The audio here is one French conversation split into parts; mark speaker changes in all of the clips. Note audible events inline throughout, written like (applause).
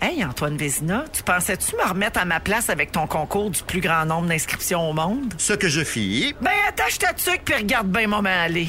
Speaker 1: Hey, Antoine Vézina, tu pensais-tu me remettre à ma place avec ton concours du plus grand nombre d'inscriptions au monde?
Speaker 2: Ce que je fis.
Speaker 1: Ben, attache ta tuque puis regarde bien moment aller.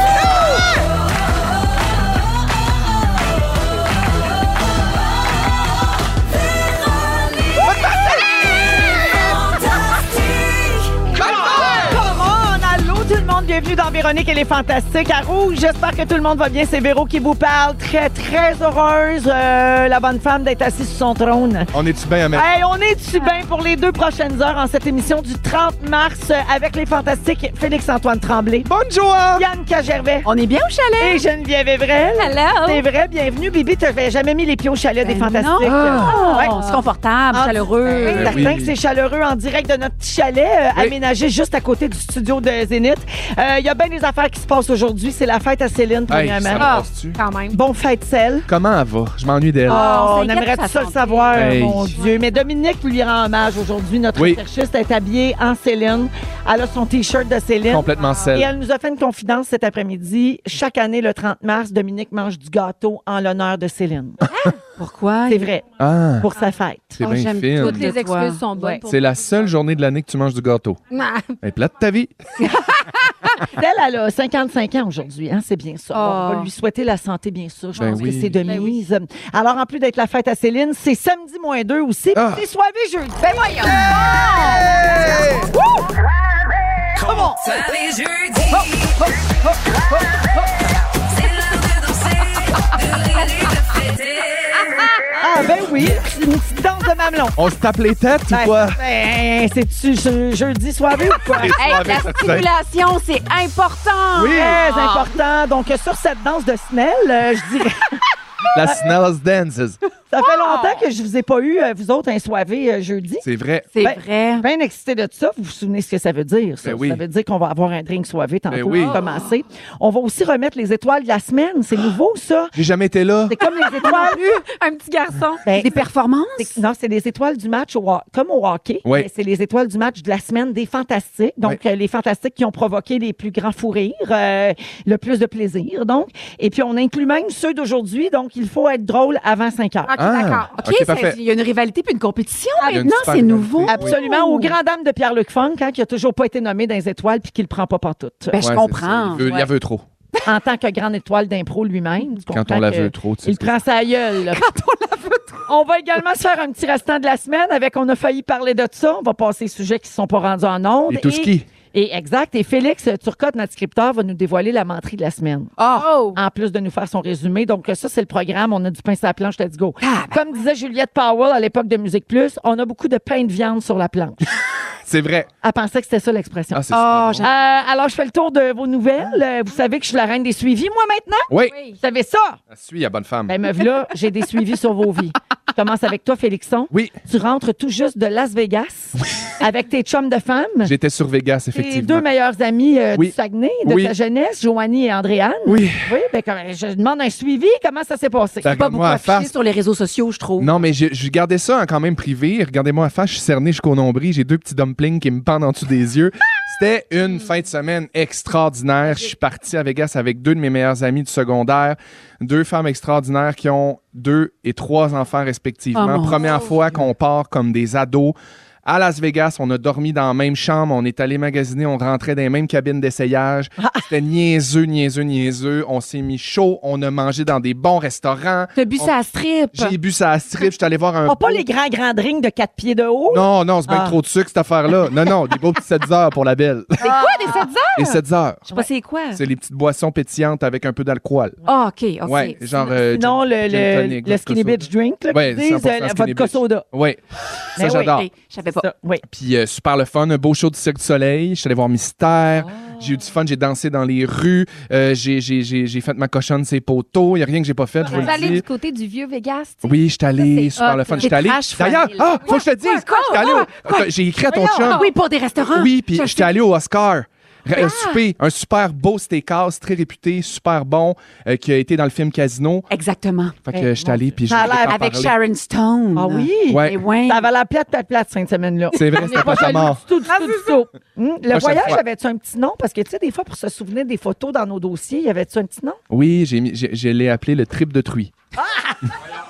Speaker 3: Come on! Allô tout le monde, bienvenue dans Véronique et les Fantastiques à Rouge. J'espère que tout le monde va bien. C'est Véro qui vous parle. Très, très heureuse, euh, la bonne femme, d'être assise sur son trône.
Speaker 4: On est-tu bien à mettre?
Speaker 3: Hey, on est-tu
Speaker 5: Ah.
Speaker 3: bien pour les deux prochaines heures en cette émission du 30 mars euh, avec les Fantastiques Félix-Antoine Tremblay,
Speaker 4: Bonne joie!
Speaker 3: Yann Cagervais
Speaker 5: On est bien au chalet?
Speaker 3: et Geneviève Evrel.
Speaker 5: Hello.
Speaker 3: C'est vrai, bienvenue. Bibi, tu n'avais jamais mis les pieds au chalet des
Speaker 5: Ben Ah,
Speaker 3: Fantastiques.
Speaker 4: Oh.
Speaker 5: Non.
Speaker 3: Ouais.
Speaker 5: C'est confortable,
Speaker 3: Ah,
Speaker 5: chaleureux.
Speaker 3: Oui,
Speaker 4: Ben
Speaker 3: certain
Speaker 4: oui.
Speaker 3: que c'est chaleureux en direct de notre petit chalet euh,
Speaker 4: Oui.
Speaker 3: aménagé juste à côté du studio de Zénith. Euh, Il y a bien des affaires qui se passent aujourd'hui. C'est la fête à Céline,
Speaker 4: Hey,
Speaker 3: premièrement.
Speaker 4: ça
Speaker 5: Ah.
Speaker 4: passe-tu?
Speaker 5: Quand même.
Speaker 3: Bon fête, celle.
Speaker 4: Comment elle va? Je m'ennuie d'elle.
Speaker 5: Ah, on
Speaker 3: Oh, on
Speaker 5: s'inquiète
Speaker 3: aimerait
Speaker 5: pour
Speaker 3: tout
Speaker 5: sa
Speaker 3: ça le
Speaker 5: santé.
Speaker 3: savoir,
Speaker 4: Hey.
Speaker 3: mon Dieu. Mais Dominique lui rend hommage aujourd'hui. Notre
Speaker 4: Oui.
Speaker 3: recherchiste est habillée en Céline. Elle a son T-shirt de Céline.
Speaker 4: Complètement
Speaker 3: Et
Speaker 4: celle.
Speaker 3: elle nous a fait une confidence cet après-midi. Chaque année, le 30 mars, Dominique mange du gâteau en l'honneur de Céline.
Speaker 5: Pourquoi?
Speaker 3: C'est vrai,
Speaker 4: Ah,
Speaker 3: pour sa fête.
Speaker 4: c'est
Speaker 5: Oh,
Speaker 4: bien hein,
Speaker 5: j'aime
Speaker 4: fine.
Speaker 5: toutes
Speaker 6: Les
Speaker 5: de toi.
Speaker 6: excuses sont bonnes
Speaker 3: Ouais.
Speaker 6: pour
Speaker 4: C'est la seule journée de l'année que tu manges du
Speaker 5: (laughs)
Speaker 4: gâteau. Elle plate ta vie.
Speaker 3: Celle, (laughs) elle a 55 ans aujourd'hui, hein, c'est bien ça. On
Speaker 6: Oh.
Speaker 3: va lui souhaiter la santé, bien sûr. Je
Speaker 4: Ben
Speaker 3: pense
Speaker 4: oui.
Speaker 3: que c'est de
Speaker 6: Ben oui.
Speaker 3: mise. Alors, en plus d'être la fête à Céline, c'est samedi moins deux aussi. puis
Speaker 4: Ah.
Speaker 3: C'est soirée jeudi. Ben voyons. Ah, ben oui. C'est une petite danse de mamelon.
Speaker 4: On se tape les têtes ou
Speaker 3: Ben,
Speaker 4: quoi?
Speaker 3: ben, c'est-tu je- jeudi soirée ou quoi?
Speaker 4: Les
Speaker 6: Hey,
Speaker 4: soirées,
Speaker 6: la
Speaker 4: ça se fait.
Speaker 6: stimulation, c'est important!
Speaker 4: (laughs) Oui.
Speaker 3: Très
Speaker 6: Ah.
Speaker 3: important. Donc, euh, sur cette danse de Snell, euh, je dirais, (laughs)
Speaker 4: La Snell's Dances.
Speaker 3: ça fait longtemps que je vous ai pas eu, euh, vous autres, un soirée euh, jeudi.
Speaker 4: C'est vrai.
Speaker 5: C'est
Speaker 3: Ben-
Speaker 5: vrai.
Speaker 3: bien excité de ça. Vous vous souvenez ce que ça veut dire, ça?
Speaker 4: Ben oui.
Speaker 3: Ça veut dire qu'on va avoir un drink soivé tantôt
Speaker 4: Ben oui.
Speaker 3: pour commencer. On va aussi remettre les étoiles de la semaine. C'est nouveau, ça.
Speaker 4: J'ai jamais été là.
Speaker 3: C'est comme
Speaker 4: (laughs)
Speaker 3: les étoiles.
Speaker 6: Un petit garçon.
Speaker 3: Ben,
Speaker 5: Des performances?
Speaker 3: c'est- non, c'est les étoiles du match, au, ho- comme au hockey.
Speaker 4: Oui.
Speaker 3: mais C'est les étoiles du match de la semaine des fantastiques. Donc, euh, les fantastiques qui ont provoqué les plus grands fous rires, euh, le plus de plaisir, donc. Et puis, on inclut même ceux d'aujourd'hui. Donc, il faut être drôle avant 5 heures.
Speaker 6: OK,
Speaker 4: Ah.
Speaker 6: d'accord.
Speaker 5: OK,
Speaker 4: Ok,
Speaker 5: ça-
Speaker 4: parfait. Ah,
Speaker 5: il y a une rivalité puis une compétition
Speaker 4: Il y a une
Speaker 5: maintenant,
Speaker 4: super
Speaker 5: c'est
Speaker 4: qualité.
Speaker 5: nouveau.
Speaker 4: Oui.
Speaker 3: Absolument. Au grand dame de Pierre-Luc Funk, hein, qui a toujours pas été nommé dans les étoiles puis qui le prend pas par toutes.
Speaker 5: Ben, je
Speaker 4: Ouais,
Speaker 5: comprends.
Speaker 4: c'est ça. Il, veut- il la
Speaker 5: Ouais.
Speaker 4: veut trop.
Speaker 3: en tant que grande étoile d'impro lui-même. tu
Speaker 4: Quand
Speaker 3: comprends
Speaker 4: on la
Speaker 3: que
Speaker 4: veut trop, tu sais.
Speaker 3: Il prend sa gueule.
Speaker 4: (laughs)
Speaker 3: Quand on la veut trop. On va également se faire un petit restant de la semaine avec On a failli parler de ça. On va passer aux sujets qui ne sont pas rendus en ondes.
Speaker 4: Et tout ski.
Speaker 3: Et exact. Et Félix Turcotte, notre scripteur, va nous dévoiler la menterie de la semaine.
Speaker 5: Ah,
Speaker 6: Oh!
Speaker 3: En plus de nous faire son résumé. Donc, ça, c'est le programme. On a du pain sur la planche. Let's go.
Speaker 5: Ah,
Speaker 4: ben
Speaker 3: Comme disait Juliette Powell à l'époque de Musique Plus, on a beaucoup de pain de viande sur la planche.
Speaker 4: C'est vrai.
Speaker 3: Elle pensait que c'était ça l'expression.
Speaker 4: Ah, c'est
Speaker 5: Ah,
Speaker 4: super
Speaker 5: j'aime-
Speaker 3: Euh, alors, je fais le tour de vos nouvelles. Euh, Vous savez que je suis la reine des suivis, moi, maintenant.
Speaker 4: bon. Oui,
Speaker 6: Oui.
Speaker 3: Vous savez ça?
Speaker 4: ça suit, la bonne femme.
Speaker 3: Ben, meuf, là, j'ai des suivis sur vos vies. Je commence avec toi, Félixon.
Speaker 4: Oui,
Speaker 3: Tu rentres tout juste de Las Vegas avec tes chums de femmes.
Speaker 4: j'étais sur Vegas,
Speaker 3: Tes deux
Speaker 4: effectivement.
Speaker 3: meilleurs amis euh,
Speaker 4: Oui.
Speaker 3: du Saguenay, de
Speaker 4: Oui.
Speaker 3: ta jeunesse, Joanie et Andréane.
Speaker 4: Oui,
Speaker 3: Oui, ben, comme- je demande un suivi. Comment ça s'est passé?
Speaker 4: ça
Speaker 5: Pas
Speaker 4: regarde
Speaker 5: beaucoup
Speaker 4: moi à
Speaker 5: affiché
Speaker 4: face.
Speaker 5: sur les réseaux sociaux, je trouve.
Speaker 4: Non, mais j'ai- je gardais ça hein, quand même privé. Regardez-moi à face, je suis cerné jusqu'au nombril. J'ai deux petits dumplings qui me pendent en dessous des yeux. C'était une fin de semaine extraordinaire. Je suis parti à Vegas avec deux de mes meilleurs amis du secondaire, deux femmes extraordinaires qui ont deux et trois enfants respectivement.
Speaker 5: Oh mon
Speaker 4: Première fois qu'on part comme des ados. À Las Vegas, on a dormi dans la même chambre, on est allé magasiner, on rentrait dans les mêmes cabines d'essayage.
Speaker 5: Ah.
Speaker 4: C'était niaiseux, niaiseux, niaiseux. On s'est mis chaud, on a mangé dans des bons restaurants.
Speaker 5: T'as bu
Speaker 4: On-
Speaker 5: ça à strip.
Speaker 4: j'ai bu ça à strip, je suis allé voir un.
Speaker 3: Pas, pas les grands, grands rings de quatre pieds de haut.
Speaker 4: Non, non, c'est bien
Speaker 3: Ah.
Speaker 4: trop de sucre, cette affaire-là. Non, non, des beaux petits 7 heures pour la belle.
Speaker 5: C'est quoi des 7 heures?
Speaker 4: Et 7 heures,
Speaker 5: Je sais pas c'est quoi.
Speaker 4: c'est les petites boissons pétillantes avec un peu d'alcool.
Speaker 5: Ah, OK, OK.
Speaker 4: Ouais, genre. euh,
Speaker 3: Non, le,
Speaker 4: gin- gin
Speaker 3: le,
Speaker 4: tonic,
Speaker 3: le
Speaker 4: vodka
Speaker 3: skinny
Speaker 4: soda.
Speaker 3: bitch drink, là,
Speaker 4: Ouais,
Speaker 3: qu'ils disent,
Speaker 4: 100%
Speaker 3: euh, la
Speaker 4: skinny
Speaker 3: vodka
Speaker 4: bitch.
Speaker 3: soda.
Speaker 4: Ouais, ça,
Speaker 3: Ben oui.
Speaker 4: j'adore.
Speaker 5: OK, je savais pas.
Speaker 3: Ça, oui.
Speaker 4: Puis euh, super le fun, un beau show du Cirque du Soleil. Je suis allé voir Mystère. J'ai eu du fun, j'ai dansé dans les rues, euh, j'ai- j'ai j'ai- j'ai fait ma cochonne ses poteaux. Il n'y a rien que j'ai pas fait, je vous
Speaker 6: Vous
Speaker 4: le
Speaker 6: allez
Speaker 4: dis.
Speaker 6: du côté du vieux Vegas, tu sais.
Speaker 4: Oui, je suis allé,
Speaker 6: c'est
Speaker 4: super
Speaker 6: hot.
Speaker 4: le fun. Je
Speaker 5: T'es
Speaker 4: suis allé.
Speaker 5: trash,
Speaker 4: D'ailleurs,
Speaker 5: Fanny, là.
Speaker 4: ah, faut que je te dise. j'étais allé au- Attends, J'ai écrit à ton chum.
Speaker 5: Ah Oui, pour des
Speaker 3: Ah,
Speaker 5: restaurants.
Speaker 4: Oui, puis
Speaker 5: J'ai
Speaker 4: j'étais allé au Oscar. R- Un souper, un super beau steakhouse, très réputé, super bon, euh, qui a été dans le film Casino.
Speaker 6: Exactement.
Speaker 4: Fait que j'étais allé, puis je
Speaker 3: Eh, Ça a
Speaker 4: voulais
Speaker 3: l'air
Speaker 4: t'en
Speaker 6: Avec
Speaker 4: parler.
Speaker 6: Sharon Stone.
Speaker 3: Ah oui?
Speaker 4: Ouais.
Speaker 5: Eh
Speaker 6: Et ouais.
Speaker 3: Ça valait la plate, plate, plate, cette semaine-là.
Speaker 4: (laughs) C'est vrai, c'était pas ta mort.
Speaker 3: Tout, tout, tout, tout. Hum, Le
Speaker 4: Prochaine
Speaker 3: voyage,
Speaker 4: fois.
Speaker 3: avait-tu un petit nom? Parce que, tu sais, des fois, pour se souvenir des photos dans nos dossiers, y avait-tu un petit nom?
Speaker 4: Oui, j'ai mis- j'ai- je l'ai appelé le trip de truie.
Speaker 3: Ah!
Speaker 4: (laughs)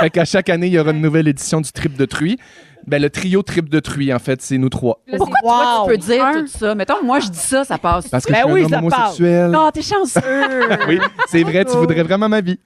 Speaker 4: fait qu'à chaque année, il y aura une nouvelle édition du trip de truie. Ben, le trio trip de truie, en fait, c'est nous trois.
Speaker 6: Pourquoi
Speaker 5: Wow.
Speaker 6: tu peux dire tout ça? Mettons, moi, je dis ça, ça passe.
Speaker 4: Parce que
Speaker 3: Ben
Speaker 4: je suis
Speaker 3: oui,
Speaker 4: un
Speaker 3: ça
Speaker 4: homme homosexuel.
Speaker 6: Non, Ah,
Speaker 5: (laughs)
Speaker 6: t'es chanceux.
Speaker 4: Oui, c'est vrai, tu voudrais vraiment ma vie.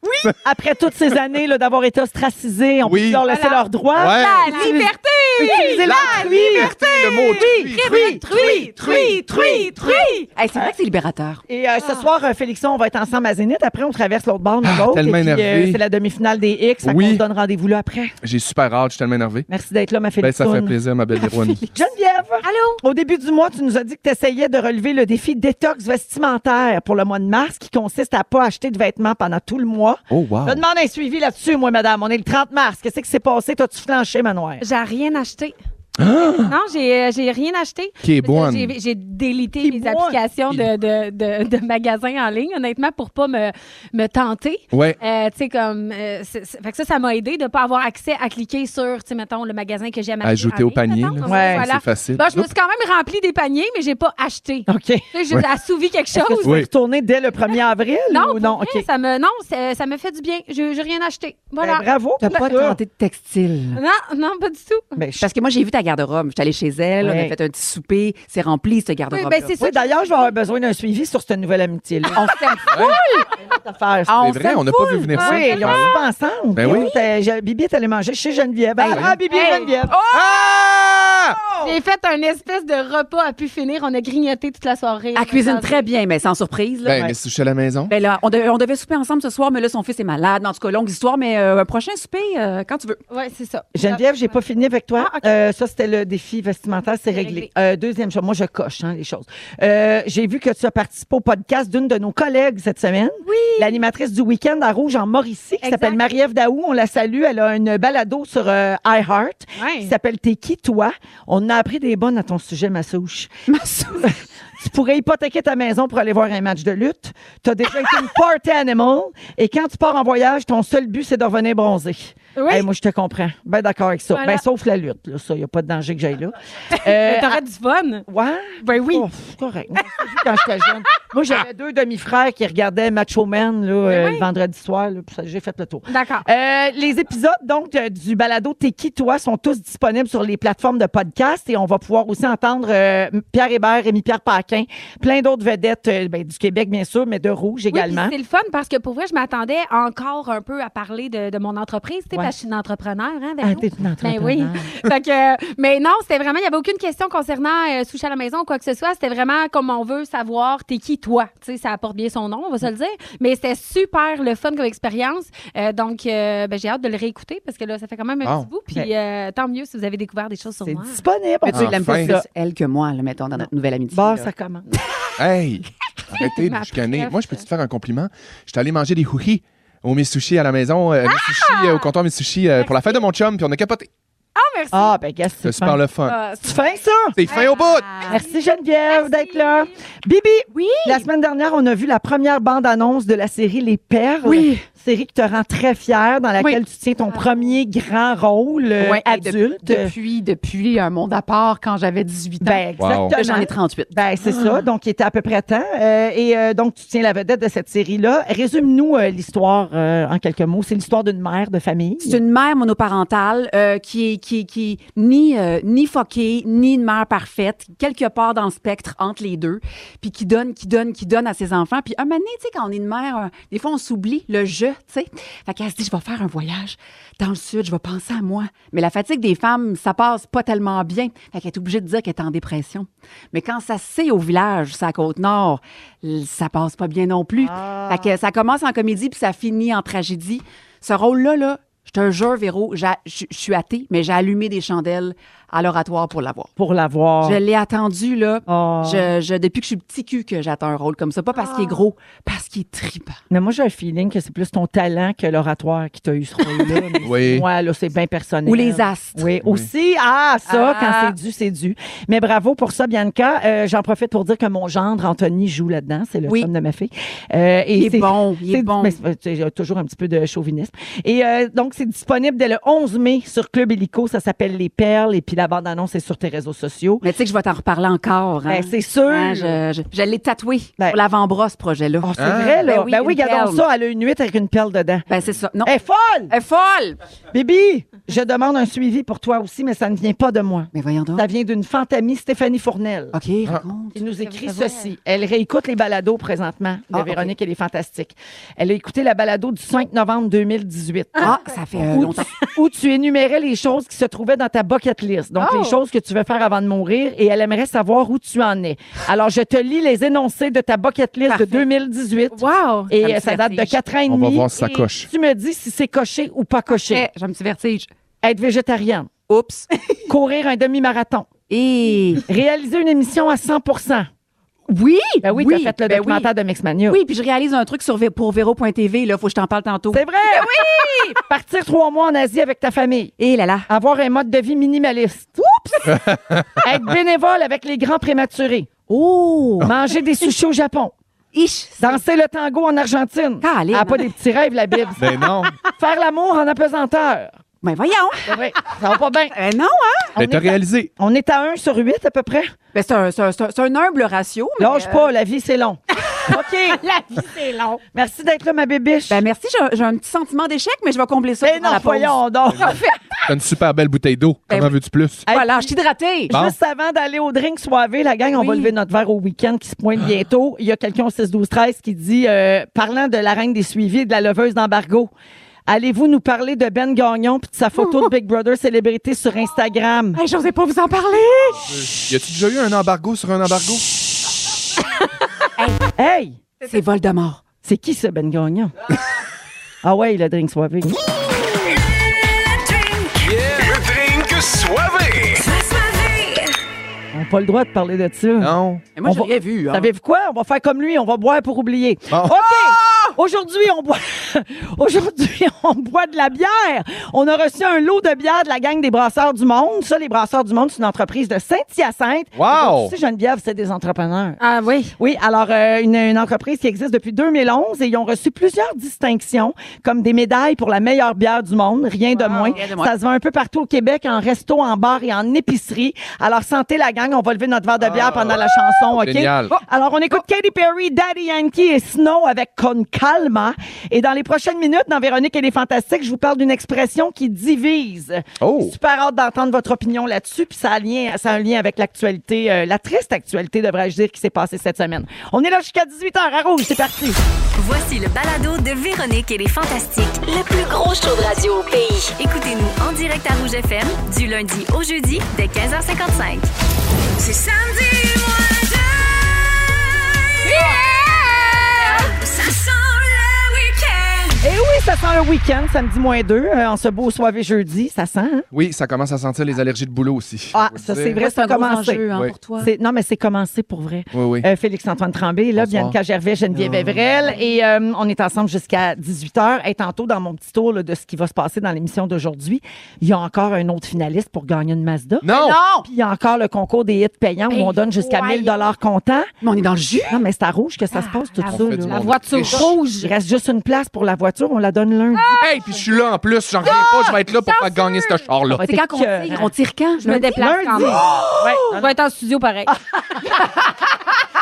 Speaker 3: Après toutes ces années là, d'avoir été ostracisés, on
Speaker 4: Oui.
Speaker 3: peut leur laisser
Speaker 6: Voilà.
Speaker 3: leurs droits.
Speaker 4: Ouais.
Speaker 5: Ah,
Speaker 6: La liberté!
Speaker 3: Utiliser la liberté.
Speaker 4: Le mot truie.
Speaker 6: Truie, truie, truie, truie, truie! Hey, c'est vrai que c'est libérateur.
Speaker 3: Et euh, ce soir, euh, Félixon, on va être ensemble à Zénith. Après, on traverse l'autre bord, nous
Speaker 4: Ah,
Speaker 3: autres.
Speaker 4: tellement
Speaker 3: Et puis, euh,
Speaker 4: énervé.
Speaker 3: c'est la demi-finale des X. Fait
Speaker 4: Oui.
Speaker 3: qu'on se donne rendez-vous là après.
Speaker 4: J'ai super hâte, je suis tellement énervé.
Speaker 3: Merci d'être là, ma
Speaker 4: Ben,
Speaker 3: Félixon.
Speaker 4: ça fait plaisir, ma belle Véronie.
Speaker 3: Geneviève,
Speaker 6: Allô?
Speaker 3: au début du mois, tu nous as dit que tu essayais de relever le défi détox vestimentaire pour le mois de mars, qui consiste à pas acheter de vêtements pendant tout le mois.
Speaker 4: Oh, wow.
Speaker 3: Je demande un suivi là-dessus, moi, madame. On est le 30 mars. Qu'est-ce qui s'est passé? T'as-tu flanché, Manoir?
Speaker 6: J'ai
Speaker 4: (gasps)
Speaker 6: rien acheté.
Speaker 4: Ah!
Speaker 6: Non, j'ai euh, j'ai rien acheté.
Speaker 4: Qui est
Speaker 6: Parce
Speaker 4: bonne.
Speaker 6: que J'ai j'ai
Speaker 3: Qui
Speaker 6: délité les
Speaker 3: boit.
Speaker 6: applications de, de, de, de magasins en ligne, honnêtement, pour pas me, me tenter.
Speaker 4: Ouais.
Speaker 6: Euh, tu sais, comme. euh, c'est- c'est- fait que ça, ça m'a aidé de ne pas avoir accès à cliquer sur, tu sais, mettons, le magasin que j'aime acheter.
Speaker 4: Ajouter
Speaker 6: en
Speaker 4: au
Speaker 6: ligne,
Speaker 4: panier,
Speaker 6: mettons.
Speaker 4: là.
Speaker 3: Ouais.
Speaker 6: Voilà.
Speaker 4: C'est facile.
Speaker 6: Bon, je me suis quand même rempli des paniers, mais j'ai pas acheté. Tu
Speaker 3: OK.
Speaker 6: sais,
Speaker 4: (laughs)
Speaker 6: J'ai
Speaker 4: Ouais.
Speaker 6: assouvi quelque
Speaker 3: Est-ce que
Speaker 6: chose.
Speaker 3: tu
Speaker 4: Oui.
Speaker 3: veux retourner dès le 1er avril?
Speaker 6: Non,
Speaker 3: ou
Speaker 6: pour
Speaker 3: non?
Speaker 6: vrai,
Speaker 3: OK.
Speaker 6: ça me, non, ça, ça me fait du bien. Je n'ai rien acheté. Voilà.
Speaker 3: Ben, bravo.
Speaker 5: T'as
Speaker 3: pour
Speaker 5: pas
Speaker 3: ça.
Speaker 5: tenté de textile.
Speaker 6: non, non, pas du tout.
Speaker 3: Ben, je-
Speaker 5: Parce que moi, j'ai vu ta garde-robe. J'étais allée chez elle, on
Speaker 3: Ouais.
Speaker 5: a fait un petit souper, c'est rempli, ce
Speaker 6: Oui,
Speaker 5: garde-robe.
Speaker 6: ben, c'est ça.
Speaker 3: Oui, d'ailleurs, je vais avoir besoin d'un suivi sur cette nouvelle amitié-là.
Speaker 5: on s'aime
Speaker 3: (laughs) Cette affaire,
Speaker 5: Ah,
Speaker 4: C'est
Speaker 5: on
Speaker 4: vrai,
Speaker 5: s'en
Speaker 4: on n'a pas vu venir Ah, ça.
Speaker 3: Oui,
Speaker 4: cette
Speaker 3: ils ont
Speaker 4: affaire-là.
Speaker 3: pas ensemble.
Speaker 4: Ben oui.
Speaker 3: Écoute, euh, Bibi est allée manger chez Geneviève. Ah, ah, Bibi et
Speaker 6: Hey.
Speaker 3: Geneviève.
Speaker 4: Ah!
Speaker 6: J'ai fait un espèce de repas à pu finir. On a grignoté toute la soirée.
Speaker 5: Elle cuisine très bien, mais sans surprise. Là.
Speaker 4: Ben, mais si je suis à la maison.
Speaker 5: Ben là, on, de- on devait souper ensemble ce soir, mais là, son fils est malade. En tout cas, longue histoire, mais euh, un prochain souper, euh, quand tu veux.
Speaker 6: Oui, c'est ça.
Speaker 3: Geneviève, j'ai pas fini avec toi.
Speaker 6: Ah, OK.
Speaker 3: Euh, ça, c'était le défi vestimentaire, c'est
Speaker 6: C'est
Speaker 3: réglé.
Speaker 6: réglé.
Speaker 3: Euh, deuxième chose, moi, je coche hein, les choses. Euh, j'ai vu que tu as participé au podcast d'une de nos collègues cette semaine. Oui. L'animatrice du week-end à Rouge en Mauricie, qui
Speaker 6: Exact.
Speaker 3: s'appelle Marie-Ève Daou. On la salue. Elle a une balado sur euh, iHeart
Speaker 6: Ouais.
Speaker 3: qui s'appelle T'es qui, toi? On a appris des bonnes à ton sujet, (laughs) ma souche. tu pourrais hypothéquer ta maison pour aller voir un match de lutte. Tu as déjà été une party animal. Et quand tu pars en voyage, ton seul but, c'est de revenir bronzé.
Speaker 6: Oui.
Speaker 3: Hey, moi, je te comprends. Ben d'accord avec ça.
Speaker 6: Voilà.
Speaker 3: Ben, sauf la lutte, là. Ça, il n'y a pas de danger que j'aille
Speaker 6: (laughs)
Speaker 3: là. Euh,
Speaker 6: Mais T'aurais du fun.
Speaker 3: ah, ouais?
Speaker 6: Ben oui.
Speaker 3: Oh, c'est correct. Moi, j'ai vu quand j'étais jeune. Moi, j'avais deux demi-frères qui regardaient Macho Man là, euh, le vendredi soir. là, puis ça, J'ai fait le tour.
Speaker 6: D'accord.
Speaker 3: Euh, les épisodes donc euh, du balado T'es qui toi sont tous disponibles sur les plateformes de podcast et on va pouvoir aussi entendre euh, Pierre Hébert, Rémi Pierre Paquin, plein d'autres vedettes euh, ben, du Québec bien sûr, mais de Rouge
Speaker 6: Oui,
Speaker 3: également.
Speaker 6: puis c'est le fun parce que pour vrai, je m'attendais encore un peu à parler de, de mon entreprise, tu sais,
Speaker 3: Ouais.
Speaker 6: parce que je suis une entrepreneur. Hein,
Speaker 3: Ah,
Speaker 6: Véro?
Speaker 3: t'es une
Speaker 6: Ben
Speaker 3: entrepreneur.
Speaker 6: oui. (laughs) Fait que, euh, mais non, c'était vraiment, il n'y avait aucune question concernant euh, Sushi à la maison ou quoi que ce soit. C'était vraiment comme on veut savoir, t'es qui toi? Tu sais, ça apporte bien son nom, on va se le dire. Mais c'était super le fun comme expérience. Euh, donc, euh, ben, j'ai hâte de le réécouter parce que là, ça fait quand même un
Speaker 4: Ah.
Speaker 6: petit bout. Puis euh, tant mieux si vous avez découvert des choses sur
Speaker 3: Ben. C'est
Speaker 6: moi.
Speaker 3: disponible.
Speaker 5: Mais tu
Speaker 4: Enfin.
Speaker 5: l'aimes pas plus, elle que moi, là, mettons, dans notre nouvelle amitié.
Speaker 3: Bon,
Speaker 5: là.
Speaker 3: ça
Speaker 6: (laughs)
Speaker 3: commence.
Speaker 4: Hey! Arrêtez de
Speaker 6: Ma
Speaker 4: me chicaner.
Speaker 6: preuve.
Speaker 4: Moi, je peux te faire un compliment? J'étais allé manger des houhis au Mitsushi à la maison, euh, Mitsushi, euh, au comptoir Mitsushi euh, pour la fête de mon chum, puis on a capoté.
Speaker 6: Merci.
Speaker 3: Ah ben gars, c'est
Speaker 4: C'est super
Speaker 3: fin.
Speaker 4: le fun.
Speaker 6: Ah,
Speaker 3: Tu fin ça?
Speaker 4: C'est fin au bout!
Speaker 3: Merci Geneviève d'être là. Bibi, oui. la semaine dernière, on a vu la première bande-annonce de la série Les Perles.
Speaker 5: Oui.
Speaker 3: Série qui te rend très fière, dans laquelle tu tiens ton premier grand rôle euh,
Speaker 5: Ouais, et de-
Speaker 3: adulte.
Speaker 5: depuis, depuis un monde à part, quand j'avais 18 ans.
Speaker 3: Ben,
Speaker 4: Wow.
Speaker 3: exactement.
Speaker 5: Là, J'en ai Ah. 38.
Speaker 3: Ben, c'est ça. Donc, il était à peu près à temps. Euh, et euh, donc, tu tiens la vedette de cette série-là. Résume-nous euh, l'histoire euh, en quelques mots. C'est l'histoire d'une mère de famille.
Speaker 5: C'est une mère monoparentale euh, qui est qui, qui est ni euh, ni foquée, ni une mère parfaite, quelque part dans le spectre entre les deux, puis qui donne qui donne qui donne à ses enfants. Puis un moment donné, tu sais quand on est une mère, euh, des fois on s'oublie le je, tu sais. Fait qu'elle se dit je vais faire un voyage dans le sud, je vais penser à moi. Mais la fatigue des femmes, ça passe pas tellement bien. Fait qu'elle est obligée de dire qu'elle est en dépression. Mais quand ça se sait au village, sa côte nord, l- ça passe pas bien non plus. Fait que ça commence en comédie puis ça finit en tragédie. Ce rôle là là Je te jure, Véro, j'a- je je suis athée, mais j'ai allumé des chandelles à l'oratoire pour l'avoir.
Speaker 3: pour l'avoir.
Speaker 5: Je l'ai attendu, là.
Speaker 3: Ah.
Speaker 5: Je, je- depuis que je suis petit cul que j'attends un rôle comme ça. Pas parce qu'il est gros, parce qu'il est tripant.
Speaker 3: Mais moi, j'ai un feeling que c'est plus ton talent que l'oratoire qui t'a eu ce
Speaker 5: (laughs)
Speaker 3: rôle-là. Mais
Speaker 4: Oui.
Speaker 3: Moi, là, c'est bien personnel.
Speaker 5: Ou les astres.
Speaker 3: Oui, aussi. Ah, ça,
Speaker 5: Ah.
Speaker 3: quand c'est dû, c'est dû. Mais bravo pour ça, Bianca. Euh, J'en profite pour dire que mon gendre, Anthony, joue là-dedans. C'est le
Speaker 5: Oui.
Speaker 3: chum de ma fille. Euh, et
Speaker 5: Il est
Speaker 3: c'est-
Speaker 5: bon, il est
Speaker 3: c'est-
Speaker 5: bon.
Speaker 3: mais c'est- tu sais, j'ai toujours un petit peu de chauvinisme. Et euh, donc, c'est disponible dès le 11 mai sur Club Illico. Ça s'appelle Les Perles. Et puis, la bande-annonce est sur tes réseaux sociaux.
Speaker 5: Mais tu sais que je vais t'en reparler encore. hein.
Speaker 3: Ben, c'est sûr.
Speaker 5: Hein, je je- je l'ai tatoué
Speaker 3: Ben.
Speaker 5: pour l'avant-bras, ce projet-là.
Speaker 3: Oh, c'est vrai, là.
Speaker 5: Ben
Speaker 3: Ben
Speaker 5: oui,
Speaker 3: oui,
Speaker 5: une
Speaker 3: regardons
Speaker 5: perle.
Speaker 3: ça. Elle a une huit avec une perle dedans.
Speaker 5: Ben, c'est ça. Non.
Speaker 3: Elle est folle!
Speaker 5: Elle est folle!
Speaker 3: Bibi, je demande un suivi pour toi aussi, mais ça ne vient pas de moi.
Speaker 5: Mais voyons donc.
Speaker 3: Ça Ah. vient d'une fantamie Stéphanie Fournel.
Speaker 5: OK, raconte.
Speaker 3: Il nous écrit
Speaker 6: vrai.
Speaker 3: ceci. Elle réécoute les balados présentement de
Speaker 5: Ah, ok.
Speaker 3: Véronique, elle est fantastique. Elle a écouté la balado du 5 novembre 2018.
Speaker 5: Ah, ça fait euh,
Speaker 3: Où
Speaker 5: longtemps.
Speaker 3: tu, où tu énumérais les choses qui se trouvaient dans ta bucket list. Donc,
Speaker 6: Oh.
Speaker 3: les choses que tu veux faire avant de mourir et elle aimerait savoir où tu en es. Alors, je te lis les énoncés de ta bucket list
Speaker 5: Parfait.
Speaker 3: de 2018.
Speaker 6: Wow!
Speaker 3: Et
Speaker 5: Ça me
Speaker 3: euh, ça date de
Speaker 5: vertige.
Speaker 3: 4 ans et
Speaker 4: On
Speaker 3: demi.
Speaker 4: va voir si ça
Speaker 3: Et
Speaker 4: coche.
Speaker 3: Tu me dis si c'est coché ou pas coché.
Speaker 5: J'ai un petit Eh, vertige.
Speaker 3: Être végétarienne.
Speaker 5: Oups.
Speaker 3: courir un demi-marathon,
Speaker 5: Et
Speaker 3: réaliser une émission à 100 Ben
Speaker 5: oui!
Speaker 3: oui, t'as fait le
Speaker 5: ben
Speaker 3: documentaire de Mixmania.
Speaker 5: Oui, puis je réalise un truc sur, Vé- pour Véro.tv, là, faut que je t'en parle tantôt.
Speaker 3: C'est vrai! oui! (laughs) Partir trois mois en Asie avec ta famille.
Speaker 5: Et là là.
Speaker 3: Avoir un mode de vie minimaliste. Oups! (laughs) Être bénévole avec les grands prématurés.
Speaker 5: Oh!
Speaker 3: Manger des sushis au Japon.
Speaker 5: Ish!
Speaker 3: Danser le tango en Argentine.
Speaker 5: Caline.
Speaker 3: Ah, pas des petits rêves, la Bible.
Speaker 4: Ben non.
Speaker 3: Faire l'amour en apesanteur.
Speaker 5: Ben voyons!
Speaker 3: C'est vrai, ça va pas bien.
Speaker 5: Ben non, hein?
Speaker 3: On,
Speaker 4: Ben
Speaker 3: est
Speaker 4: t'as
Speaker 3: à-
Speaker 4: réalisé.
Speaker 3: on est à 1 sur 8 à peu près.
Speaker 5: Ben c'est un, c'est un- c'est un- c'est un humble ratio. mais,
Speaker 3: Lâche
Speaker 5: euh,
Speaker 3: pas, la vie, c'est long. OK.
Speaker 5: (laughs)
Speaker 6: La vie, c'est long.
Speaker 3: Merci d'être là, ma bébiche.
Speaker 5: Ben merci, j'ai un- j'ai un petit sentiment d'échec, mais je vais combler ça
Speaker 3: Mais
Speaker 5: pendant
Speaker 3: Ben non,
Speaker 5: la pause.
Speaker 3: voyons donc.
Speaker 5: (laughs)
Speaker 4: T'as une super belle bouteille d'eau.
Speaker 5: Ben
Speaker 4: Comment
Speaker 5: oui.
Speaker 4: veux-tu plus?
Speaker 5: Voilà, je suis hydratée.
Speaker 4: Bon.
Speaker 3: Juste avant d'aller au drink soivé, la gang, on
Speaker 5: Oui.
Speaker 3: va lever notre verre au week-end qui se pointe bientôt. Il y a quelqu'un au 6-12-13 qui dit, euh, parlant de la reine des suivis et de la leveuse d'embargo, allez-vous nous parler de Ben Gagnon puis de sa photo de Big Brother célébrité sur Instagram?
Speaker 5: Hey, j'osais pas vous en parler.
Speaker 4: Y a-tu déjà eu un embargo sur un embargo?
Speaker 3: Hey!
Speaker 5: C'est Voldemort.
Speaker 3: C'est qui ce Ben Gagnon? ah ouais, le drink soivé. On n'a pas le droit de parler de ça.
Speaker 4: Non.
Speaker 5: Mais moi,
Speaker 3: On
Speaker 5: j'ai
Speaker 3: va-
Speaker 5: rien vu. hein.
Speaker 3: Savez-vous quoi? On va faire comme lui, on va boire pour oublier.
Speaker 4: Bon.
Speaker 3: OK! Aujourd'hui, on boit (laughs) Aujourd'hui, on boit de la bière. On a reçu un lot de bière de la gang des Brasseurs du Monde. Ça, les Brasseurs du Monde, c'est une entreprise de Saint-Hyacinthe.
Speaker 4: Wow!
Speaker 3: Tu sais, Geneviève, c'est des entrepreneurs.
Speaker 6: Ah oui.
Speaker 3: Oui, alors euh, une, une entreprise qui existe depuis 2011 et ils ont reçu plusieurs distinctions, comme des médailles pour la meilleure bière du monde, rien de moins.
Speaker 5: rien de moins.
Speaker 3: Ça se vend un peu partout au Québec, en resto, en bar et en épicerie. Alors sentez la gang, on va lever notre verre de bière pendant la chanson, ok
Speaker 4: Ah. Génial.
Speaker 3: Oh, Alors on écoute Katy Perry, Daddy Yankee et Snow avec Con Calma. Et dans les prochaines minutes, dans Véronique et les Fantastiques, je vous parle d'une expression qui divise.
Speaker 4: Oh.
Speaker 3: Super hâte d'entendre votre opinion là-dessus, puis ça a, lien, ça a un lien avec l'actualité, euh, la triste actualité, devrais-je dire, qui s'est passée cette semaine. On est là jusqu'à 18h à Rouge, c'est parti.
Speaker 7: Voici le balado de Véronique et les Fantastiques, le plus gros show de radio au pays. Écoutez-nous en direct à Rouge FM du lundi au jeudi dès 15h55. C'est samedi, Ça sent le week-end!
Speaker 3: Et Eh oui, ça sent le week-end, samedi moins 2, en ce beau soir et jeudi, ça sent. hein?
Speaker 4: Oui, ça commence à sentir les allergies de boulot aussi.
Speaker 3: Ah,
Speaker 4: Faut le
Speaker 3: ça
Speaker 4: dire.
Speaker 3: c'est vrai,
Speaker 5: Ouais, c'est
Speaker 3: c'est
Speaker 5: un gros
Speaker 3: commencé.
Speaker 5: enjeu hein,
Speaker 4: Oui.
Speaker 5: pour toi.
Speaker 3: C'est- Non, mais c'est commencé pour vrai.
Speaker 4: Oui, oui.
Speaker 3: Euh, Félix-Antoine Tremblay, là,
Speaker 4: Bonsoir.
Speaker 3: Bianca Gervais,
Speaker 5: Ah.
Speaker 3: Geneviève Evrel. Et euh, on est ensemble jusqu'à 18h. Et tantôt, dans mon petit tour là, de ce qui va se passer dans l'émission d'aujourd'hui, il y a encore un autre finaliste pour gagner une Mazda.
Speaker 4: Non!
Speaker 5: Non!
Speaker 3: Puis il y a encore le concours des hits payants où
Speaker 6: Hey,
Speaker 3: on donne jusqu'à
Speaker 6: voyons.
Speaker 3: 1000 dollars comptant.
Speaker 5: Mais on est dans le jus.
Speaker 3: Non, mais c'est à rouge que ça se passe tout
Speaker 6: la
Speaker 3: ça.
Speaker 4: On fait du
Speaker 3: là.
Speaker 6: La
Speaker 4: monde
Speaker 6: voiture
Speaker 4: riche.
Speaker 6: rouge.
Speaker 3: Il reste juste une place pour la voiture, on la donne lundi.
Speaker 4: Hey, puis je suis là en plus, j'en reviens pas, je vais être là pour faire gagner ce char-là.
Speaker 3: Ça va
Speaker 5: C'est
Speaker 3: être
Speaker 5: quand qu'on tire, on tire quand?
Speaker 6: Je me déplace quand
Speaker 3: Lundi. Oh!
Speaker 6: même.
Speaker 3: Ouais, Ah!
Speaker 6: On va être en studio pareil. (laughs)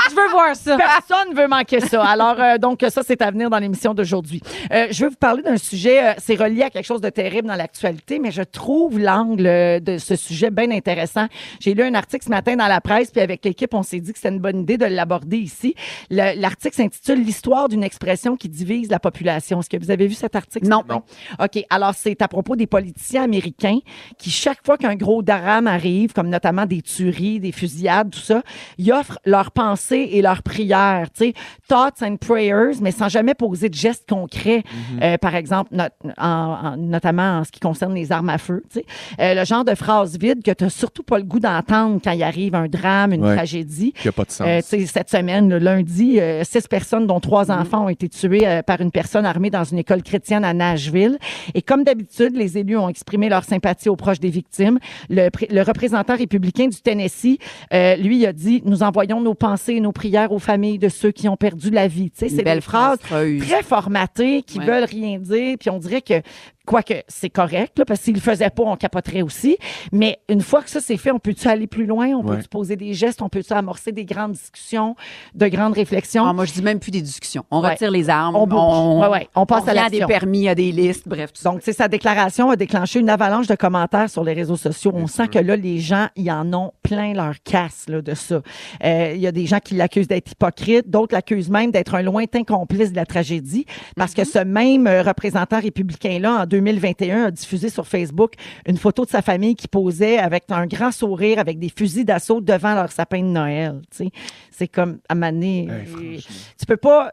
Speaker 6: Je veux voir ça.
Speaker 3: Personne veut manquer ça. Alors, euh, donc, ça, c'est à venir dans l'émission d'aujourd'hui. Euh, je veux vous parler d'un sujet, euh, c'est relié à quelque chose de terrible dans l'actualité, mais je trouve l'angle euh, de ce sujet bien intéressant. J'ai lu un article ce matin dans la presse, puis avec l'équipe, on s'est dit que c'était une bonne idée de l'aborder ici. Le- L'article s'intitule L'histoire d'une expression qui divise la population. Est-ce que vous avez vu cet article?
Speaker 5: Non.
Speaker 3: Non. OK. Alors, c'est à propos des politiciens américains qui, chaque fois qu'un gros drame arrive, comme notamment des tueries, des fusillades, tout ça, ils offrent leur pensée pensées et leurs prières, tu sais, thoughts and prayers, mais sans jamais poser de gestes concrets, Euh, par exemple, not- en- en- notamment en ce qui concerne les armes à feu, tu sais, Euh, le genre de phrase vide que tu n'as surtout pas le goût d'entendre quand il arrive un drame, une
Speaker 4: Ouais.
Speaker 3: tragédie.
Speaker 4: Qui a pas de sens.
Speaker 3: Euh, tu sais, cette semaine, le lundi, euh, six personnes, dont trois
Speaker 5: Mm.
Speaker 3: enfants, ont été tuées euh, par une personne armée dans une école chrétienne à Nashville. Et comme d'habitude, les élus ont exprimé leur sympathie aux proches des victimes. Le, pré- le représentant républicain du Tennessee, euh, lui, a dit Nous envoyons nos pensées et nos prières aux familles de ceux qui ont perdu la vie. Tu sais,
Speaker 5: Une
Speaker 3: C'est
Speaker 5: belle
Speaker 3: des phrases
Speaker 5: phrase.
Speaker 3: très formatées qui
Speaker 5: Ouais.
Speaker 3: veulent rien dire. Puis on dirait que. Quoique c'est correct, là, parce que s'ils le faisaient pas, on capoterait aussi. Mais une fois que ça c'est fait, on peut-tu aller plus loin? On
Speaker 4: Ouais.
Speaker 3: peut-tu poser des gestes? On peut-tu amorcer des grandes discussions, de grandes réflexions?
Speaker 5: Ah, moi, je dis même plus des discussions. On
Speaker 3: Ouais.
Speaker 5: retire les armes.
Speaker 3: On bouge. Ouais, ouais. On passe à
Speaker 5: revient des
Speaker 3: l'action.
Speaker 5: permis, à des listes, bref, tout ça.
Speaker 3: Donc, tu sais, sa déclaration a déclenché une avalanche de commentaires sur les réseaux sociaux. On sent que là, les gens, ils en ont plein leur casse là, de ça. Euh, Il y a des gens qui l'accusent d'être hypocrite, d'autres l'accusent même d'être un lointain complice de la tragédie, parce que ce même euh, représentant républicain-là, en 2021, a diffusé sur Facebook une photo de sa famille qui posait avec un grand sourire, avec des fusils d'assaut devant leur sapin de Noël. tu sais. C'est comme, à maner,
Speaker 4: Hey, franchement.
Speaker 3: tu peux pas...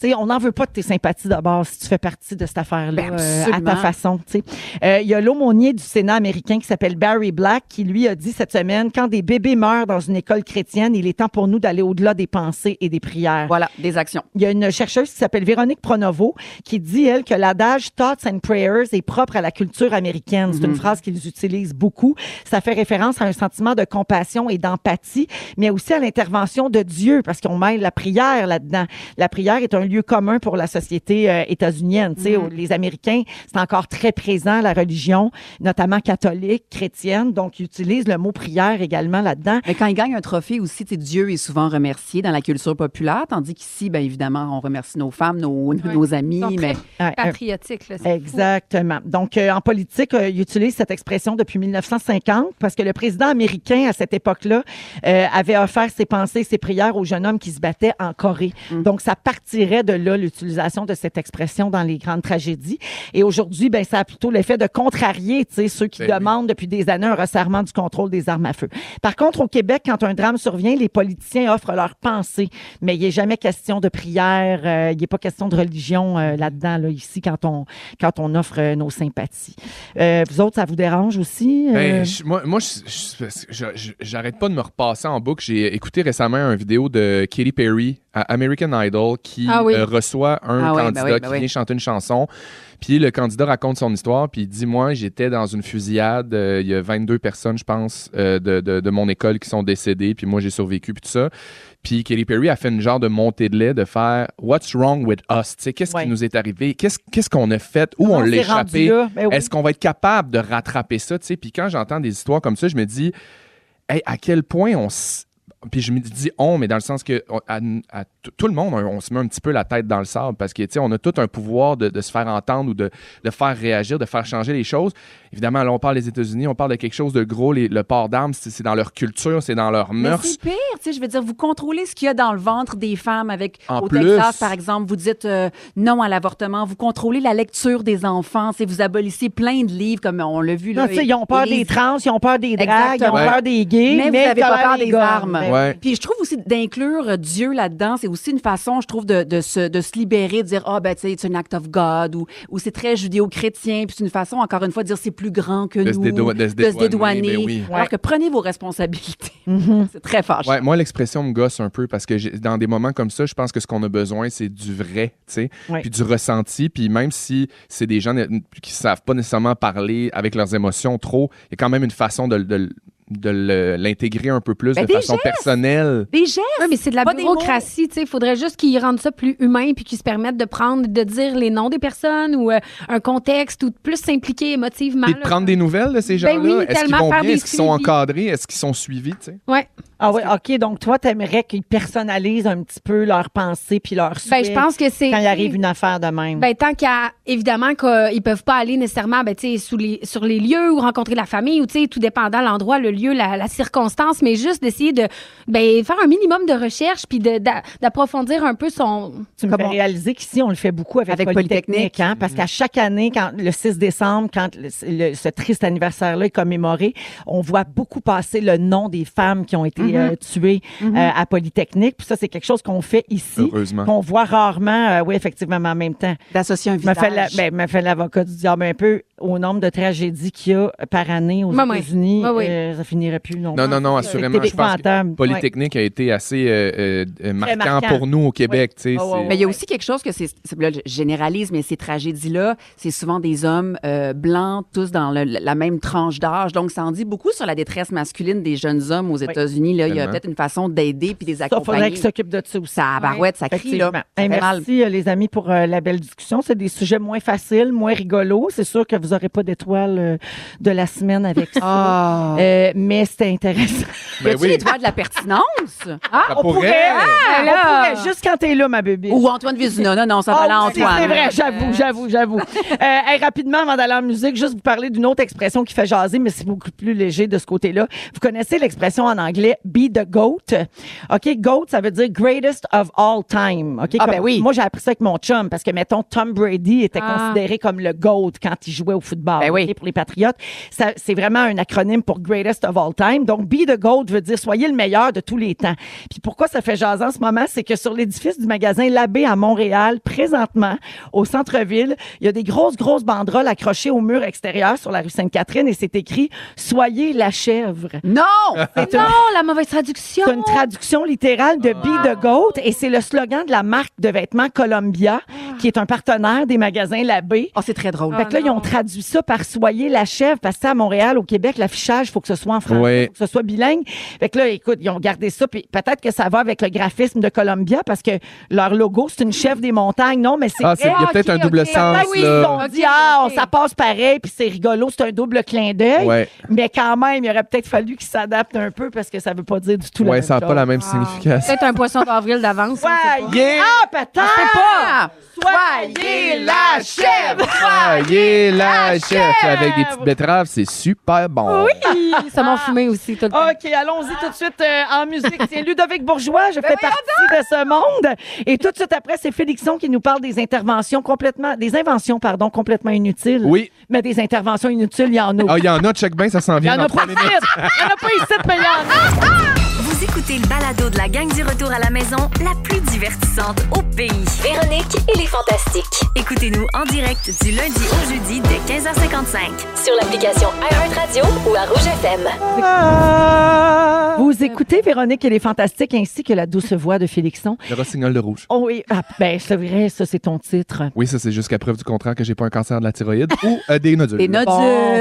Speaker 3: Tu sais, on n'en veut pas de tes sympathies d'abord si tu fais partie de cette affaire-là euh,
Speaker 5: Ben,
Speaker 3: à
Speaker 5: absolument.
Speaker 3: ta façon. tu sais. Euh, Il y a l'aumônier du Sénat américain qui s'appelle Barry Black qui lui a dit cette semaine quand des bébés meurent dans une école chrétienne, il est temps pour nous d'aller au-delà des pensées et des prières.
Speaker 5: Voilà, des actions.
Speaker 3: Il y a une chercheuse qui s'appelle Véronique Pronovo qui dit, elle, que l'adage Thoughts and Prayers est propre à la culture américaine. C'est une phrase qu'ils utilisent beaucoup. Ça fait référence à un sentiment de compassion et d'empathie, mais aussi à l'intervention de Dieu, parce qu'on mêle la prière là-dedans. La prière est un lieu commun pour la société euh, états-unienne. Tu sais,
Speaker 5: Mm.
Speaker 3: où Les Américains, c'est encore très présent, la religion, notamment catholique, chrétienne, donc ils utilisent le mot prière également là-dedans.
Speaker 5: Mais quand ils gagnent un trophée aussi, tu sais, Dieu est souvent remercié dans la culture populaire, tandis qu'ici, bien évidemment, on remercie nos femmes, nos, nos-
Speaker 6: Ouais.
Speaker 5: nos amis,
Speaker 6: Donc,
Speaker 5: mais
Speaker 3: Ouais, euh,
Speaker 6: Patriotique, là. c'est
Speaker 3: Exactement. Donc, euh, en politique, euh, il utilise cette expression depuis 1950 parce que le président américain, à cette époque-là, euh, avait offert ses pensées et ses prières aux jeunes hommes qui se battaient en Corée.
Speaker 4: Mm.
Speaker 3: Donc, ça partirait de là, l'utilisation de cette expression dans les grandes tragédies. Et aujourd'hui, ben, ça a plutôt l'effet de contrarier, tu sais, ceux qui
Speaker 4: Ben oui.
Speaker 3: demandent depuis des années un resserrement du contrôle des armes à feu. Par contre, au Québec, quand un drame survient, les politiciens offrent leurs pensées, mais il n'est jamais question de prière, euh, il n'est pas question de religion euh, là-dedans, là, ici, quand on, quand on offre euh, nos sympathies. Euh, vous autres, ça vous dérange aussi? euh?
Speaker 4: Ben, je- moi, moi je- je- parce que je- je- j'arrête pas de me repasser en boucle. J'ai écouté récemment une vidéo de Katy Perry à American Idol qui
Speaker 6: Ah oui.
Speaker 4: euh, reçoit un
Speaker 5: Ah oui, ben
Speaker 4: candidat
Speaker 5: oui, ben
Speaker 4: qui
Speaker 5: oui.
Speaker 4: vient chanter une chanson. Puis le candidat raconte son histoire. Puis il dit Moi, j'étais dans une fusillade. euh, Il y a 22 personnes, je pense, euh, de, de- de mon école qui sont décédées. Puis moi, j'ai survécu. Puis tout ça. Puis Katy Perry a fait une genre de montée de lait de faire What's wrong with us? Tu sais, Qu'est-ce
Speaker 3: Ouais.
Speaker 4: qui nous est arrivé? Qu'est-ce qu'est-ce qu'on a fait? Où
Speaker 3: Comment
Speaker 4: on
Speaker 3: on
Speaker 4: l'a
Speaker 3: s'est rendu
Speaker 4: échappé?
Speaker 3: là? Ben oui.
Speaker 4: Est-ce qu'on va être capable de rattraper ça? tu sais? Puis quand j'entends des histoires comme ça, je me dis, hey, à quel point on s- Puis je me dis on, mais dans le sens que on- à- à t- tout le monde, on, on se met un petit peu la tête dans le sable parce que, tu sais, on a tout un pouvoir de, de se faire entendre ou de, de faire réagir, de faire changer les choses. Évidemment, là, on parle des États-Unis, on parle de quelque chose de gros, les- le port d'armes, c'est c'est dans leur culture, c'est dans leurs
Speaker 5: Mais
Speaker 4: mœurs.
Speaker 5: c'est pire, tu sais, je veux dire, vous contrôlez ce qu'il y a dans le ventre des femmes avec
Speaker 4: En
Speaker 5: au
Speaker 4: plus.
Speaker 5: Texas, par exemple, vous dites euh, non à l'avortement, vous contrôlez la lecture des enfants, c'est vous abolissez plein de livres comme on l'a vu là.
Speaker 3: Non, tu sais, ils ont peur
Speaker 5: Élise-
Speaker 3: des trans, ils ont peur des drags, ils ont
Speaker 5: Exactement.
Speaker 3: peur des gays,
Speaker 5: mais, vous n'avez
Speaker 3: ils ont
Speaker 5: pas peur des
Speaker 3: guns.
Speaker 5: armes.
Speaker 3: Ben,
Speaker 4: Ouais.
Speaker 5: Puis je trouve aussi d'inclure euh, Dieu là-dedans, c'est aussi une façon, je trouve, de, de se, de se libérer, de dire, ah, ben, tu sais, c'est un act of God, ou, ou c'est très judéo-chrétien, puis c'est une façon, encore une fois, de dire c'est plus grand que
Speaker 4: De se
Speaker 5: nous,
Speaker 4: dédou- de se dédouaner, ben oui.
Speaker 5: Alors
Speaker 3: Ouais.
Speaker 5: que prenez vos responsabilités. (laughs) C'est très fâchant.
Speaker 4: Ouais, moi, l'expression me gosse un peu parce que j'ai- dans des moments comme ça, je pense que ce qu'on a besoin, c'est du vrai, tu sais,
Speaker 3: Ouais.
Speaker 4: puis du ressenti. Puis même si c'est des gens ne- qui savent pas nécessairement parler avec leurs émotions trop, il y a quand même une façon de, de- de le- l'intégrer un peu plus
Speaker 5: Ben,
Speaker 4: de
Speaker 5: des
Speaker 4: façon
Speaker 5: gestes!
Speaker 4: personnelle.
Speaker 5: Des gestes.
Speaker 6: Oui, mais c'est de la
Speaker 5: Pas des
Speaker 6: bureaucratie, tu sais. Il faudrait juste qu'ils rendent ça plus humain puis qu'ils se permettent de prendre, de dire les noms des personnes ou euh, un contexte ou de plus s'impliquer émotivement.
Speaker 4: Puis de
Speaker 6: là.
Speaker 4: prendre des nouvelles de ces
Speaker 6: Ben
Speaker 4: gens-là.
Speaker 6: oui,
Speaker 4: Est-ce qu'ils
Speaker 6: tellement
Speaker 4: vont
Speaker 6: faire
Speaker 4: bien?
Speaker 6: des
Speaker 4: Est-ce qu'ils sont
Speaker 6: suivis.
Speaker 4: encadrés? Est-ce qu'ils sont suivis, tu sais?
Speaker 6: Ouais.
Speaker 3: Ah oui, OK. Donc, toi, t'aimerais qu'ils personnalisent un petit peu leurs pensées puis leurs
Speaker 6: Ben, je
Speaker 3: souhaits
Speaker 6: pense que c'est.
Speaker 3: quand il arrive une affaire de même.
Speaker 6: Ben, tant qu'à. Évidemment qu'ils peuvent pas aller nécessairement ben, tu sais, sous les, sur les lieux ou rencontrer la famille ou tu sais, tout dépendant l'endroit, le lieu, la, la circonstance, mais juste d'essayer de ben, faire un minimum de recherche puis de- d'a- d'approfondir un peu son.
Speaker 3: tu me fais réaliser qu'ici, on le fait beaucoup avec,
Speaker 5: Avec
Speaker 3: Polytechnique.
Speaker 5: Polytechnique.
Speaker 3: hein, parce qu'à chaque année, quand le 6 décembre, quand le- le- ce triste anniversaire-là est commémoré, on voit beaucoup passer le nom des femmes qui ont été
Speaker 6: Mhm.
Speaker 3: euh, tué euh, à Polytechnique. Puis ça, c'est quelque chose qu'on fait ici,
Speaker 4: Heureusement.
Speaker 3: qu'on voit rarement, euh, oui, effectivement, mais en même temps.
Speaker 5: D'associer un
Speaker 3: Je me
Speaker 5: visage.
Speaker 3: fais la- ben, me fait l'avocat du diable un peu au nombre de tragédies qu'il y a par année aux
Speaker 6: Ben oui.
Speaker 3: États-Unis.
Speaker 6: Ben oui.
Speaker 3: euh, ça finirait plus non
Speaker 4: Non, non, non, assurément. Je pense que
Speaker 3: épouvantable.
Speaker 4: Polytechnique a été assez euh, euh, euh, marquant,
Speaker 3: marquant.
Speaker 4: pour nous au Québec. tu sais,
Speaker 3: Ouais, ouais,
Speaker 4: c'est-
Speaker 5: Mais il y a aussi quelque chose que c'est, c'est- là, je généralise, mais ces tragédies-là, c'est souvent des hommes euh, blancs, tous dans le- la même tranche d'âge. Donc, ça en dit beaucoup sur la détresse masculine des jeunes hommes aux États-Unis. Là, il y a
Speaker 4: Tellement.
Speaker 5: peut-être une façon d'aider puis des
Speaker 3: Ça, faudrait
Speaker 5: accompagner.
Speaker 3: qu'ils s'occupent de ça aussi.
Speaker 5: Ça barouette, ça crie là.
Speaker 3: Effectivement.
Speaker 5: Ça
Speaker 3: Hey,
Speaker 5: fait mal.
Speaker 3: merci, euh, les amis, pour euh, la belle discussion. C'est des sujets moins faciles, moins rigolos. C'est sûr que vous n'aurez pas d'étoile euh, de la semaine avec ça.
Speaker 5: Ah.
Speaker 3: Euh, mais c'était intéressant.
Speaker 4: Ben
Speaker 5: tu
Speaker 4: oui,
Speaker 5: l'étoile de la pertinence?
Speaker 3: (laughs)
Speaker 4: ça
Speaker 3: on pourrait.
Speaker 4: pourrait.
Speaker 3: Ah,
Speaker 6: là.
Speaker 3: on pourrait, juste quand t'es là, ma bébé.
Speaker 5: Ou Antoine Vézina? Non, non, ça va
Speaker 3: Ah
Speaker 5: aller à
Speaker 3: oui, c'est-
Speaker 5: Antoine.
Speaker 3: C'est vrai, j'avoue, j'avoue, j'avoue. Euh, hey, rapidement, avant d'aller en musique, juste vous parler d'une autre expression qui fait jaser, mais c'est beaucoup plus léger de ce côté-là. Vous connaissez l'expression en anglais be the goat. OK, goat, ça veut dire greatest of all time. OK,
Speaker 5: Ah,
Speaker 3: comme-
Speaker 5: ben oui.
Speaker 3: Moi, j'ai appris ça avec mon chum parce que, mettons, Tom Brady était
Speaker 6: Ah.
Speaker 3: considéré comme le goat quand il jouait au football.
Speaker 5: Ben oui.
Speaker 3: OK, pour les Patriotes, ça- c'est vraiment un acronyme pour greatest of all time. Donc, be the goat veut dire soyez le meilleur de tous les temps. Puis pourquoi ça fait jaser en ce moment, c'est que sur l'édifice du magasin L'Abbé à Montréal, présentement, au centre-ville, il y a des grosses, grosses banderoles accrochées au mur extérieur sur la rue Sainte-Catherine et c'est écrit Soyez la chèvre. (laughs)
Speaker 5: Non!
Speaker 6: Non, la mauvaise traduction.
Speaker 3: C'est Ah, une traduction littérale de Be the Goat et c'est le slogan de la marque de vêtements Columbia, qui est un partenaire des magasins L'Abbé.
Speaker 5: Oh, c'est très drôle.
Speaker 3: Fait que là, ils
Speaker 6: Ah.
Speaker 3: ont traduit ça par soyez la chèvre, parce que ça, à Montréal, au Québec, l'affichage, il faut que ce soit en français,
Speaker 4: Ouais.
Speaker 3: faut que ce soit bilingue. Fait que là, écoute, ils ont gardé ça, puis peut-être que ça va avec le graphisme de Columbia, parce que leur logo, c'est une chèvre des montagnes. Non, mais c'est
Speaker 4: Ah, c'est- il y a
Speaker 6: Ah,
Speaker 4: peut-être
Speaker 6: ok,
Speaker 4: un double
Speaker 6: ok.
Speaker 4: sens.
Speaker 6: Ah
Speaker 3: oui, ils
Speaker 4: là.
Speaker 3: ont
Speaker 6: Ok,
Speaker 3: dit, ah,
Speaker 6: ok.
Speaker 3: ça passe pareil, puis c'est rigolo, c'est un double clin d'œil.
Speaker 4: Ouais.
Speaker 3: Mais quand même, il aurait peut-être fallu qu'ils s'adaptent un peu, parce que ça veut pas dire du tout la
Speaker 4: Ouais,
Speaker 3: même
Speaker 4: ça n'a
Speaker 3: chose.
Speaker 4: pas la même signification.
Speaker 6: Peut-être un poisson d'avril d'avance. on sait
Speaker 3: Ouais,
Speaker 6: pas.
Speaker 3: yeah. Ah, peut-être!
Speaker 5: Ah!
Speaker 3: Soyez la chèvre!
Speaker 4: Soyez la chef! Avec des petites betteraves, c'est super
Speaker 3: Ah
Speaker 4: bon.
Speaker 6: (laughs) Ah, Ça m'a fumé aussi tout le temps.
Speaker 3: OK, allons-y tout de suite euh, en musique. C'est Ludovic Bourgeois, je fais partie de ce monde. Et tout de suite après, c'est Félixon qui nous parle des interventions complètement, des inventions, pardon, complètement inutiles.
Speaker 4: Oui.
Speaker 3: Mais des interventions inutiles, il y en a.
Speaker 4: Ah, il y en a, check bien, ça s'en
Speaker 3: Il y
Speaker 4: vient
Speaker 3: en
Speaker 4: dans
Speaker 3: a pas
Speaker 4: trois
Speaker 3: ici.
Speaker 4: minutes.
Speaker 3: Il y en a pas ici, mais il y en a.
Speaker 7: Vous écoutez le balado de la gang du retour à la maison, la plus divertissante au pays.
Speaker 8: Véronique et les Fantastiques.
Speaker 7: Écoutez-nous en direct du lundi au jeudi dès 15h55.
Speaker 8: Sur l'application iHeartRadio ou à Rouge FM.
Speaker 3: Vous écoutez Véronique et les Fantastiques ainsi que la douce voix de Félixon.
Speaker 4: Le rossignol de rouge.
Speaker 3: Oh oui, ah, ben c'est vrai, ça c'est ton titre.
Speaker 4: Oui, ça, c'est jusqu'à preuve du contraire que j'ai pas un cancer de la thyroïde ou euh, des nodules.
Speaker 5: Des nodules.
Speaker 3: Bon,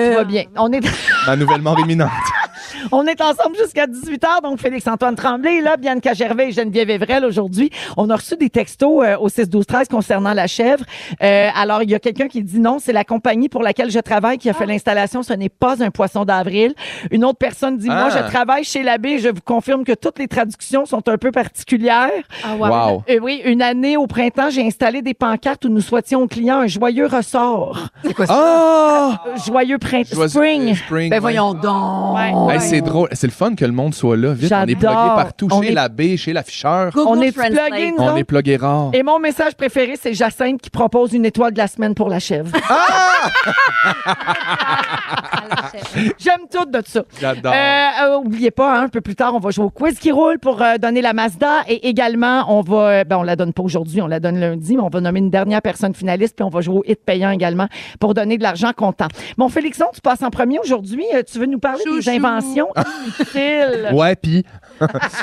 Speaker 3: tout va bien. On est
Speaker 4: Ma nouvelle mort imminente.
Speaker 3: On est ensemble jusqu'à 18h. Donc, Félix-Antoine Tremblay, est là, Bianca Gervais et Geneviève Evrel aujourd'hui. On a reçu des textos euh, au 6-12-13 concernant la chèvre. Euh, alors, il y a quelqu'un qui dit non, c'est la compagnie pour laquelle je travaille qui a fait l'installation. Ce n'est pas un poisson d'avril. Une autre personne dit, moi,
Speaker 4: Ah.
Speaker 3: je travaille chez l'abbé et je vous confirme que toutes les traductions sont un peu particulières.
Speaker 6: Ah, ouais.
Speaker 4: Wow.
Speaker 3: Euh, oui, une année au printemps, j'ai installé des pancartes où nous souhaitions aux clients un joyeux ressort.
Speaker 4: Oh!
Speaker 3: Joyeux printemps. Spring.
Speaker 4: Spring.
Speaker 5: Ben
Speaker 4: ouais.
Speaker 5: voyons donc!
Speaker 3: Ouais.
Speaker 4: Hey, c'est drôle. C'est le fun que le monde soit là. Vite, on est plugué
Speaker 3: J'adore.
Speaker 4: partout.
Speaker 3: On
Speaker 4: chez
Speaker 3: est-
Speaker 4: l'abbé, chez l'afficheur.
Speaker 5: Google
Speaker 3: On est
Speaker 5: Translate.
Speaker 3: plugués, nous
Speaker 4: On
Speaker 3: autres.
Speaker 4: est plugué rare.
Speaker 3: Et mon message préféré, c'est Jacinthe qui propose une étoile de la semaine pour la chèvre.
Speaker 6: Ah,
Speaker 3: J'aime tout de ça.
Speaker 4: J'adore.
Speaker 3: Euh, euh, oubliez pas, hein, un peu plus tard, on va jouer au quiz qui roule pour euh, donner la Mazda. Et également, on va. euh, ben, on la donne pas aujourd'hui, on la donne lundi, mais on va nommer une dernière personne finaliste, puis on va jouer au hit payant également pour donner de l'argent comptant. Mon Félixon, tu passes en premier aujourd'hui. Euh, tu veux nous parler des
Speaker 6: Chouchou.
Speaker 5: (laughs)
Speaker 3: inventions inutiles.
Speaker 4: Ouais, puis. (laughs)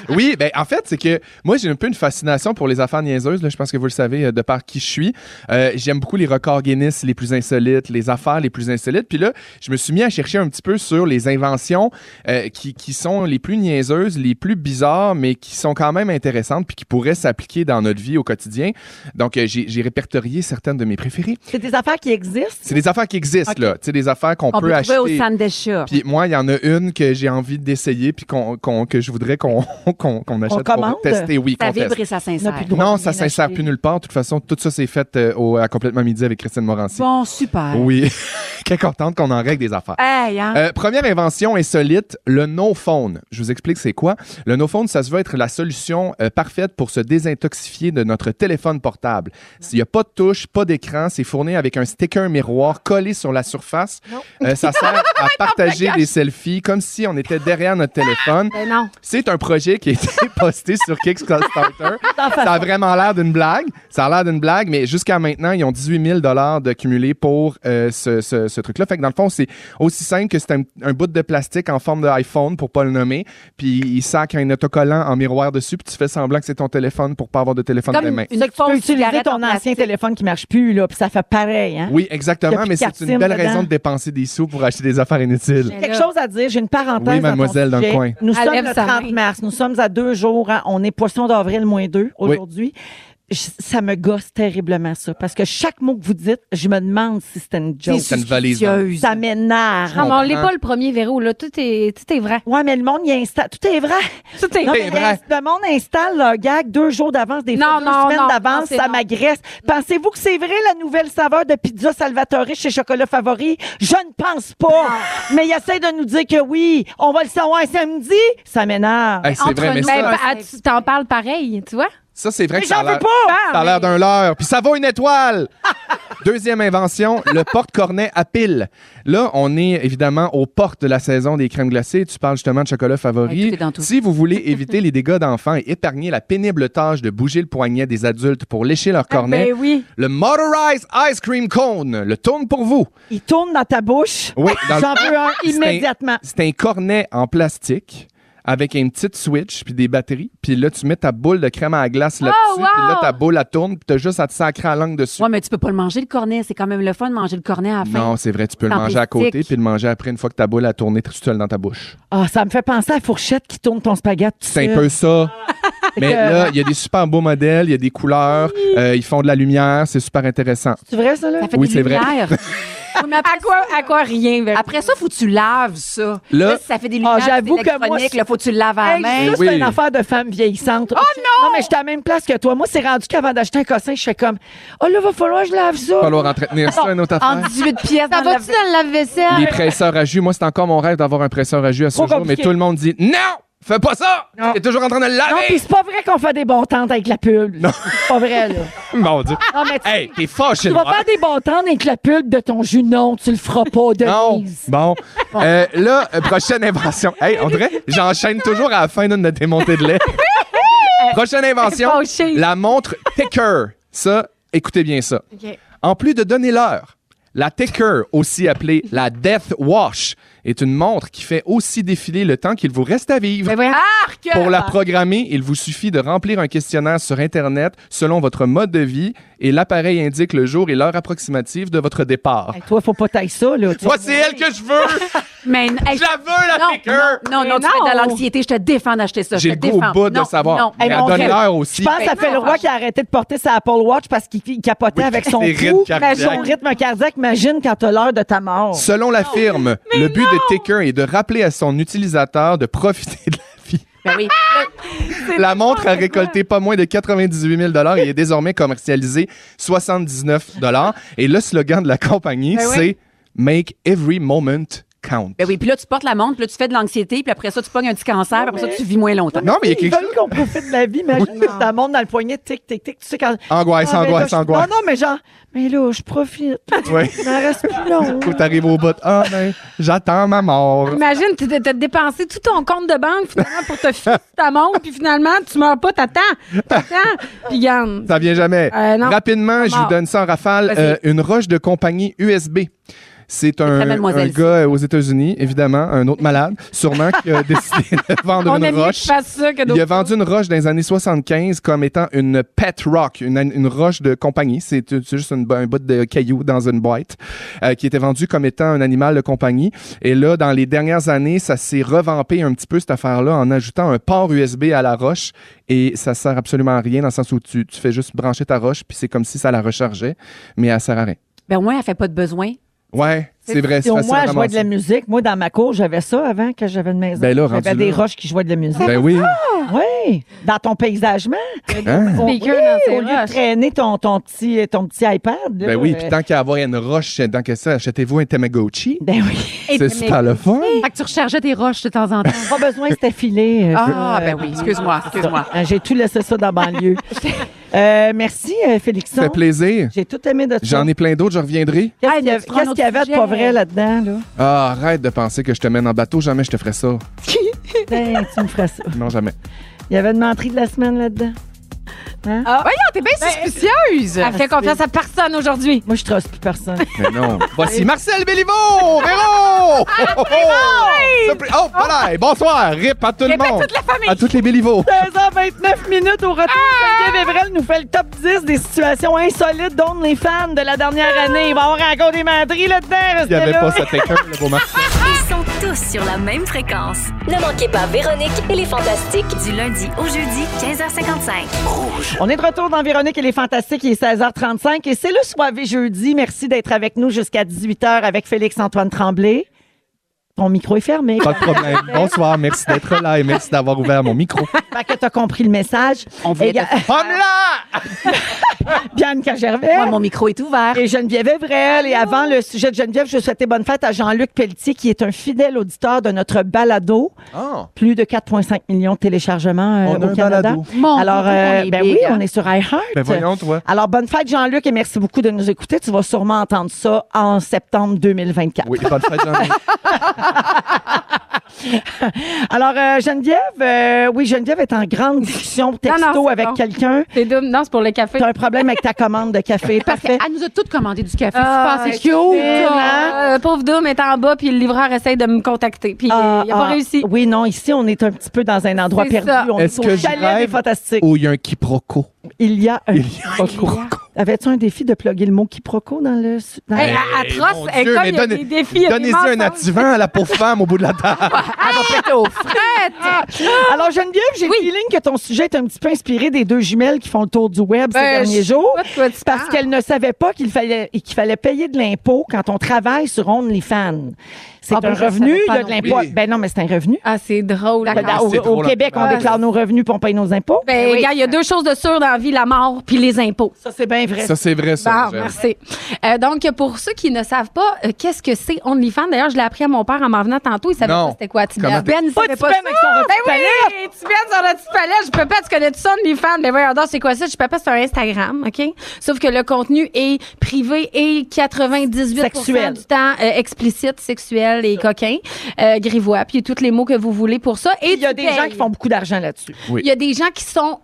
Speaker 4: oui, ben en fait, c'est que moi, j'ai un peu une fascination pour les affaires niaiseuses. Là, je pense que vous le savez euh, de par qui je suis. Euh, J'aime beaucoup les records Guinness les plus insolites, les affaires les plus insolites. Puis là, je me suis mis à chercher un petit peu sur les inventions euh, qui, qui sont les plus niaiseuses, les plus bizarres, mais qui sont quand même intéressantes puis qui pourraient s'appliquer dans notre vie au quotidien. Donc, euh, j'ai j'ai répertorié certaines de mes préférées.
Speaker 3: C'est des affaires qui existent.
Speaker 4: C'est des affaires qui existent,
Speaker 3: Ok.
Speaker 4: là. Tu sais, des affaires qu'on
Speaker 5: On
Speaker 4: peut,
Speaker 5: peut trouver
Speaker 4: acheter.
Speaker 5: au Sandesha.
Speaker 4: Puis moi, il y en a une que j'ai envie d'essayer puis qu'on, qu'on- que je voudrais qu'on, (laughs) qu'on, qu'on achète
Speaker 3: commande?
Speaker 4: pour tester. Oui,
Speaker 5: Ça
Speaker 4: qu'on
Speaker 5: vibre
Speaker 4: teste.
Speaker 5: et ça
Speaker 3: On n'a
Speaker 5: s'insère.
Speaker 3: plus le droit
Speaker 4: Non,
Speaker 3: de
Speaker 4: ça
Speaker 3: rien
Speaker 4: s'insère
Speaker 3: acheter.
Speaker 4: plus nulle part. De toute façon, tout ça, c'est fait euh, au, à complètement midi avec Christine Morancy.
Speaker 5: Bon, super.
Speaker 4: oui. (laughs) Quelle contente qu'on en règle des affaires.
Speaker 5: Hey, hein?
Speaker 4: Euh, première invention insolite, le no-phone. Je vous explique c'est quoi. Le no-phone, ça se veut être la solution euh, parfaite pour se désintoxifier de notre téléphone portable. S'il n'y a pas de touche, pas d'écran, c'est fourni avec un sticker miroir collé sur la surface. Euh, ça sert à partager des selfies comme si on était derrière notre téléphone.
Speaker 6: Ben non.
Speaker 4: C'est un projet qui a été (laughs) posté sur
Speaker 6: (laughs)
Speaker 4: Kickstarter. Ça a vraiment l'air d'une blague. Ça a l'air d'une blague, mais jusqu'à maintenant, ils ont 18 000 de cumulé pour euh, ce, ce- ce truc-là. Fait que dans le fond, c'est aussi simple que c'est un, un bout de plastique en forme d'iPhone, pour pas le nommer, puis il sac un autocollant en miroir dessus, puis tu fais semblant que c'est ton téléphone pour pas avoir de téléphone
Speaker 5: Comme
Speaker 4: dans les mains.
Speaker 5: une
Speaker 3: Ça que tu peux
Speaker 5: fausse
Speaker 3: utiliser
Speaker 5: cigarette
Speaker 3: ton
Speaker 5: en
Speaker 3: ancien
Speaker 5: plastique.
Speaker 3: téléphone qui marche plus, là, puis ça fait pareil, hein?
Speaker 4: Oui,
Speaker 3: Il y a
Speaker 4: exactement,
Speaker 3: plus
Speaker 4: mais
Speaker 3: de
Speaker 4: c'est
Speaker 3: cartine
Speaker 4: une belle
Speaker 3: dedans.
Speaker 4: raison de dépenser des sous pour acheter des affaires inutiles.
Speaker 6: Mais
Speaker 3: Quelque
Speaker 6: là-
Speaker 3: chose à dire, j'ai une parenthèse.
Speaker 4: Oui,
Speaker 3: à
Speaker 4: mademoiselle,
Speaker 3: ton
Speaker 4: dans le
Speaker 3: sujet.
Speaker 4: coin.
Speaker 3: Nous
Speaker 6: Elle
Speaker 3: sommes
Speaker 6: lève
Speaker 3: le
Speaker 6: sa
Speaker 3: 30
Speaker 6: main.
Speaker 3: mars, nous sommes à deux jours, hein. on est poisson d'avril moins deux aujourd'hui. Je- Ça me gosse terriblement, ça, parce que chaque mot que vous dites, je me demande si c'était une joke.
Speaker 4: C'est une valise.
Speaker 5: Suspicieuse.
Speaker 3: Ça m'énerve.
Speaker 6: Non, Ah, mais on l'est
Speaker 4: comprends.
Speaker 6: pas le premier Véro, là. Tout est, tout est vrai.
Speaker 3: Ouais, mais le monde, il installe. Tout est vrai.
Speaker 6: Tout est
Speaker 3: Non,
Speaker 6: vrai.
Speaker 3: mais ben, Le monde installe leur gag deux jours d'avance, des
Speaker 6: Non,
Speaker 3: fois deux
Speaker 6: non, non,
Speaker 3: semaines
Speaker 6: non,
Speaker 3: d'avance.
Speaker 6: c'est
Speaker 3: Ça
Speaker 6: non.
Speaker 3: m'agresse. Pensez-vous que c'est vrai la nouvelle saveur de pizza Salvatore chez Chocolat Favori? Je ne pense pas. Mais ils essaient de nous dire que oui. On va le savoir samedi. Ça m'énerve.
Speaker 4: Hey, c'est
Speaker 6: Entre
Speaker 4: vrai, mais
Speaker 6: nous,
Speaker 4: ça, Ah,
Speaker 6: ben, ah, tu t'en parles pareil, tu vois?
Speaker 4: ça c'est vrai
Speaker 3: Mais
Speaker 4: que ça a
Speaker 3: j'en veux
Speaker 4: l'air-
Speaker 3: pas!
Speaker 4: ça a l'air d'un leurre. Puis ça vaut une étoile! Deuxième invention, le porte-cornet à pile. Là, on est évidemment aux portes de la saison des crèmes glacées. Tu parles justement de chocolat favori.
Speaker 5: Ouais, tout est dans tout.
Speaker 4: Si vous voulez éviter les dégâts d'enfants et épargner la pénible tâche de bouger le poignet des adultes pour lécher leur cornet,
Speaker 6: Ben oui.
Speaker 4: le Motorized Ice Cream Cone le tourne pour vous.
Speaker 3: Il tourne dans ta bouche.
Speaker 4: Oui, dans le-
Speaker 3: J'en veux un
Speaker 4: C'est un-
Speaker 3: immédiatement.
Speaker 4: C'est un cornet en plastique avec une petite switch puis des batteries. Puis là, tu mets ta boule de crème à la glace
Speaker 3: Oh,
Speaker 4: là-dessus. Puis là,
Speaker 6: wow!
Speaker 4: ta boule, elle tourne. Puis t'as juste à te sacrer à langue dessus.
Speaker 5: Ouais, mais tu peux pas le manger, le cornet. C'est quand même le fun de manger le cornet à la fin.
Speaker 4: Non, c'est vrai, tu peux le
Speaker 5: En
Speaker 4: manger à côté
Speaker 5: plastique.
Speaker 4: puis le manger après une fois que ta boule a tourné tout seul dans ta bouche.
Speaker 3: Ah, ça me fait penser à la fourchette qui tourne ton spaghette. tout
Speaker 4: C'est un
Speaker 3: seul. Ah,
Speaker 4: peu ça. Mais là, il y a des super beaux modèles, il y a des couleurs, euh, ils font de la lumière, c'est super intéressant.
Speaker 3: C'est vrai, ça, là?
Speaker 5: Ça fait
Speaker 4: Oui,
Speaker 5: des
Speaker 4: c'est vrai. (laughs)
Speaker 5: lumières. Oui, mais
Speaker 6: À
Speaker 5: après,
Speaker 6: quoi, à quoi rien, ben, Véro?
Speaker 5: après ça, faut que tu laves ça.
Speaker 4: Là-
Speaker 5: Là, si ça fait des lumières.
Speaker 3: Ah, j'avoue
Speaker 5: c'est
Speaker 3: que moi,
Speaker 5: électronique,
Speaker 3: c'est-
Speaker 5: là, faut que tu le laves à la
Speaker 3: Hey,
Speaker 5: main.
Speaker 3: ça,
Speaker 4: oui.
Speaker 3: c'est une affaire de femme vieillissante. Oh non! Non, mais j'étais à la même place que toi. Moi, c'est rendu qu'avant d'acheter un cossin, je fais comme, oh là, va falloir que je lave ça.
Speaker 4: Falloir entretenir ça, une autre
Speaker 5: En
Speaker 4: affaire.
Speaker 5: 18 pièces
Speaker 6: Ça
Speaker 5: dans
Speaker 6: va-tu
Speaker 5: le
Speaker 6: dans le lave-vaisselle?
Speaker 4: Les presseurs à jus, moi, c'est encore mon rêve d'avoir un presseur à jus à ce
Speaker 3: Trop
Speaker 4: jour, mais
Speaker 3: compliqué.
Speaker 4: tout le monde dit non, fais pas ça!
Speaker 3: Non.
Speaker 4: T'es toujours en train de le
Speaker 3: Non,
Speaker 4: laver!
Speaker 3: puis c'est pas vrai qu'on fait des bons tentes avec la pulpe. Non. C'est pas vrai,
Speaker 4: (laughs)
Speaker 3: là.
Speaker 4: Mon Dieu.
Speaker 3: Non, mais tu,
Speaker 4: Hey, t'es fâché
Speaker 3: tu
Speaker 4: de
Speaker 3: vas
Speaker 4: moi.
Speaker 3: faire des bons tentes avec la pulpe de ton jus. Non, tu le feras pas,
Speaker 4: Non.
Speaker 3: Denise.
Speaker 4: Bon. Euh, là, euh, prochaine invention. Hey, on dirait, j'enchaîne toujours à la fin d'une de tes montées de lait. prochaine invention.
Speaker 6: Fâché.
Speaker 4: La montre Ticker. Ça, écoutez bien ça.
Speaker 6: Ok.
Speaker 4: En plus de donner l'heure, la Ticker, aussi appelée la Death Watch, est une montre qui fait aussi défiler le temps qu'il vous reste à vivre.
Speaker 6: Ben voyons.
Speaker 4: Pour la programmer, il vous suffit de remplir un questionnaire sur Internet selon votre mode de vie et l'appareil indique le jour et l'heure approximative de votre départ.
Speaker 3: Hey, toi, faut pas tailler ça, là. Tu
Speaker 4: Moi, c'est elle que je veux!
Speaker 5: Mais non, hey,
Speaker 4: Je la veux, la
Speaker 5: non,
Speaker 4: piqueur!
Speaker 5: non, non, non,
Speaker 6: Mais
Speaker 5: tu fais de
Speaker 6: non.
Speaker 5: l'anxiété, je te défends d'acheter ça. je
Speaker 4: J'ai
Speaker 5: te
Speaker 4: le goût au
Speaker 5: défends.
Speaker 4: bout de
Speaker 5: Non,
Speaker 4: savoir.
Speaker 5: non.
Speaker 4: mais
Speaker 3: Hey,
Speaker 4: elle
Speaker 3: mon
Speaker 4: donne
Speaker 3: Dieu.
Speaker 4: l'heure aussi.
Speaker 3: Je pense que ça fait le roi qui a arrêté de porter sa Apple Watch parce qu'il il capotait
Speaker 4: Oui,
Speaker 3: avec son
Speaker 4: ses rythmes
Speaker 3: pouls,
Speaker 4: cardiaques.
Speaker 3: son rythme cardiaque. Imagine quand t'as l'heure de ta mort.
Speaker 4: Selon la firme, le but de Ticker est de rappeler à son utilisateur de profiter de la vie.
Speaker 5: Ben oui.
Speaker 4: La montre a récolté pas moins de 98 000 et est désormais commercialisée 79 Et le slogan de la compagnie,
Speaker 6: Ben oui.
Speaker 4: c'est Make every moment count.
Speaker 5: Ben oui, puis là, tu portes la montre, puis là, tu fais de l'anxiété, puis après ça, tu pognes un petit cancer, puis après ça, tu vis moins longtemps.
Speaker 4: Non, mais il y a
Speaker 3: Ils
Speaker 4: quelque
Speaker 3: veulent
Speaker 4: chose.
Speaker 3: qu'on profite de la vie, imagine que ta montre dans le poignet, tic, tic, tic. Tu sais quand.
Speaker 4: Angoisse,
Speaker 3: Ah, mais là,
Speaker 4: angoisse,
Speaker 3: je-
Speaker 4: angoisse.
Speaker 3: Non, non, mais genre, mais là, je profite.
Speaker 4: Ouais.
Speaker 3: Il m'en reste plus long.
Speaker 4: Faut que t'arrives au bout. Ah, ben, j'attends ma mort.
Speaker 6: Imagine, tu t'as dépensé tout ton compte de banque finalement pour te (laughs) filer ta montre, puis finalement, tu meurs pas, t'attends. T'attends. Puis garde.
Speaker 4: Ça vient jamais.
Speaker 6: Euh, non.
Speaker 4: Rapidement, je vous
Speaker 6: Mort.
Speaker 4: donne ça en rafale.
Speaker 6: Vas-y.
Speaker 4: Euh, une roche de compagnie USB. C'est un,
Speaker 5: très belle
Speaker 4: un
Speaker 5: demoiselle,
Speaker 4: gars euh, aux États-Unis, évidemment, un autre malade, sûrement, qui a (laughs) décidé de vendre
Speaker 6: On
Speaker 4: une
Speaker 6: aime mieux que
Speaker 4: roche.
Speaker 6: je fasse ça que d'autres.
Speaker 4: Il a vendu une roche dans les années 75 comme étant une pet rock, une, une roche de compagnie. C'est euh, c'est juste une, un bout de caillou dans une boîte euh, qui était vendue comme étant un animal de compagnie. Et là, dans les dernières années, ça s'est revampé un petit peu cette affaire-là en ajoutant un port USB à la roche. Et ça sert absolument à rien dans le sens où tu, tu fais juste brancher ta roche puis c'est comme si ça la rechargeait, mais elle sert à rien.
Speaker 5: Ben au moins, elle fait pas de besoin.
Speaker 4: Ouais, C'est vrai, c'est
Speaker 3: Au
Speaker 4: facile
Speaker 3: moins,
Speaker 4: à
Speaker 3: je jouais de la
Speaker 4: ramasser.
Speaker 3: musique. Moi, dans ma cour, j'avais ça avant quand j'avais une maison.
Speaker 4: Ben là,
Speaker 3: j'avais
Speaker 4: rendu
Speaker 3: des
Speaker 4: là.
Speaker 3: roches qui jouaient de la musique.
Speaker 4: Ben oui.
Speaker 5: Ah!
Speaker 3: Oui, dans ton paysagement.
Speaker 4: Hein?
Speaker 3: Ah! On-
Speaker 6: Speaker
Speaker 3: oui,
Speaker 6: dans ses
Speaker 3: au lieu de
Speaker 6: roches.
Speaker 3: traîner ton, ton, petit, ton petit iPad. là,
Speaker 4: Ben oui,
Speaker 3: euh,
Speaker 4: puis tant qu'à avoir une roche dans que ça, achetez-vous un Tamagotchi.
Speaker 3: Ben
Speaker 4: (laughs)
Speaker 3: oui.
Speaker 4: C'est super le fun.
Speaker 9: Fait que tu rechargeais tes roches de temps en
Speaker 4: (laughs)
Speaker 9: temps.
Speaker 3: Pas besoin, c'était filé. euh,
Speaker 5: Ah,
Speaker 3: euh,
Speaker 5: ben oui, excuse-moi, excuse-moi.
Speaker 3: euh, J'ai tout laissé ça dans la
Speaker 5: (laughs)
Speaker 3: banlieue. Euh, merci, euh, Félixon.
Speaker 4: Ça fait plaisir.
Speaker 3: J'ai tout aimé de ça.
Speaker 4: J'en ai plein d'autres, je reviendrai.
Speaker 3: Qu'est-ce
Speaker 5: Hey,
Speaker 3: qu'il y a-
Speaker 5: tu prends
Speaker 3: qu'est-ce qu'il y
Speaker 5: notre
Speaker 3: avait de pas
Speaker 5: sujet?
Speaker 3: vrai là-dedans?
Speaker 5: (laughs)
Speaker 3: Là?
Speaker 4: Ah, arrête de penser que je te mène en bateau, jamais je te ferais ça.
Speaker 3: Putain, Ben, tu me ferais ça.
Speaker 4: Non, jamais.
Speaker 3: Il y avait une menterie de la semaine là-dedans.
Speaker 9: Voyons, t'es bien suspicieuse.
Speaker 6: Ah. Ben, Elle fait confiance à personne aujourd'hui.
Speaker 3: Moi, je trace plus personne.
Speaker 4: Mais non. (laughs) Voici Marcel Béliveau! Véro! Oh, oh, oh, voilà! Bonsoir! Rip à tout le monde! À toute la famille! À toutes les Béliveaux!
Speaker 3: 16h29 minutes au retour.
Speaker 4: Ah!
Speaker 3: Xavier Vévrel nous fait le top 10 des situations insolites dont les fans de la dernière année. Il va y avoir encore des menteries là-dedans.
Speaker 4: Ah! Il
Speaker 3: Restez
Speaker 4: n'y avait
Speaker 3: là.
Speaker 4: pas cette école, là, pour Marcel.
Speaker 7: Ils sont tous sur la même fréquence.
Speaker 8: Ne manquez pas Véronique et les Fantastiques.
Speaker 7: Du lundi au jeudi, 15h55.
Speaker 3: On est de retour dans Véronique et les Fantastiques. Il est 16h35 et c'est le soirée jeudi. Merci d'être avec nous jusqu'à 18h avec Félix-Antoine Tremblay. Ton micro est fermé.
Speaker 4: Pas de problème. (laughs) Bonsoir, merci d'être là et merci d'avoir ouvert mon micro.
Speaker 3: Fait que t'as compris le message.
Speaker 5: On voulait
Speaker 3: Et il y a-
Speaker 4: Pomme-là!
Speaker 3: Bianca
Speaker 4: Euh,
Speaker 3: Gervais.
Speaker 5: Moi, mon micro est ouvert.
Speaker 3: Et Geneviève Evrel. Et avant le sujet de Geneviève, je souhaitais bonne fête à Jean-Luc Pelletier, qui est un fidèle auditeur de notre balado.
Speaker 4: Oh,
Speaker 3: Plus de 4,5 millions de téléchargements euh,
Speaker 4: on a
Speaker 3: au
Speaker 4: un
Speaker 3: Canada.
Speaker 4: balado.
Speaker 9: Mon
Speaker 3: Alors,
Speaker 9: Dieu,
Speaker 3: euh,
Speaker 9: on est
Speaker 3: ben
Speaker 9: big,
Speaker 3: oui,
Speaker 9: hein.
Speaker 3: on est sur iHeart.
Speaker 4: Ben voyons, toi.
Speaker 3: Alors, bonne fête, Jean-Luc, et merci beaucoup de nous écouter. Tu vas sûrement entendre ça en septembre 2024.
Speaker 4: Oui, bonne fête, Jean-Louis.
Speaker 3: Alors, euh, Geneviève, euh, oui, Geneviève est en grande discussion texto
Speaker 6: Non, non, c'est
Speaker 3: avec
Speaker 6: bon.
Speaker 3: quelqu'un.
Speaker 6: C'est double. Non, c'est pour le café.
Speaker 3: T'as un problème avec ta commande de café.
Speaker 9: Parce
Speaker 3: Parfait.
Speaker 9: qu'elle nous a toutes commandé du café.
Speaker 6: Ah,
Speaker 9: tu penses, c'est
Speaker 6: excuse,
Speaker 9: cute.
Speaker 6: Euh, pauvre Doom est en bas, puis le livreur essaye de me contacter. Puis
Speaker 3: Ah,
Speaker 6: il n'a pas
Speaker 3: ah,
Speaker 6: réussi.
Speaker 3: Oui, non, ici, on est un petit peu dans un endroit
Speaker 6: C'est
Speaker 3: perdu.
Speaker 6: ça.
Speaker 3: On
Speaker 4: Est-ce
Speaker 3: au
Speaker 4: que je
Speaker 3: chalet
Speaker 4: rêve
Speaker 3: des fantastiques.
Speaker 4: Ou il y a un quiproquo.
Speaker 3: Il y a un
Speaker 4: Ah, Il y a un
Speaker 3: quiproquo. Avais-tu un défi de plugger le mot quiproquo dans le. Dans
Speaker 6: Hey,
Speaker 3: le-
Speaker 6: atroce,
Speaker 4: mon
Speaker 6: elle
Speaker 4: Dieu,
Speaker 6: cogne,
Speaker 4: mais
Speaker 6: Eh, il y a
Speaker 4: donne-
Speaker 6: des défis, hein. il y a des
Speaker 4: Donnez-y un
Speaker 6: mensonges.
Speaker 4: activant à la pauvre femme au bout de la table.
Speaker 6: (laughs)
Speaker 3: (laughs) Alors, Geneviève, j'ai le feeling que ton sujet est un petit peu inspiré des deux jumelles qui font le tour du Web ces
Speaker 6: Ben,
Speaker 3: derniers
Speaker 6: je-
Speaker 3: jours.
Speaker 6: Pas de quoi tu
Speaker 3: Parce
Speaker 6: parles.
Speaker 3: qu'elles ne savaient pas qu'il fallait, et qu'il fallait payer de l'impôt quand on travaille sur OnlyFans. C'est
Speaker 9: Ah, ben,
Speaker 3: un
Speaker 9: je savais
Speaker 3: revenu, il y
Speaker 9: pas
Speaker 3: a de
Speaker 9: non
Speaker 3: l'impôt.
Speaker 4: plus.
Speaker 3: Ben non, mais c'est un revenu.
Speaker 6: Ah, c'est drôle.
Speaker 9: D'accord.
Speaker 4: Ah,
Speaker 3: Au,
Speaker 4: c'est
Speaker 3: au
Speaker 4: trop, là.
Speaker 3: Québec, on
Speaker 4: Ouais.
Speaker 3: déclare nos revenus puis on paye nos impôts.
Speaker 6: Ben,
Speaker 9: oui.
Speaker 6: gars, il y a deux choses de sûres dans la vie, la mort puis les impôts.
Speaker 3: ça, c'est bien vrai.
Speaker 4: Ça, c'est vrai, ça.
Speaker 6: Bon,
Speaker 4: Jeff.
Speaker 6: merci. Euh, donc, pour ceux qui ne savent pas, euh, qu'est-ce que c'est OnlyFans? D'ailleurs, je l'ai appris à mon père en m'en venant tantôt. Il savait
Speaker 4: Non.
Speaker 6: pas c'était quoi,
Speaker 4: Comment-
Speaker 6: Tibet. Ben, il
Speaker 3: Pas
Speaker 6: savait
Speaker 3: de peine avec son
Speaker 6: Ah,
Speaker 3: rôti
Speaker 6: Ben
Speaker 3: de palette.
Speaker 6: oui! Tu viens sur le petit palais, je peux pas, tu connais tout ça, OnlyFans. Mais voyons donc, c'est quoi ça? Je peux pas, c'est un Instagram, OK? Sauf que le contenu est privé et 98
Speaker 3: Sexuel.
Speaker 6: du temps euh, explicite, sexuel et coquin. Euh, grivois, puis tous les mots que vous voulez pour ça. Et
Speaker 3: Il y a
Speaker 6: tu
Speaker 3: des gens
Speaker 6: payes.
Speaker 3: qui font beaucoup d'argent là-dessus.
Speaker 4: Oui.
Speaker 6: Il y a des gens qui sont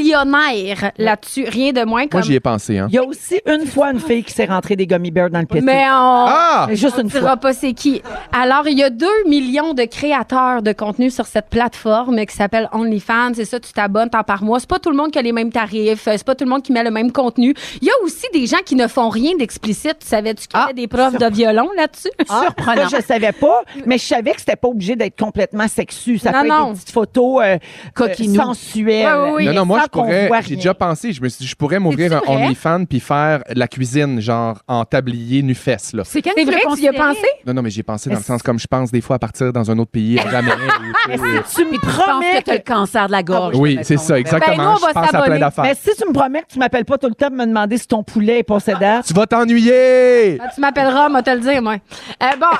Speaker 6: millionnaires là-dessus, rien de moins. Comme...
Speaker 4: Moi, j'y ai pensé, hein.
Speaker 3: Il y a aussi une fois une fille qui s'est rentrée des gummy bears dans le pété.
Speaker 6: Mais on...
Speaker 4: Ah!
Speaker 3: Mais juste
Speaker 6: On
Speaker 3: une
Speaker 6: dira
Speaker 3: fois.
Speaker 6: pas c'est qui. Alors, il y a 2 millions de créateurs de contenu sur cette plateforme qui s'appelle OnlyFans. C'est ça, tu t'abonnes tant par mois. C'est pas tout le monde qui a les mêmes tarifs. euh, C'est pas tout le monde qui met le même contenu. Il y a aussi des gens qui ne font rien d'explicite. Tu savais-tu
Speaker 4: Ah,
Speaker 6: qu'il y avait des profs de violon là-dessus?
Speaker 3: Surprenant. je savais pas, mais je savais que c'était pas obligé d'être complètement sexu. Ça
Speaker 6: Non,
Speaker 3: peut être
Speaker 6: non.
Speaker 3: des petites photos euh,
Speaker 5: Coquinou.
Speaker 3: euh, sensuelles.
Speaker 6: Ouais, ouais, ouais.
Speaker 4: non, non, moi,
Speaker 3: sans
Speaker 4: je
Speaker 3: qu'on
Speaker 4: pourrais.
Speaker 3: voit
Speaker 4: J'ai
Speaker 3: rien.
Speaker 4: déjà pensé. Je me suis dit, je pourrais m'ouvrir un
Speaker 6: C'est-tu vrai?
Speaker 4: OnlyFans puis faire la cuisine, genre en tablier nu-fesse, là.
Speaker 9: C'est quand
Speaker 6: C'est
Speaker 9: tu
Speaker 6: vrai
Speaker 9: l'as
Speaker 6: que tu y as
Speaker 9: considéré?
Speaker 6: pensé?
Speaker 4: Non, non, mais j'y ai pensé dans le
Speaker 3: Est-ce-
Speaker 4: sens comme je pense des fois à partir dans un autre pays, à jamais. ou- ou-
Speaker 3: Tu me
Speaker 5: Je pense que
Speaker 3: promets
Speaker 5: t'as le
Speaker 3: que...
Speaker 5: cancer de la gorge.
Speaker 4: Ah, Oui,
Speaker 5: mettons.
Speaker 4: c'est ça, exactement.
Speaker 6: Ben, nous, on va
Speaker 4: je pense à plein
Speaker 6: s'abonner.
Speaker 4: d'affaires.
Speaker 3: Mais si tu me promets que tu m'appelles pas tout le temps pour me demander si ton poulet est possédant,
Speaker 4: Tu vas t'ennuyer!
Speaker 6: Ah, tu m'appelleras, moi te le dire, moi. Euh,
Speaker 4: (laughs)
Speaker 6: bon. alors-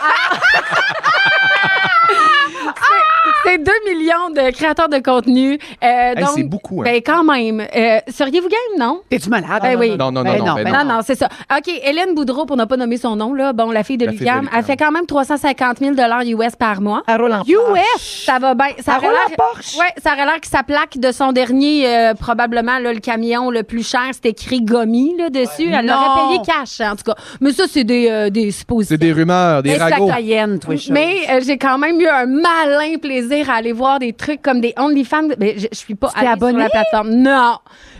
Speaker 6: C'est- C'est 2 millions de créateurs de contenu. Euh,
Speaker 4: Hey,
Speaker 6: donc,
Speaker 4: c'est beaucoup, hein.
Speaker 6: Ben, quand même. Euh, seriez-vous game, non?
Speaker 5: T'es-tu malade?
Speaker 6: Ben oui.
Speaker 4: Non, non, non,
Speaker 5: Ben
Speaker 4: non,
Speaker 5: non,
Speaker 4: ben
Speaker 5: ben
Speaker 4: non.
Speaker 6: Non, non, c'est ça. OK, Hélène Boudreau, pour ne pas nommer son nom, là, bon, la fille de
Speaker 4: La fille de Ah,
Speaker 6: l'UQAM,
Speaker 4: l'UQAM.
Speaker 6: elle fait quand même 350 000 US par mois.
Speaker 3: elle roule en
Speaker 6: US, ça va bien. Ça
Speaker 3: Elle
Speaker 6: aurait
Speaker 3: roule en
Speaker 6: l'air-
Speaker 3: Porsche.
Speaker 6: Ouais, ça aurait l'air que sa plaque de son dernier, euh, probablement, là, le camion le plus cher, c'est écrit Gomi, là, dessus. Elle
Speaker 5: non.
Speaker 6: l'aurait payé cash, hein, en tout cas. Mais ça, c'est des, euh, des suppositions.
Speaker 4: C'est des rumeurs, des
Speaker 5: Des
Speaker 4: ragots.
Speaker 5: cayenne, toi, Charles.
Speaker 6: Mais euh, j'ai quand même eu un malin plaisir à aller voir des trucs comme des OnlyFans. Mais je, je suis pas
Speaker 5: t'es
Speaker 6: allée
Speaker 5: abonnée?
Speaker 6: sur la plateforme. Non.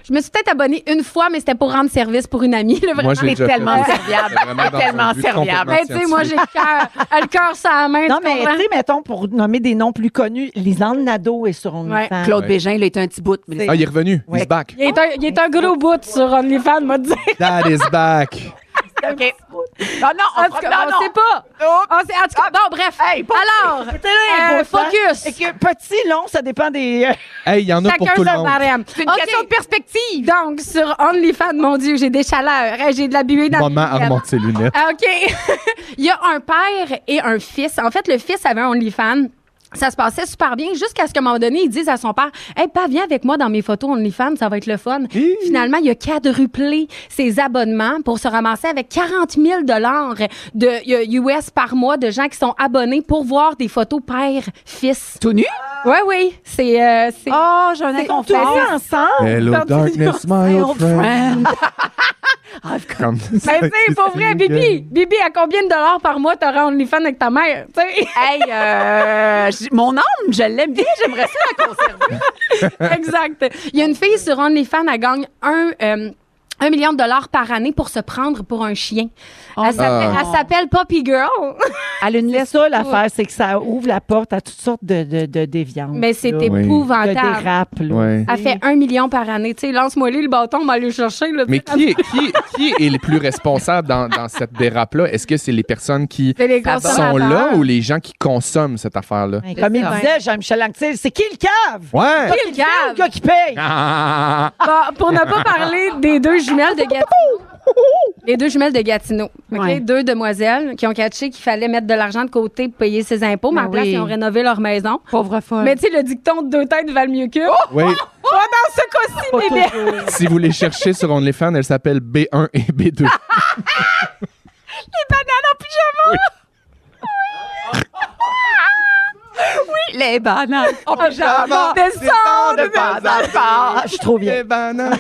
Speaker 6: Je me suis peut-être abonnée une fois, mais c'était pour rendre service pour une amie.
Speaker 4: Moi,
Speaker 6: là, vraiment.
Speaker 4: je l'ai
Speaker 5: T'es
Speaker 4: déjà fait.
Speaker 5: tellement
Speaker 4: C'est (laughs)
Speaker 5: serviable.
Speaker 4: vraiment
Speaker 5: T'es
Speaker 4: dans un
Speaker 5: tellement
Speaker 4: but
Speaker 5: serviable.
Speaker 4: complètement
Speaker 6: Ben, tu sais, moi, j'ai le cœur, le cœur sur la main.
Speaker 3: Non,
Speaker 6: tu
Speaker 3: mais
Speaker 6: comprends?
Speaker 3: tu sais, mettons, pour nommer des noms plus connus, Lisande Nadeau est sur OnlyFans.
Speaker 5: Claude
Speaker 4: Ouais.
Speaker 5: Bégin, il a été un petit bout. mais-
Speaker 4: Ah, il est revenu. He's back.
Speaker 10: (laughs)
Speaker 6: Il est, un, il est un gros bout sur OnlyFans, m'a dit.
Speaker 4: That is back.
Speaker 6: OK.
Speaker 10: Ah, Non, non, on
Speaker 6: en tout
Speaker 10: prend-
Speaker 6: cas,
Speaker 10: non,
Speaker 6: on
Speaker 10: non.
Speaker 6: sait pas. On sait, en tout cas, bon, bref.
Speaker 10: (laughs)
Speaker 6: Alors, euh,
Speaker 10: hein.
Speaker 6: focus.
Speaker 3: Et que petit, long, ça dépend des. euh,
Speaker 4: Hey, il y en a pour
Speaker 6: Chacun
Speaker 4: tout le
Speaker 6: sa
Speaker 4: monde.
Speaker 6: barème.
Speaker 10: C'est une
Speaker 6: OK.
Speaker 10: question de
Speaker 6: perspective. Donc, sur OnlyFans, mon Dieu, j'ai des chaleurs. Hey, j'ai de la buée dans
Speaker 4: Maman
Speaker 6: mes lunettes.
Speaker 4: a remonté ses
Speaker 6: (laughs)
Speaker 4: lunettes.
Speaker 6: Ah, OK. Il y a un père et un fils. En fait, le fils avait un OnlyFans. Ça se passait super bien jusqu'à ce qu'à un moment donné, ils disent à son père Hey, pas viens avec moi dans mes photos OnlyFans, ça va être le fun. Finalement, il a quadruplé ses abonnements pour se ramasser avec 40 000 de euh, US par mois de gens qui sont abonnés pour voir des photos père-fils.
Speaker 5: Tout nu?
Speaker 6: Oui, oui. C'est. euh, c'est- (laughs)
Speaker 5: Oh, j'ai un
Speaker 6: c'est-
Speaker 5: inconfort.
Speaker 6: Tout nu ensemble.
Speaker 4: Hello, darkness, my old friend. Comme ça,
Speaker 6: Mais Ben,
Speaker 4: (laughs)
Speaker 6: tu sais, Ben, pour vrai,
Speaker 4: c'est
Speaker 6: Bibi, Bibi, à combien de dollars par mois t'aurais OnlyFans avec ta mère? Tu sais?
Speaker 5: Hey, euh, j- mon âme, je l'aime bien, j'aimerais ça la conserver.
Speaker 6: exact. Il y a une fille sur OnlyFans, elle gagne un, euh, un million de dollars par année pour se prendre pour un chien. Elle s'appelle-
Speaker 4: Ah.
Speaker 6: elle s'appelle Poppy Girl.
Speaker 3: Elle a une laisse ça, l'affaire, c'est que ça ouvre la porte à toutes sortes de, de, de déviances.
Speaker 6: Mais c'est
Speaker 3: là.
Speaker 4: Oui.
Speaker 3: De
Speaker 6: épouvantable.
Speaker 3: dérapes, là.
Speaker 4: Ouais.
Speaker 6: Elle fait un million par année. Tu sais, lance-moi-lui le bâton, on va aller le chercher. là, tu
Speaker 4: Mais
Speaker 6: sais,
Speaker 4: qui est, qui, qui est le plus responsable dans, dans cette dérape-là? Est-ce que c'est les personnes qui
Speaker 6: C'est les
Speaker 4: sont
Speaker 6: consommateurs.
Speaker 4: là ou les gens qui consomment cette affaire-là?
Speaker 3: Ouais, Comme il
Speaker 6: ça.
Speaker 3: disait, Jean-Michel Anctil, c'est qui le cave?
Speaker 4: Ouais!
Speaker 3: Qui le cave? Le gars qui paye.
Speaker 4: Ah!
Speaker 6: Bon, pour ne pas parler des deux jumelles de Gatineau. Les deux jumelles de Gatineau. OK?
Speaker 9: Ouais.
Speaker 6: Deux demoiselles qui ont catché qu'il fallait mettre de l'argent de côté pour payer ses impôts, mais
Speaker 9: Ben
Speaker 6: en place,
Speaker 9: oui.
Speaker 6: ils ont rénové leur maison.
Speaker 9: Pauvre folle.
Speaker 6: Mais tu sais, le dicton de deux têtes valent mieux qu'une.
Speaker 4: Oui, Oh,
Speaker 6: Pas Oh, dans ce cas-ci, bébé!
Speaker 4: si vous les cherchez sur OnlyFans, elle s'appelle B1 et B2.
Speaker 6: Ah, Banane en pyjama!
Speaker 5: Les (laughs) bananes. Ah,
Speaker 6: Descendre!
Speaker 4: Eh
Speaker 3: Ah, je suis trop bien.
Speaker 4: Les bananes.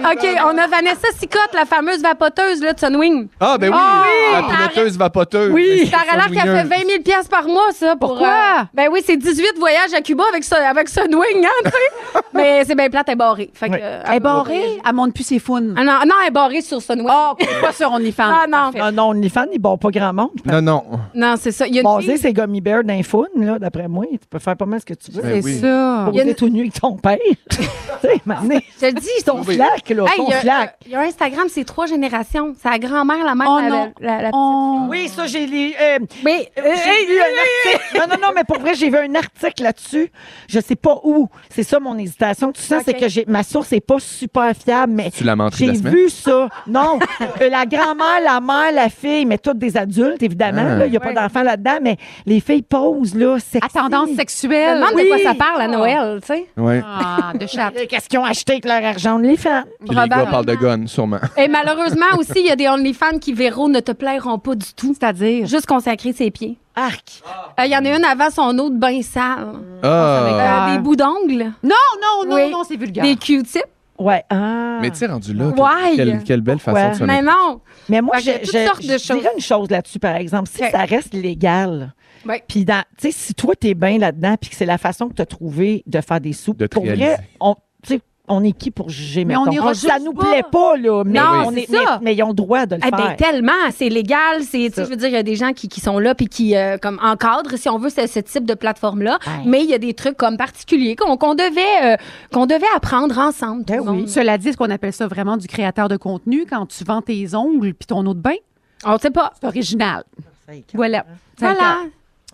Speaker 6: OK, on a Vanessa Sicotte, la fameuse vapoteuse là, de Sunwing.
Speaker 4: Ah, ben oui!
Speaker 6: Ah oui.
Speaker 4: La piloteuse vapoteuse.
Speaker 6: Oui,
Speaker 4: Mais
Speaker 6: ça
Speaker 4: c'est
Speaker 6: a l'air qu'elle fait
Speaker 4: wineuse.
Speaker 6: 20 000 pièces par mois, ça. Pour,
Speaker 9: Pourquoi?
Speaker 6: euh, ben oui, c'est 18 voyages à Cuba avec, ça, avec Sunwing, hein, tu (laughs) sais. Mais c'est bien plate, elle est barrée. Fait que,
Speaker 3: Oui.
Speaker 6: euh,
Speaker 5: Elle est barrée, elle monte plus ses founes.
Speaker 6: Ah non, non, elle est barrée sur Sunwing.
Speaker 5: Oh, pas sur OnlyFans.
Speaker 6: ah non.
Speaker 3: Ah non, OnlyFans, ils ne pas grand monde.
Speaker 4: Non, non.
Speaker 6: Non, c'est ça. Il y a une
Speaker 3: Basé,
Speaker 6: fille-
Speaker 3: c'est Gummy Bear d'un faune, là, d'après moi. Tu peux faire pas mal ce que tu veux.
Speaker 4: Ben
Speaker 9: C'est
Speaker 4: oui.
Speaker 9: ça.
Speaker 3: Poser
Speaker 6: Il y a une-
Speaker 3: tout nu avec ton père. (laughs) tu sais, mané.
Speaker 6: Je le dis, ils
Speaker 3: Ton
Speaker 6: sont
Speaker 4: Oui.
Speaker 6: (laughs)
Speaker 3: flac, là.
Speaker 6: Hey,
Speaker 3: ton
Speaker 6: il y a- euh,
Speaker 3: flac.
Speaker 6: Il y a un Instagram, c'est trois générations. C'est la grand-mère, la mère,
Speaker 5: Oh
Speaker 6: la,
Speaker 5: non.
Speaker 6: la- la-
Speaker 5: On-
Speaker 3: Oui, ça, j'ai lu. euh,
Speaker 6: Mais,
Speaker 3: euh, j'ai lu un article. Non, non, non, mais pour vrai, j'ai vu un article là-dessus. Je sais pas où. C'est ça mon hésitation. Tout ça,
Speaker 6: Ok.
Speaker 3: c'est que j'ai- ma source n'est pas super fiable, mais
Speaker 4: Tu l'as menté
Speaker 3: j'ai
Speaker 4: la semaine?
Speaker 3: vu ça. Non, Euh, la grand-mère, la mère, la fille, mais toutes des adultes, évidemment.
Speaker 4: Ah.
Speaker 3: là. Il n'y a pas
Speaker 6: Ouais. Ah.
Speaker 3: d'enfants là-dedans, mais les filles posent, là,
Speaker 9: À
Speaker 3: sexy.
Speaker 9: tendance
Speaker 6: je me
Speaker 9: sexuelle.
Speaker 6: demande de quoi ça parle à Noël, tu sais.
Speaker 4: Ouais.
Speaker 5: (laughs)
Speaker 9: Ah, de chatte.
Speaker 3: Euh, Qu'est-ce qu'ils ont acheté avec leur argent de les femmes?
Speaker 4: Puis les gars parlent de gun, sûrement.
Speaker 6: Et malheureusement aussi, il y a des OnlyFans qui, Véro, ne te plairont pas du tout.
Speaker 9: C'est-à-dire.
Speaker 6: Juste consacrer ses pieds.
Speaker 3: Arc.
Speaker 6: Euh, Il y en a une avant son autre bain sale. Euh,
Speaker 4: Ah!
Speaker 9: Ah.
Speaker 6: Des bouts d'ongles,
Speaker 9: Non, non, non,
Speaker 6: Oui.
Speaker 9: non, c'est vulgaire.
Speaker 6: des Q-tips.
Speaker 3: Ouais. Ah.
Speaker 4: Mais tu sais, rendu là,
Speaker 6: Why?
Speaker 4: quelle, quelle belle façon
Speaker 3: Ouais.
Speaker 4: de se
Speaker 6: Mais
Speaker 4: mettre.
Speaker 6: non.
Speaker 3: Mais moi,
Speaker 6: Fait
Speaker 3: je,
Speaker 6: qu'il y a toutes
Speaker 3: je-
Speaker 6: sortes
Speaker 3: je
Speaker 6: de choses.
Speaker 3: dirais une chose là-dessus, par exemple. Si
Speaker 6: Ok.
Speaker 3: ça reste légal,
Speaker 6: Ouais.
Speaker 3: puis dans, tu sais, si toi, t'es bien là-dedans, puis que c'est la façon que t'as trouvé de faire des sous,
Speaker 4: De te
Speaker 3: pour
Speaker 4: réaliser.
Speaker 3: vrai, on, tu sais, on est qui pour juger,
Speaker 9: Mais
Speaker 3: mettons?
Speaker 9: on ira
Speaker 3: Ah, Ça
Speaker 9: juste
Speaker 3: nous
Speaker 9: pas.
Speaker 3: plaît pas, là. Mais,
Speaker 6: Non,
Speaker 3: on
Speaker 6: c'est
Speaker 3: est, mais,
Speaker 6: ça.
Speaker 3: mais ils ont le droit de le
Speaker 6: Eh
Speaker 3: faire.
Speaker 6: ben, tellement, c'est légal, c'est, tu sais,
Speaker 3: ça.
Speaker 6: je veux dire, il y a des gens qui, qui sont là puis qui euh, comme encadrent, si on veut, ce, ce type de plateforme-là.
Speaker 3: Ouais.
Speaker 6: Mais il y a des trucs comme particuliers qu'on, qu'on devait euh, qu'on devait apprendre ensemble. tout
Speaker 3: Ben
Speaker 6: le
Speaker 3: oui.
Speaker 6: monde.
Speaker 9: Cela dit, est-ce qu'on appelle ça vraiment du créateur de contenu quand tu vends tes ongles puis ton eau de bain?
Speaker 6: On sait pas.
Speaker 9: C'est original.
Speaker 3: Ouais.
Speaker 9: Voilà.
Speaker 6: Voilà.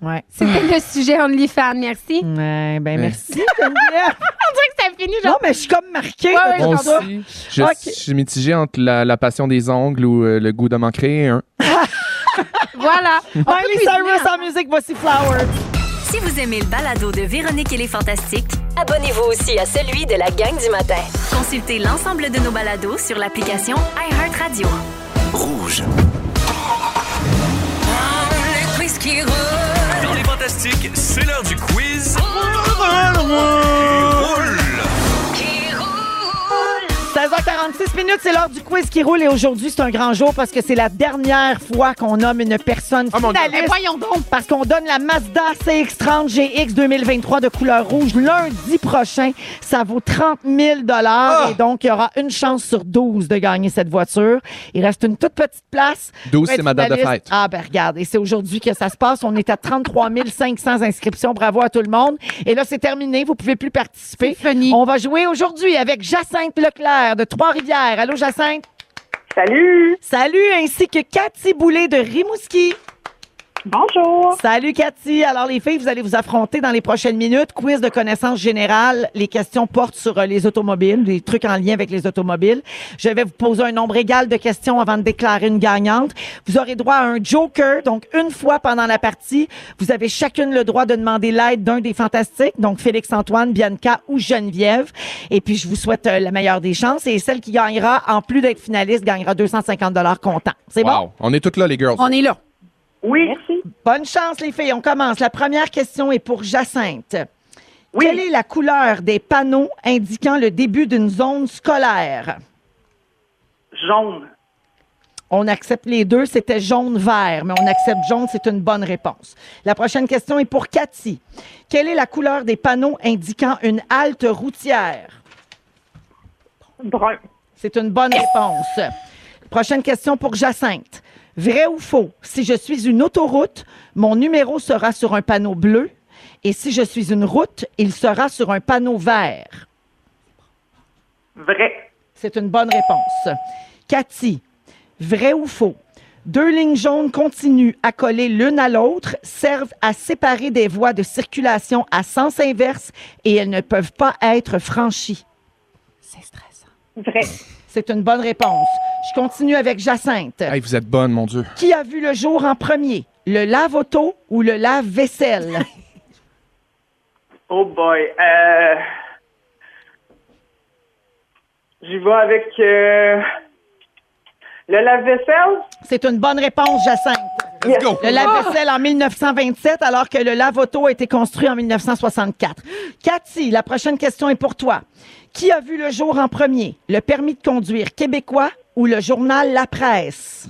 Speaker 3: Ouais.
Speaker 6: C'était le sujet OnlyFans. Merci.
Speaker 3: Ouais, ben, merci, Geneviève.
Speaker 6: Ça finit, genre.
Speaker 3: non, mais je suis comme marquée.
Speaker 6: Ouais,
Speaker 3: de
Speaker 6: ouais,
Speaker 3: tout
Speaker 4: Moi
Speaker 6: je
Speaker 3: ça.
Speaker 4: aussi, je,
Speaker 3: Ok.
Speaker 4: je suis mitigé entre la, la passion des ongles ou euh, le goût de m'en créer un.
Speaker 3: Oh. (laughs)
Speaker 6: Voilà. On peut
Speaker 3: Miley
Speaker 6: cuisiner
Speaker 3: Cyrus en musique, voici Flowers.
Speaker 7: Si vous aimez le balado de Véronique et les Fantastiques,
Speaker 8: Abonnez-vous aussi à celui de la gang du matin.
Speaker 7: consultez l'ensemble de nos balados sur l'application iHeartRadio.
Speaker 11: Rouge.
Speaker 7: Le quiz qui roule.
Speaker 12: Dans les fantastiques, c'est l'heure du quiz. Roule.
Speaker 3: 16h46 minutes, c'est l'heure du quiz qui roule et aujourd'hui, c'est un grand jour parce que c'est la dernière fois qu'on nomme une personne
Speaker 4: Ah, mon Dieu.
Speaker 3: finaliste. Eh, voyons donc! Parce qu'on donne la Mazda CX-30 GX 2023 de couleur rouge lundi prochain. Ça vaut 30 000
Speaker 4: Ah!
Speaker 3: et donc, il y aura une chance sur 12 de gagner cette voiture. Il reste une toute petite place.
Speaker 4: 12,
Speaker 3: Pour être
Speaker 4: c'est ma date de
Speaker 3: finaliste.
Speaker 4: fête.
Speaker 3: Ah, ben regarde, et c'est aujourd'hui que ça se passe. On est à 33 500 inscriptions. Bravo à tout le monde. Et là, c'est terminé. Vous pouvez plus participer.
Speaker 9: Stéphanie.
Speaker 3: On va jouer aujourd'hui avec Jacinthe Leclerc de Trois-Rivières. Allô, Jacinthe?
Speaker 10: Salut!
Speaker 3: Salut, ainsi que Cathy Boulay de Rimouski.
Speaker 10: Bonjour.
Speaker 3: Salut Cathy. Alors les filles, vous allez vous affronter dans les prochaines minutes. Quiz de connaissances générales. Les questions portent sur euh, les automobiles, des trucs en lien avec les automobiles. Je vais vous poser un nombre égal de questions avant de déclarer une gagnante. Vous aurez droit à un joker, donc une fois pendant la partie. Vous avez chacune le droit de demander l'aide d'un des fantastiques, donc Félix-Antoine, Bianca ou Geneviève. Et puis je vous souhaite euh, la meilleure des chances. Et celle qui gagnera, en plus d'être finaliste, gagnera 250 dollars comptant. C'est bon?
Speaker 4: Wow. On est toutes là, les girls.
Speaker 3: est là. Oui. Bonne chance, les filles. On commence. La première question est pour Jacinthe. Quelle est la couleur des panneaux indiquant le début d'une zone scolaire? Jaune. On accepte les deux. C'était jaune-vert, mais on accepte jaune. C'est une bonne réponse. La prochaine question est pour Cathy. Quelle est la couleur des panneaux indiquant une halte routière? Brun. C'est une bonne réponse. Prochaine question pour Jacinthe. Vrai ou faux? Si je suis une autoroute, mon numéro sera sur un panneau bleu. Et si je suis une route, il sera sur un panneau vert. Vrai. C'est une bonne réponse. Cathy, vrai ou faux? Deux lignes jaunes continues accolées l'une à l'autre servent à séparer des voies de circulation à sens inverse et elles ne peuvent pas être franchies. C'est stressant. Vrai. C'est une bonne réponse. Je continue avec Jacinthe.
Speaker 4: Hey, vous êtes bonne, mon Dieu.
Speaker 3: Qui a vu le jour en premier? Le lave-auto ou le lave-vaisselle?
Speaker 10: (laughs) Oh boy. Euh, J'y vais avec euh, le lave-vaisselle.
Speaker 3: C'est une bonne réponse, Jacinthe.
Speaker 10: Let's go.
Speaker 4: Oh!
Speaker 3: Le lave-vaisselle en 1927, alors que le lave-auto a été construit en 1964. Cathy, la prochaine question est pour toi. Qui a vu le jour en premier? Le permis de conduire québécois ou le journal La Presse?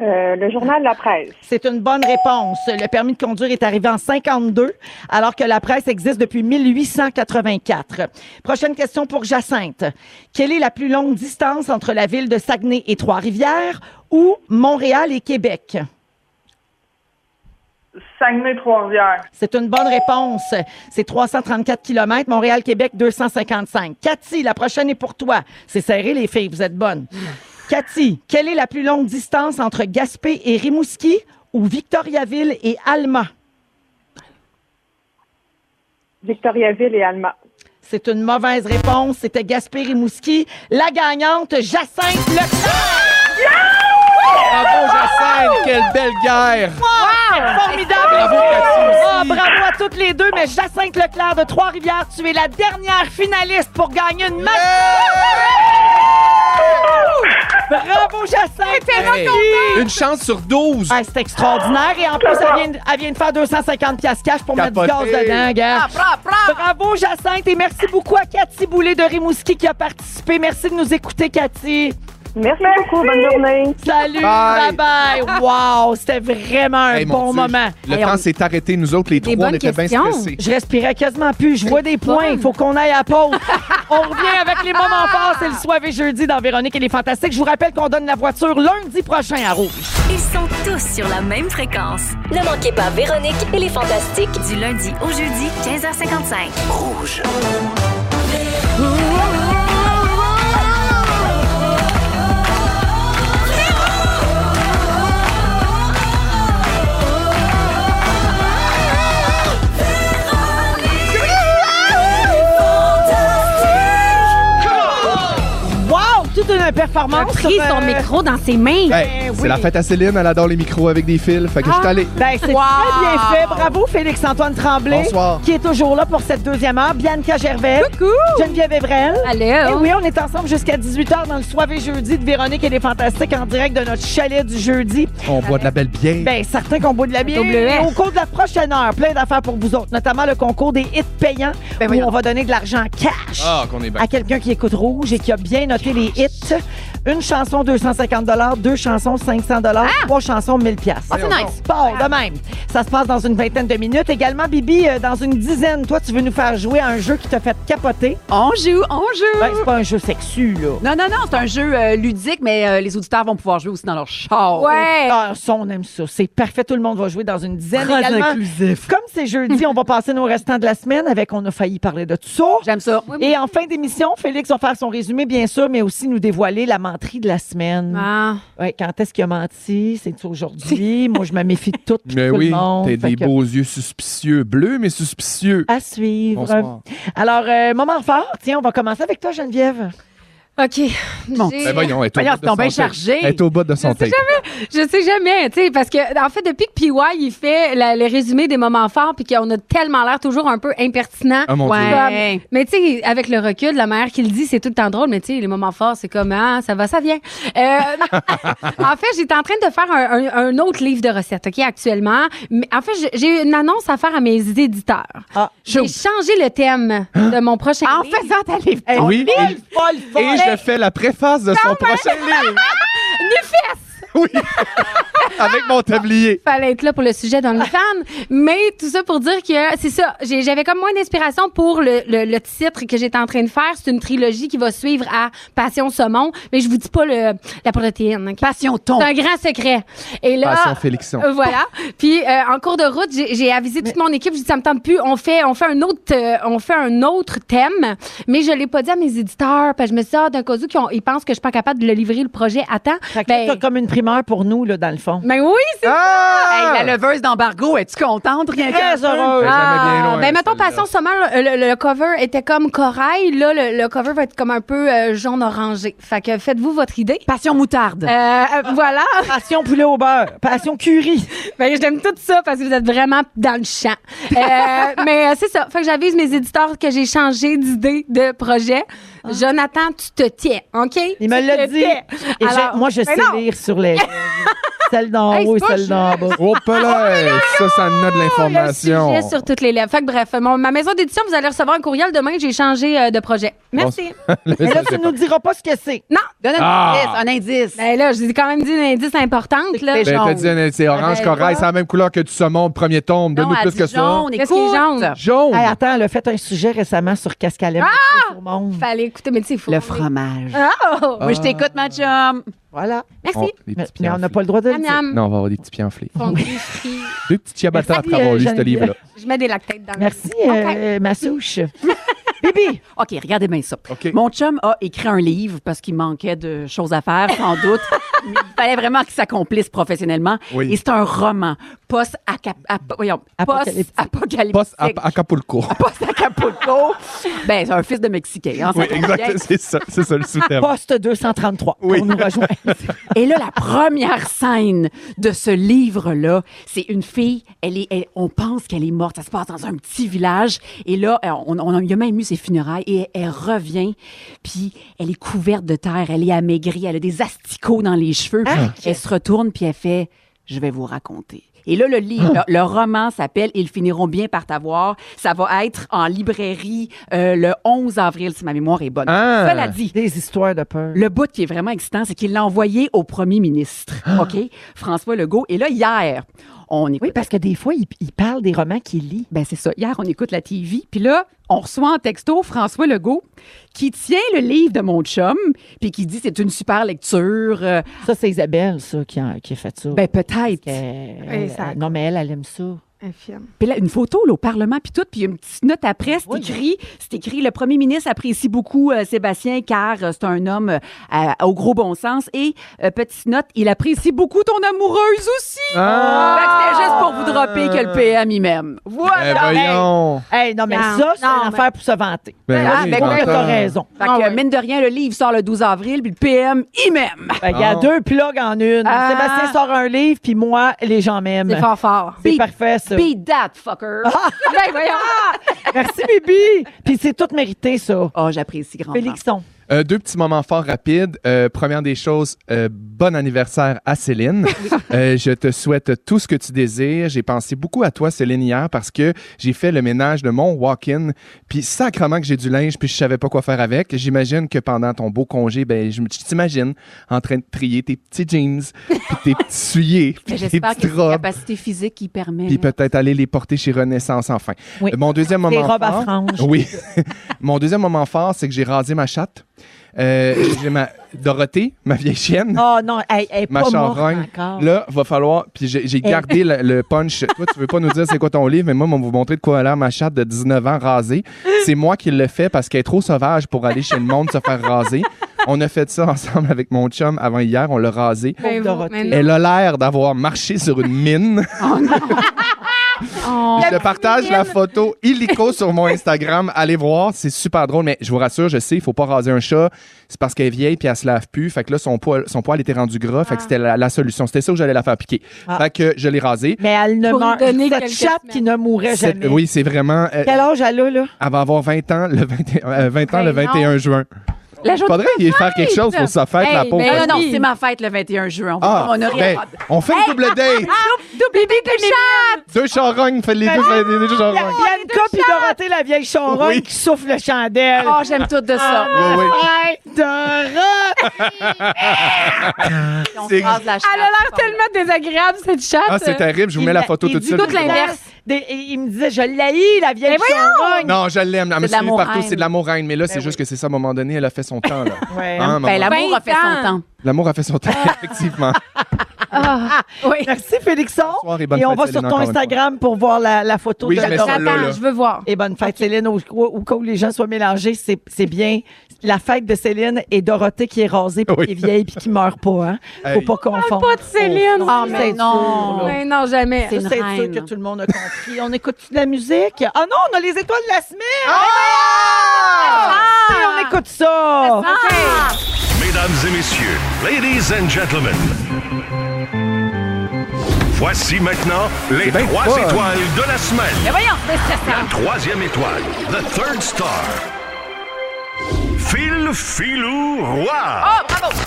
Speaker 10: Euh, le journal La Presse.
Speaker 3: C'est une bonne réponse. Le permis de conduire est arrivé en 52, alors que la presse existe depuis 1884. Prochaine question pour Jacinthe. Quelle est la plus longue distance entre la ville de Saguenay et Trois-Rivières ou Montréal et Québec?
Speaker 10: Saguenay-Trois-Rivières.
Speaker 3: C'est une bonne réponse. C'est 334 km. Montréal-Québec, 255. Cathy, la prochaine est pour toi. C'est serré, les filles. Vous êtes bonnes. Cathy, quelle est la plus longue distance entre Gaspé et Rimouski ou Victoriaville et Alma?
Speaker 10: Victoriaville et Alma.
Speaker 3: C'est une mauvaise réponse. C'était Gaspé Rimouski. La gagnante, Jacinthe Leclerc!
Speaker 4: Bravo, Jacinthe! Quelle belle guerre!
Speaker 3: Wow! Formidable!
Speaker 4: Bravo, Cathy,
Speaker 3: Ah, bravo à toutes les deux, mais Jacinthe Leclerc de Trois-Rivières, tu es la dernière finaliste pour gagner une match. Bravo, Jacinthe!
Speaker 4: Hey, Une chance sur 12!
Speaker 3: Ah, c'est extraordinaire. Et en plus, elle vient, de- elle vient de faire 250 pièces cash pour mettre du
Speaker 4: Capoté.
Speaker 3: gaz dedans, gars. Bravo, Jacinthe. Et merci beaucoup à Cathy Boulay de Rimouski qui a participé. Merci de nous écouter, Cathy.
Speaker 10: Merci, beaucoup. Bonne journée.
Speaker 3: Salut.
Speaker 4: Bye.
Speaker 3: Bye-bye. Wow, c'était vraiment un
Speaker 4: Hey, mon
Speaker 3: bon
Speaker 4: Dieu,
Speaker 3: moment.
Speaker 4: Le
Speaker 3: Hey,
Speaker 4: temps
Speaker 3: on-
Speaker 4: s'est arrêté, nous autres, les
Speaker 3: Des
Speaker 4: trois, on
Speaker 3: bonnes
Speaker 4: était bien
Speaker 3: questions.
Speaker 4: stressés.
Speaker 3: Je respirais quasiment plus. Je vois des points. Il faut qu'on aille à pause. (laughs) On revient avec les moments forts. C'est le soir et jeudi dans Véronique et les Fantastiques. Je vous rappelle qu'on donne la voiture lundi prochain à Rouge.
Speaker 7: Ils sont tous sur la même fréquence. Ne manquez pas Véronique et les Fantastiques du lundi au jeudi 15h55. Rouge.
Speaker 3: Wow! Toute une performance. Euh,
Speaker 6: Il a pris son micro dans ses mains.
Speaker 4: Hey, c'est la fête à Céline, elle adore les micros avec des fils. Fait que je suis allé.
Speaker 3: Ben, c'est
Speaker 6: Wow!
Speaker 3: très bien fait. Bravo, Félix-Antoine Tremblay.
Speaker 4: Bonsoir.
Speaker 3: Qui est toujours là pour cette deuxième heure. Bianca Gervais. Coucou! Geneviève Evrel.
Speaker 6: Allô.
Speaker 3: Et Eh oui, on est ensemble jusqu'à 18h dans le soir et jeudi de Véronique et les Fantastiques en direct de notre chalet du jeudi.
Speaker 4: On boit de la belle bière.
Speaker 3: Ben, certains qu'on boit de la bière.
Speaker 6: WS.
Speaker 3: Au cours de la prochaine heure, plein d'affaires pour vous autres, notamment le concours des hits payants où on va donner de l'argent en cash
Speaker 4: Ah, qu'on est bien.
Speaker 3: à quelqu'un qui écoute Rouge et qui a bien noté les hits. Une chanson, 250 deux chansons, 500 Trois chansons, 1000
Speaker 6: Ah, c'est nice.
Speaker 3: Bon, de même. Ça se passe dans une vingtaine de minutes. Également, Bibi, euh, dans une dizaine, toi, tu veux nous faire jouer à un jeu qui t'a fait capoter.
Speaker 5: On joue, on joue.
Speaker 3: Ben, c'est pas un jeu sexu, là.
Speaker 5: Non, non, non, c'est un jeu euh, ludique, mais euh, les auditeurs vont pouvoir jouer aussi dans leur char.
Speaker 6: Ouais.
Speaker 3: Ah, ça, on aime ça. C'est parfait. Tout le monde va jouer dans une dizaine.
Speaker 5: Très
Speaker 3: Également,
Speaker 5: inclusif.
Speaker 3: Comme c'est jeudi, on va passer nos restants de la semaine avec On a failli parler de tout ça.
Speaker 5: J'aime ça.
Speaker 3: Et en fin d'émission, Félix va faire son résumé, bien sûr, mais aussi nous dévoiler la menterie de la semaine.
Speaker 6: Ah.
Speaker 3: Ouais, quand est-ce qu'il a menti? C'est aujourd'hui? Moi, je me méfie de tout. puis de
Speaker 4: Mais
Speaker 3: tout
Speaker 4: oui,
Speaker 3: le monde.
Speaker 4: t'as
Speaker 3: Fait
Speaker 4: des
Speaker 3: que-
Speaker 4: beaux yeux suspicieux, bleus mais suspicieux.
Speaker 3: À suivre.
Speaker 4: Bonsoir.
Speaker 3: Alors, euh, moment fort. Tiens, on va commencer avec toi, Geneviève.
Speaker 6: OK.
Speaker 5: Mon
Speaker 6: J'ai-
Speaker 4: Ben voyons, elle est au bas
Speaker 5: Voyons,
Speaker 4: de
Speaker 5: c'est donc bien
Speaker 4: son texte.
Speaker 5: chargé.
Speaker 4: Elle est au bas de son
Speaker 6: sais
Speaker 4: texte.
Speaker 6: Je sais jamais, tu sais, parce que, en fait, depuis que PY, il fait la- le résumé des moments forts, puis qu'on a tellement l'air toujours un peu impertinent.
Speaker 4: Ah mon
Speaker 5: Ouais.
Speaker 4: Dieu.
Speaker 6: Comme- mais tu sais, avec le recul, la mère qui le dit, c'est tout le temps drôle, mais tu sais, les moments forts, c'est comme, ah, ça va, ça vient. Euh, (laughs) en fait, j'étais en train de faire un, un- un autre livre de recettes, OK, actuellement. Mais, en fait, j'ai- j'ai une annonce à faire à mes éditeurs.
Speaker 3: Ah,
Speaker 6: j'ai changé le thème de mon prochain
Speaker 5: En
Speaker 6: livre.
Speaker 5: faisant ta livre.
Speaker 4: Oui, et,
Speaker 3: Folle, folle.
Speaker 4: et je fais la préface de son prochain livre. Oui. Avec mon tablier.
Speaker 6: fallait être là pour le sujet dans le fan. Mais tout ça pour dire que c'est ça. j'ai- J'avais comme moins d'inspiration pour le, le- le titre que j'étais en train de faire. C'est une trilogie qui va suivre à Passion Saumon. Mais je vous dis pas le, la protéine. ok?
Speaker 5: Passion ton.
Speaker 6: C'est un grand secret. Et là,
Speaker 4: Passion Félixon.
Speaker 6: euh, Voilà. Puis euh, en cours de route, j'ai j'ai avisé toute mon équipe. J'ai dit ça me tente plus. On fait, on fait un autre, euh, on fait un autre thème. Mais je l'ai pas dit à mes éditeurs. Parce que je me suis dit ah, d'un cas où qu'ils ont- ils pensent que je suis pas capable de le livrer le projet à temps.
Speaker 3: Fait que
Speaker 6: Ben,
Speaker 3: t'as comme une primeur pour nous, là, dans le fond.
Speaker 6: ben oui, c'est
Speaker 4: Ah!
Speaker 5: Hey, la leveuse d'embargo, es-tu contente? Rien
Speaker 3: Très
Speaker 5: qu'un peu?
Speaker 3: heureuse.
Speaker 4: jamais bien loin,
Speaker 6: ben mettons
Speaker 4: celle-là.
Speaker 6: passons seulement le, le- le cover était comme corail, là le, le cover va être comme un peu euh, jaune orangé. Fait que faites-vous votre idée.
Speaker 5: Passion moutarde.
Speaker 6: Euh, euh, voilà. (laughs)
Speaker 3: Passion poulet au beurre. Passion curry.
Speaker 6: Ben, j'aime tout ça parce que vous êtes vraiment dans le champ. Euh, mais euh, c'est ça. Fait que j'avise mes éditeurs que j'ai changé d'idée de projet. Jonathan, tu te tiens, OK?
Speaker 3: Il me
Speaker 6: Tu
Speaker 3: l'a
Speaker 6: te
Speaker 3: dit.
Speaker 6: tiens.
Speaker 3: Et j'ai-
Speaker 6: Alors,
Speaker 3: moi, je
Speaker 6: ben
Speaker 3: sais
Speaker 6: non.
Speaker 3: lire sur
Speaker 6: (laughs)
Speaker 3: les. celle d'en
Speaker 6: Hey,
Speaker 3: haut et
Speaker 6: c'est pas
Speaker 3: celle d'en bas.
Speaker 4: Oh, là, ça, ça en a de
Speaker 6: Il y a le
Speaker 4: l'information.
Speaker 6: sujet sur toutes les lèvres. Fait que bref, mon- ma maison d'édition, vous allez recevoir un courriel demain. J'ai changé euh, de projet.
Speaker 4: (laughs)
Speaker 6: Merci.
Speaker 3: Mais là, tu nous diras pas ce que c'est.
Speaker 5: Donne un
Speaker 4: Ah!
Speaker 5: indice, un indice.
Speaker 6: Ben là, je vous ai quand même dit un indice important. Là.
Speaker 4: Ben,
Speaker 5: C'est
Speaker 4: t'as
Speaker 5: jaune.
Speaker 4: dit, un- c'est orange
Speaker 6: ben,
Speaker 4: corail,
Speaker 6: voilà.
Speaker 4: c'est la même couleur que du saumon, premier tombe,
Speaker 5: Non,
Speaker 4: donne-nous
Speaker 5: elle
Speaker 4: plus
Speaker 5: dit
Speaker 4: que ça.
Speaker 5: jaune,
Speaker 6: Qu'est-ce qui est
Speaker 5: écoute.
Speaker 6: jaune?
Speaker 4: Jaune!
Speaker 3: Hey, attends, elle a fait un sujet récemment sur
Speaker 6: Ah!
Speaker 3: Cascalem. au monde.
Speaker 6: Fallait écouter, mais tu sais, il faut.
Speaker 5: Le fromage.
Speaker 4: Ah.
Speaker 6: Oh!
Speaker 5: Oui, je t'écoute, ma chum.
Speaker 3: Voilà.
Speaker 6: Merci.
Speaker 4: Oh, les
Speaker 3: Mais,
Speaker 4: petits
Speaker 3: mais
Speaker 4: pieds
Speaker 3: on n'a
Speaker 4: enflés.
Speaker 3: pas le droit de le
Speaker 6: Miam,
Speaker 3: dire.
Speaker 6: miam.
Speaker 4: Non, on va avoir des petits pieds enflés.
Speaker 6: Fondue, frit.
Speaker 4: Deux petits ciabattas
Speaker 3: Merci,
Speaker 4: après avoir
Speaker 3: euh,
Speaker 4: lu ce
Speaker 3: Geneviève.
Speaker 4: livre-là.
Speaker 6: Je mets des lactates dans le-
Speaker 3: Merci, euh, ma souche. Bibi,
Speaker 5: OK, regardez bien ça.
Speaker 4: OK.
Speaker 5: Mon chum a écrit un livre parce qu'il manquait de choses à faire, sans doute. (laughs) Mais il fallait vraiment qu'il s'accomplisse professionnellement.
Speaker 4: Oui.
Speaker 5: Et c'est un roman post-apocalyptique.
Speaker 3: Apocalyptique.
Speaker 4: Poste
Speaker 5: Post-apocalyptique.
Speaker 4: à à Acapulco.
Speaker 5: Post-Acapulco. ben, c'est un fils de Mexicain. hein, ça
Speaker 4: Oui,
Speaker 5: tombe bien.
Speaker 4: exact, c'est ça, c'est ça le sous-terme.
Speaker 3: poste 233.
Speaker 4: Oui.
Speaker 3: On nous rejoint.
Speaker 5: (laughs) Et là, la première scène de ce livre-là, c'est une fille, elle est, elle- on pense qu'elle est morte. Ça se passe dans un petit village. Et là, euh, on, on, il y a même eu ses funérailles. Et elle, elle revient, puis elle est couverte de terre, elle est amaigrie, elle a des asticots dans les cheveux. Elle se retourne, puis elle fait « Je vais vous raconter ». Et là, le livre, le, le roman s'appelle « Ils finiront bien par t'avoir ». Ça va être en librairie euh, le 11 avril, si ma mémoire est bonne.
Speaker 4: Ah.
Speaker 5: Cela dit,
Speaker 3: Des histoires de peur.
Speaker 5: le bout qui est vraiment excitant, c'est qu'il l'a envoyé au premier ministre, OK? François Legault. Et là, hier, on écoute...
Speaker 3: Ah! Oui, parce que des fois, il, il parle des romans qu'il lit.
Speaker 5: Ben c'est ça. Hier, on écoute la TV, puis là, on reçoit en texto François Legault qui tient le livre de mon chum, puis qui dit c'est une super lecture. Euh,
Speaker 3: Ça, c'est Isabelle, ça, qui a, qui a fait ça.
Speaker 5: ben peut-être.
Speaker 3: Euh,
Speaker 6: Oui, ça-
Speaker 3: euh, non, mais elle, elle aime ça.
Speaker 6: Infime.
Speaker 5: Puis là, une photo là, au Parlement, puis tout, puis une petite note après, c'est écrit, c'est écrit, le premier ministre apprécie beaucoup euh, Sébastien car euh, c'est un homme euh, à- au gros bon sens. Et, euh, petite note, il apprécie beaucoup ton amoureuse aussi.
Speaker 4: (laughs) Ah!
Speaker 5: Fait que c'était juste pour vous dropper que le PM y même.
Speaker 4: Eh,
Speaker 3: ben,
Speaker 5: Voilà.
Speaker 4: voyons!
Speaker 3: Hey, non, mais
Speaker 6: Non,
Speaker 3: ça, c'est
Speaker 6: non,
Speaker 3: une
Speaker 6: mais-
Speaker 3: affaire pour se vanter.
Speaker 4: Ben
Speaker 5: Ah,
Speaker 4: oui,
Speaker 5: ben,
Speaker 3: Pour
Speaker 4: j'entends.
Speaker 3: que t'as raison.
Speaker 5: Fait que,
Speaker 6: Ah ouais.
Speaker 5: mine de rien, le livre sort le 12 avril, puis le PM, il m'aime.
Speaker 3: Ben, Il y a
Speaker 4: Ah.
Speaker 3: deux plugs en une.
Speaker 5: Ah.
Speaker 3: Sébastien sort un livre, puis moi, les gens m'aiment.
Speaker 6: C'est fort fort.
Speaker 3: C'est
Speaker 5: Beat-
Speaker 3: parfait, ça.
Speaker 5: Beat that, fucker.
Speaker 6: ben voyons.
Speaker 3: Merci, Bibi. Puis c'est tout mérité, ça.
Speaker 5: Oh, j'apprécie grandement.
Speaker 3: Félixon.
Speaker 4: Euh, deux petits moments forts rapides. Euh, première des choses, euh, bon anniversaire
Speaker 9: (laughs)
Speaker 4: à Céline. Euh, je te souhaite tout ce que tu désires. J'ai pensé beaucoup à toi, Céline, hier, parce que j'ai fait le ménage de mon walk-in. Puis sacrement que j'ai du linge, puis je savais pas quoi faire avec. J'imagine que pendant ton beau congé, ben, je me- je t'imagine en train de trier tes petits jeans, puis
Speaker 9: (laughs)
Speaker 4: tes petits souliers,
Speaker 9: Mais
Speaker 4: puis tes
Speaker 9: Ben, J'espère que
Speaker 4: petites
Speaker 9: c'est la
Speaker 4: robes.
Speaker 9: capacité physique qui permet.
Speaker 4: Puis peut-être aller les porter chez Renaissance enfin.
Speaker 9: Oui.
Speaker 4: Euh, Mon deuxième
Speaker 9: Des
Speaker 4: moment
Speaker 9: robes à
Speaker 4: fort-
Speaker 9: franges.
Speaker 4: Oui. (laughs) Mon deuxième moment fort, c'est que j'ai rasé ma chatte. Euh, j'ai ma Dorothée, ma vieille chienne.
Speaker 3: Oh non, elle, elle est
Speaker 4: Ma
Speaker 3: pas
Speaker 4: charogne,
Speaker 3: morte encore.
Speaker 4: là, va falloir. Puis j'ai
Speaker 9: Eh.
Speaker 4: j'ai
Speaker 3: Elle-
Speaker 4: gardé le, le punch. Toi, tu veux pas nous dire c'est quoi ton livre, mais moi, on va vous montrer de quoi a l'air ma chatte de 19 ans rasée. C'est moi qui le fais parce qu'elle est trop sauvage pour aller chez le monde se faire raser. On a fait ça ensemble avec mon chum avant hier. On l'a rasé.
Speaker 6: Ben, vous- mais non.
Speaker 4: Elle a l'air d'avoir marché sur une mine. (laughs)
Speaker 6: Oh.
Speaker 4: Je te partage la photo illico sur mon Instagram. Allez voir, c'est super drôle. Mais je vous rassure, je sais, il faut pas raser un chat. C'est parce qu'elle est vieille puis elle se lave plus. Fait que là, son poil, son poil était rendu gras. Fait que
Speaker 9: Ah.
Speaker 4: c'était la, la solution. C'était ça où j'allais la faire piquer.
Speaker 3: Ah.
Speaker 4: Fait que je l'ai rasée.
Speaker 3: Mais elle ne
Speaker 4: Pour lui
Speaker 3: meurt.
Speaker 4: donner
Speaker 3: Cette
Speaker 4: quelques
Speaker 3: chatte qui ne mourrait
Speaker 4: Cette-
Speaker 3: jamais.
Speaker 4: oui, c'est vraiment. euh,
Speaker 3: Quel âge elle a, là?
Speaker 4: elle va avoir 20 ans le 21, euh, 20 ans,
Speaker 3: Ben
Speaker 4: le
Speaker 3: non.
Speaker 4: 21 juin.
Speaker 9: La journée
Speaker 4: Faudrait
Speaker 9: de
Speaker 4: y faire quelque chose pour sa fête,
Speaker 9: Hey,
Speaker 4: la pauvre.
Speaker 9: ben non, non, c'est ma fête le 21 juin. On, va-
Speaker 4: Ah,
Speaker 9: on a rien.
Speaker 4: ben, on fait une double date.
Speaker 6: Ah,
Speaker 9: Double bébé
Speaker 4: Deux charognes, fait les deux, fait les deux
Speaker 3: La
Speaker 4: charognes.
Speaker 3: Bianca puis Dorothée, la vieille charogne
Speaker 4: Oui.
Speaker 3: qui souffle le chandelle.
Speaker 5: Ah.
Speaker 9: Oh, j'aime tout de ça.
Speaker 4: Oui, oui.
Speaker 3: Hey, Dorothée!
Speaker 4: C'est-
Speaker 6: Elle a l'air tellement désagréable, cette chatte.
Speaker 4: Ah, c'est terrible, je vous
Speaker 3: Il
Speaker 4: mets la
Speaker 3: m'a-
Speaker 4: photo
Speaker 3: il
Speaker 4: tout de
Speaker 3: dit
Speaker 4: suite.
Speaker 6: Tout l'inverse.
Speaker 3: Des- et il me disait, je l'haïs, la vieille charogne.
Speaker 4: Non, je l'aime. Elle
Speaker 9: de
Speaker 4: me suit
Speaker 9: l'amour
Speaker 4: partout.
Speaker 9: haine.
Speaker 4: C'est de l'amour reine. Mais là, c'est juste que c'est ça, à un moment donné, elle a fait son temps. là.
Speaker 3: Ouais.
Speaker 4: Hein, maman?
Speaker 9: Ben, l'amour a fait son
Speaker 6: 20 ans.
Speaker 9: temps.
Speaker 4: L'amour a fait son temps, effectivement.
Speaker 6: Oui.
Speaker 3: Merci, Félixon.
Speaker 4: Bonsoir et bonne
Speaker 3: on
Speaker 4: fête,
Speaker 3: va sur
Speaker 4: Céline,
Speaker 3: ton
Speaker 4: encore une
Speaker 3: Instagram pour voir la, la photo
Speaker 4: Oui,
Speaker 3: de
Speaker 4: je mets ça
Speaker 3: Dorothée.
Speaker 4: là, là.
Speaker 6: Attends, je veux voir.
Speaker 3: Et bonne fête, Céline. Au, au- au cas où les gens soient mélangés, c'est c'est bien la fête de Céline et Dorothée qui est rasée, puis
Speaker 4: Oui.
Speaker 3: qui est vieille, puis qui meurt pas. Hein? Faut
Speaker 4: Hey.
Speaker 3: pas confondre.
Speaker 6: Pas de Céline.
Speaker 9: Ah, mais non.
Speaker 6: Mais non, jamais.
Speaker 9: C'est
Speaker 3: Ça,
Speaker 9: une
Speaker 3: C'est sûr
Speaker 9: reine.
Speaker 3: que tout le monde a compris. On écoute de la musique? Ah non, on a les étoiles de la semaine! Ah! on écoute ça!
Speaker 13: Mesdames et messieurs, ladies and gentlemen. Voici maintenant les
Speaker 4: bien
Speaker 13: trois
Speaker 4: fun.
Speaker 13: étoiles de la
Speaker 9: Mais
Speaker 13: semaine.
Speaker 9: voyons, c'est stressant.
Speaker 13: Troisième étoile, the third star. Phil Filou Roy.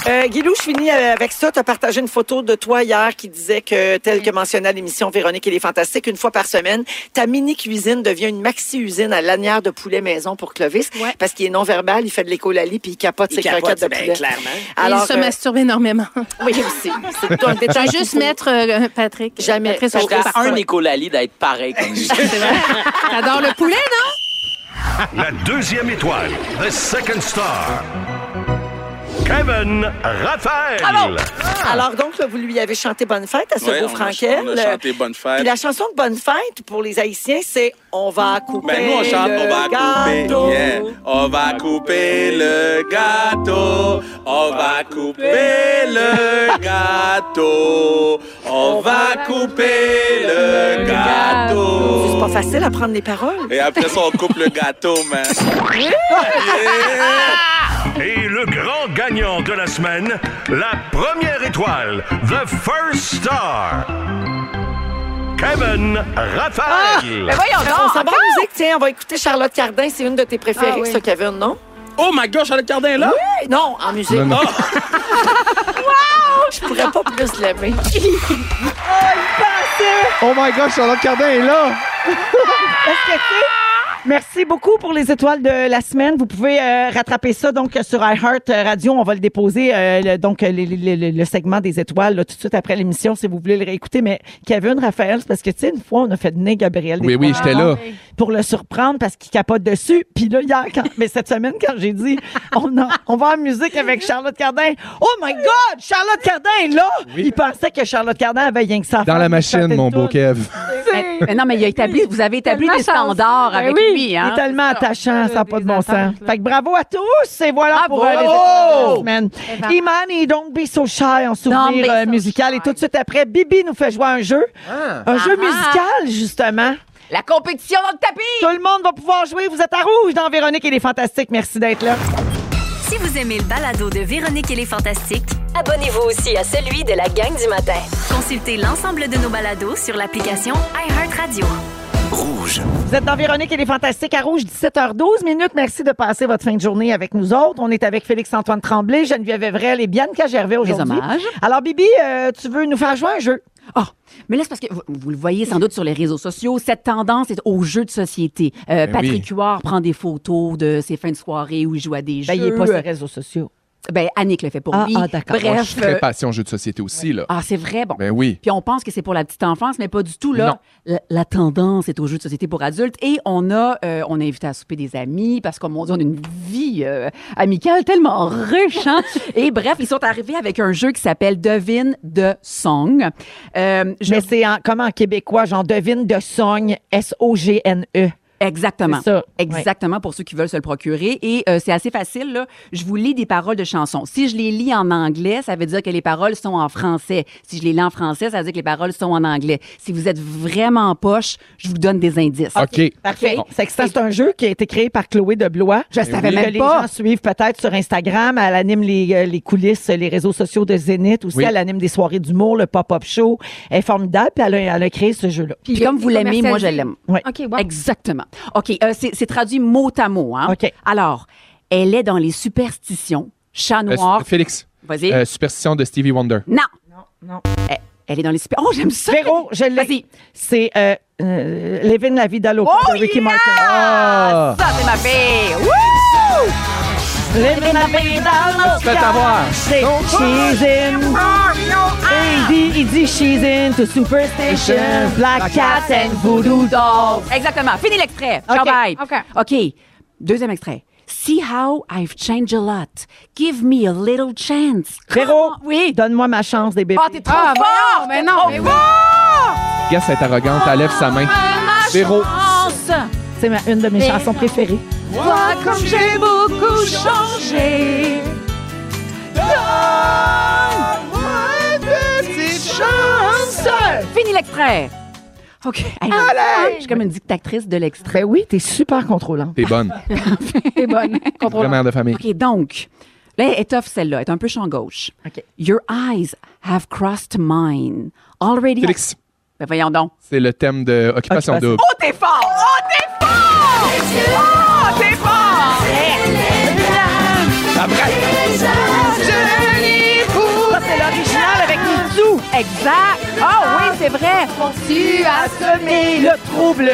Speaker 3: Euh, Guilou, je finis euh, avec ça. Tu as partagé une photo de toi hier qui disait que, tel que mentionné à l'émission Véronique et les Fantastiques, une fois par semaine, ta mini-cuisine devient une maxi-usine à lanière de poulet maison pour Clovis. Parce qu'il est non-verbal, il fait de l'écolalie puis il capote ses croquettes
Speaker 14: ben,
Speaker 3: de poulet. clairement. Alors,
Speaker 15: il se
Speaker 3: euh,
Speaker 15: masturbe énormément.
Speaker 3: oui, aussi. C'est un
Speaker 15: Je
Speaker 3: détail.
Speaker 15: vais juste mettre euh, Patrick.
Speaker 3: Jamais.
Speaker 15: Patrick
Speaker 3: Ça,
Speaker 15: au
Speaker 3: je
Speaker 15: courant.
Speaker 3: reste
Speaker 11: Un écolali d'être pareil comme lui.
Speaker 15: T'adores le poulet, non?
Speaker 13: La deuxième étoile, the second star. Kevin Raphaël.
Speaker 3: Alors donc, là, vous lui avez chanté Bonne fête à ce
Speaker 14: Ouais,
Speaker 3: beau
Speaker 14: on a-
Speaker 3: Franquel.
Speaker 14: on a chanté Bonne fête.
Speaker 3: Puis la chanson de Bonne fête pour les Haïtiens, c'est On va couper.
Speaker 14: Ben nous on chante,
Speaker 3: le
Speaker 14: on va
Speaker 3: gâteau.
Speaker 14: couper, yeah. on va couper le gâteau, on va couper le gâteau, on va couper le
Speaker 3: C'est
Speaker 14: gâteau.
Speaker 3: pas facile à prendre les paroles.
Speaker 14: Oh. Et après ça, on coupe le gâteau, man.
Speaker 13: Et le grand gagnant de la semaine, la première étoile, The First Star. Kevin Raphaël.
Speaker 3: voyons donc! On s'en va en musique, tiens, on va écouter Charlotte Cardin, c'est une de tes préférées,
Speaker 15: Ah oui.
Speaker 3: ça, Kevin, non?
Speaker 14: Oh my gosh, Charlotte Cardin est là?
Speaker 3: Eh, Non, en musique.
Speaker 4: Non, non.
Speaker 3: Je pourrais pas plus l'aimer.
Speaker 4: Oh my gosh, Charlotte Cardin est là.
Speaker 3: Merci beaucoup pour les étoiles de la semaine. Vous pouvez euh, rattraper ça donc sur iHeart Radio. On va le déposer euh, le- donc le, le- le- le segment des étoiles là, tout de suite après l'émission si vous voulez le réécouter. Mais Kevin, Raphaël, c'est parce que tu sais une fois on a fait venir Gabriel.
Speaker 4: Oui, oui,
Speaker 3: Desbois
Speaker 4: j'étais là.
Speaker 3: pour le surprendre parce qu'il capote dessus. Puis là hier, quand- mais cette semaine quand j'ai dit on, en- on va en musique avec Charlotte Cardin. Oh my God, Charlotte Cardin est là. Il pensait que Charlotte Cardin avait rien que Ah, ça. à
Speaker 4: Dans
Speaker 3: faire.
Speaker 4: la
Speaker 3: Il
Speaker 4: machine,
Speaker 3: chantait
Speaker 4: mon
Speaker 3: tout.
Speaker 4: beau Kev.
Speaker 9: Mais-
Speaker 5: Ah,
Speaker 9: mais non, mais il
Speaker 5: ben,
Speaker 9: a établi, vous avez établi
Speaker 6: Tellement
Speaker 9: des standards
Speaker 6: chanceux.
Speaker 9: avec
Speaker 6: Ben oui.
Speaker 9: lui.
Speaker 3: Il
Speaker 9: Hein?
Speaker 3: est tellement attachant, ça n'a pas de bon sens.
Speaker 6: attentes, là.
Speaker 3: Fait que bravo à tous et voilà
Speaker 9: Bravo!
Speaker 3: pour euh, les étoiles de la semaine. Imani, Don't Be So Shy en
Speaker 9: Don't Be
Speaker 3: souvenir euh,
Speaker 9: So
Speaker 3: musical. Et tout de suite après, Bibi nous fait jouer à un jeu. Un jeu musical, justement.
Speaker 9: La compétition dans le tapis!
Speaker 3: Tout le monde va pouvoir jouer. Vous êtes à rouge dans Véronique et les Fantastiques. Merci d'être là.
Speaker 7: Si vous aimez le balado de Véronique et les Fantastiques,
Speaker 8: Abonnez-vous aussi à celui de la gang du matin.
Speaker 7: consultez l'ensemble de nos balados sur l'application iHeartRadio.
Speaker 12: Rouge.
Speaker 3: Vous êtes dans Véronique et les Fantastiques à Rouge, 17h12 minutes. Merci de passer votre fin de journée avec nous autres. On est avec Félix-Antoine Tremblay, Geneviève Evrel et Bianca Gervais aujourd'hui.
Speaker 9: hommages.
Speaker 3: Alors, Bibi, euh, tu veux nous faire jouer un jeu?
Speaker 5: Ah, mais là, c'est parce que vous, vous le voyez sans doute sur les réseaux sociaux, cette tendance est aux jeux de société. Euh,
Speaker 3: Ben
Speaker 5: Patrick
Speaker 3: oui.
Speaker 5: Huard prend des photos de ses fins de soirée où il joue à des
Speaker 3: Ben,
Speaker 5: jeux.
Speaker 3: il est pas sur les réseaux sociaux.
Speaker 5: Ben, Annick le fait pour
Speaker 3: Ah,
Speaker 5: lui.
Speaker 3: ah, d'accord.
Speaker 4: Moi, je
Speaker 5: Bref.
Speaker 4: suis très
Speaker 5: euh,
Speaker 4: patient aux jeux de société aussi, là.
Speaker 5: ah, c'est vrai, bon.
Speaker 4: Ben oui.
Speaker 5: Puis on pense que c'est pour la petite enfance, mais pas du tout,
Speaker 4: Non.
Speaker 5: là. La, la tendance est aux jeux de société pour adultes. Et on a, euh, on a invité à souper des amis parce qu'on on a une vie euh, amicale tellement riche,
Speaker 4: (laughs)
Speaker 5: hein? Et bref, ils sont arrivés avec un jeu qui s'appelle Devine de Song. Euh,
Speaker 3: Mais c'est en- comme en québécois, j'en devine de sogne, S-O-G-N-E.
Speaker 5: Exactement.
Speaker 3: C'est ça.
Speaker 5: Exactement pour ceux qui veulent se le procurer. Et euh, c'est assez facile. Là. Je vous lis des paroles de chansons. Si je les lis en anglais, ça veut dire que les paroles sont en français. Si je les lis en français, ça veut dire que les paroles sont en anglais. Si vous êtes vraiment poche, je vous donne des indices.
Speaker 4: OK.
Speaker 3: Parfait. C'est excitant. C'est un jeu qui a été créé par Chloé de Blois. Je
Speaker 5: savais même
Speaker 3: que les
Speaker 5: pas.
Speaker 3: gens suivent peut-être sur Instagram. Elle anime les, euh, les coulisses, les réseaux sociaux de Zénith aussi.
Speaker 5: Oui.
Speaker 3: Elle anime des soirées d'humour, le pop-up show. Elle est formidable. Puis elle a, elle a créé ce jeu-là.
Speaker 5: Puis, comme vous l'aimez, moi, je l'aime.
Speaker 3: Oui.
Speaker 5: Exactement. OK, euh, c'est c'est traduit mot à mot. Hein? Alors, elle est dans les superstitions. Chat
Speaker 4: Euh,
Speaker 5: noir.
Speaker 4: Félix.
Speaker 5: Vas-y.
Speaker 4: Euh, superstition de Stevie Wonder.
Speaker 5: non. Non, non. Elle, elle est dans les super... Oh, j'aime ça.
Speaker 3: Véro, je l'ai. C'est euh, euh, Living la Vida Loca
Speaker 5: Oh,
Speaker 3: de Ricky
Speaker 5: yeah!
Speaker 3: Martin.
Speaker 5: Ah, Ça, c'est ma fille. Wouh!
Speaker 3: Living la Vida Loca.
Speaker 5: Faites avoir.
Speaker 3: C'est
Speaker 5: Non.
Speaker 3: She's in. Et il dit, il dit She's in to Superstition, Black Cat and Voodoo Dolls.
Speaker 5: Exactement. Fini l'extrait. Ciao,
Speaker 3: OK.
Speaker 5: bye. OK. Deuxième extrait. See how I've changed a lot. Give me a little chance.
Speaker 3: Véro, donne-moi ma chance des bébés.
Speaker 5: Ah, t'es trop
Speaker 3: Ah,
Speaker 5: fort!
Speaker 6: mais
Speaker 5: t'es
Speaker 6: non,
Speaker 5: trop
Speaker 6: mais
Speaker 5: fort!
Speaker 4: Ah, Guess est arrogante, elle lève sa main. Véro.
Speaker 5: Chance!
Speaker 3: C'est ma- une de mes chansons préférées.
Speaker 5: Vois comme j'ai beaucoup changé. Fini l'extrait. OK. Hey, Je suis comme une dictatrice de l'extrait.
Speaker 3: oui, t'es super contrôlant.
Speaker 4: T'es bonne.
Speaker 5: C'est
Speaker 6: (laughs)
Speaker 5: bonne.
Speaker 4: Vraie mère de famille.
Speaker 5: OK, donc, là, elle est tough, celle-là. Elle est un peu champ gauche.
Speaker 3: OK.
Speaker 5: Your eyes have crossed mine. Already.
Speaker 4: Félix.
Speaker 5: Ben, voyons donc.
Speaker 4: C'est le thème de Occupation,
Speaker 5: Occupation.
Speaker 4: double.
Speaker 5: Oh, t'es fort! Oh, t'es fort! Oh, t'es fort!
Speaker 3: Ça, c'est l'original avec Nidou.
Speaker 5: Exact. Oh oui, c'est vrai. Tu as semé
Speaker 3: le trouble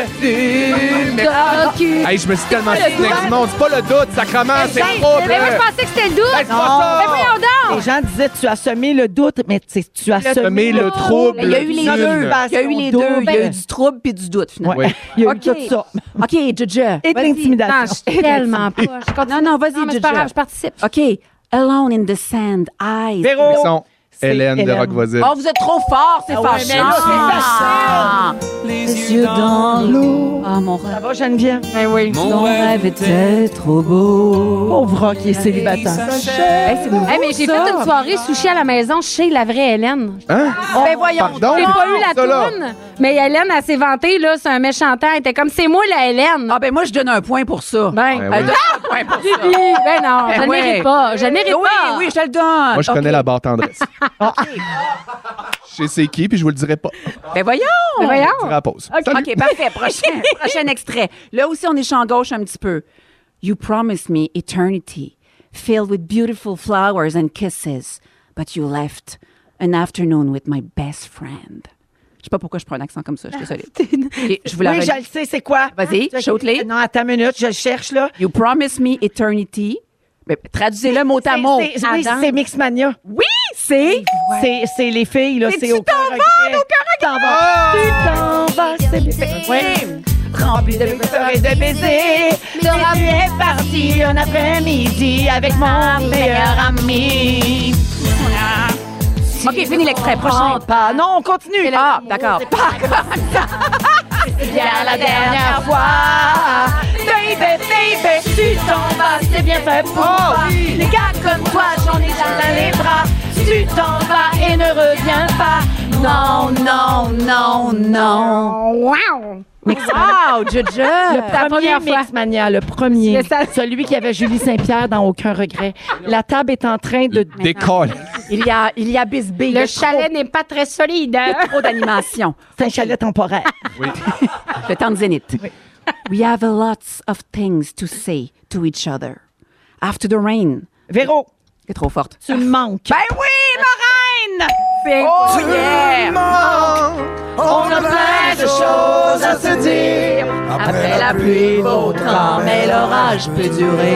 Speaker 4: Hey, je me suis tellement signé avec du monde. C'est pas le doute, sacrement, c'est le trouble.
Speaker 6: Ben, Mais moi, je pensais que c'était le doute.
Speaker 4: Ben, c'est pas ça.
Speaker 6: Mais voyons donc.
Speaker 3: Les gens disaient tu as semé le doute, mais tu sais, tu as
Speaker 4: Le
Speaker 3: semé
Speaker 4: trouble.
Speaker 3: le trouble.
Speaker 5: Il y a eu les deux. Il y a eu les deux. Il y a eu
Speaker 3: double.
Speaker 5: du trouble puis du doute, finalement.
Speaker 3: Ouais. (laughs) Il y a eu
Speaker 5: OK.
Speaker 3: tout ça.
Speaker 5: OK, Jaja.
Speaker 3: Et de
Speaker 5: Vas-y.
Speaker 3: l'intimidation.
Speaker 6: Non, je suis tellement poche.
Speaker 5: Non, non, vas-y,
Speaker 6: Non, mais c'est pas
Speaker 5: Jaja.
Speaker 6: grave, je participe.
Speaker 5: OK. Alone in the sand, eyes.
Speaker 3: Véro.
Speaker 4: Félixon, Hélène de
Speaker 3: Hélène.
Speaker 4: Rockvoisine.
Speaker 5: Oh, vous êtes trop fort, c'est
Speaker 3: Ah ouais,
Speaker 5: fâchant.
Speaker 3: mais là, c'est
Speaker 5: Ah. Les yeux dans l'eau. Ah, mon
Speaker 3: Ça
Speaker 5: rêve.
Speaker 3: va, Geneviève?
Speaker 6: Ben oui.
Speaker 5: Mon rêve était trop beau.
Speaker 3: Pauvre qui est célibataire.
Speaker 5: Hey, c'est nouveau,
Speaker 6: Eh, mais j'ai fait
Speaker 5: ça.
Speaker 6: une soirée sushi à la maison chez la vraie Hélène.
Speaker 4: Hein?
Speaker 5: Ben voyons.
Speaker 4: Pardon?
Speaker 6: J'ai pas eu la
Speaker 4: Ça, là.
Speaker 6: toune, mais Hélène, elle s'est vantée, là, c'est un méchant temps. Elle était comme, c'est moi la Hélène.
Speaker 5: Ah, ben moi, je donne un point pour ça.
Speaker 6: Ben,
Speaker 4: Ben
Speaker 5: Ah,
Speaker 4: oui.
Speaker 5: donne un (laughs) point pour ça.
Speaker 6: Bibi, ben non, je
Speaker 5: Ben
Speaker 6: ne
Speaker 5: ouais.
Speaker 6: mérite pas. Je ne mérite
Speaker 5: Oui,
Speaker 6: pas.
Speaker 5: oui, je te le donne.
Speaker 4: Moi, je
Speaker 5: OK.
Speaker 4: connais la barre tendresse. Je sais c'est qui, puis je vous le dirai pas.
Speaker 5: Ben voyons.
Speaker 6: Ben voyons.
Speaker 4: On dira à la pause. Salut.
Speaker 5: OK, parfait. Prochain,
Speaker 3: (laughs)
Speaker 5: prochain extrait. Là aussi, on est champ gauche un petit peu. You promised me eternity, filled with beautiful flowers and kisses, but you left an afternoon with my best friend. Je sais pas pourquoi je prends un accent comme ça, je suis désolée. OK, je vous la
Speaker 3: Ah, Oui,
Speaker 5: relis.
Speaker 3: je le sais, c'est quoi?
Speaker 5: Vas-y,
Speaker 3: Je-
Speaker 5: shoot-les.
Speaker 3: Non, attends une minute, je le cherche, là.
Speaker 5: You promised me eternity. Mais traduisez-le mot à mot.
Speaker 3: C'est- c'est- oui,
Speaker 5: Adam.
Speaker 3: c'est Mixmania.
Speaker 5: Oui, c'est...
Speaker 3: C'est- C'est les filles, là.
Speaker 5: Mais
Speaker 3: C'est
Speaker 5: tu
Speaker 3: au
Speaker 5: t'en
Speaker 3: cœur
Speaker 5: vas,
Speaker 4: Ah,
Speaker 3: regret.
Speaker 5: au
Speaker 3: Tu t'en vas. Tu t'en vas, c'est les filles. Ouais. Rempli de fleurs et de baisers. Je suis parti un après-midi avec mon meilleur ami.
Speaker 5: OK, fini l'extrait. Prochain.
Speaker 3: Pas. Non, on continue.
Speaker 5: Ah, d'accord.
Speaker 3: bien la dernière fois. Baby, baby, tu t'en vas, c'est bien fait pour moi. Les gars comme toi, j'en ai dans les bras. Tu t'en vas et ne reviens pas. Non, non, non, non.
Speaker 6: Wow!
Speaker 5: Wow, Jaja.
Speaker 3: Le premier
Speaker 6: première fois.
Speaker 3: Mixmania, le premier. Celui qui avait Julie Saint-Pierre dans Aucun regret. La table est en train de
Speaker 4: Décolle.
Speaker 5: Il y a, il y a Bisbee.
Speaker 6: Le chalet n'est pas très solide.
Speaker 4: (laughs)
Speaker 6: hein.
Speaker 5: Il y a trop d'animation.
Speaker 3: C'est un chalet temporaire.
Speaker 4: Oui.
Speaker 5: Le temps de zénith. We have lots of things to say to each other. After the rain.
Speaker 3: Véro.
Speaker 5: T'es trop forte.
Speaker 3: Tu me manques.
Speaker 5: Ben oui, ma reine! C'est oh, yeah!
Speaker 16: On a plein de choses à se dire. Après la pluie, beau temps, mais l'orage peut durer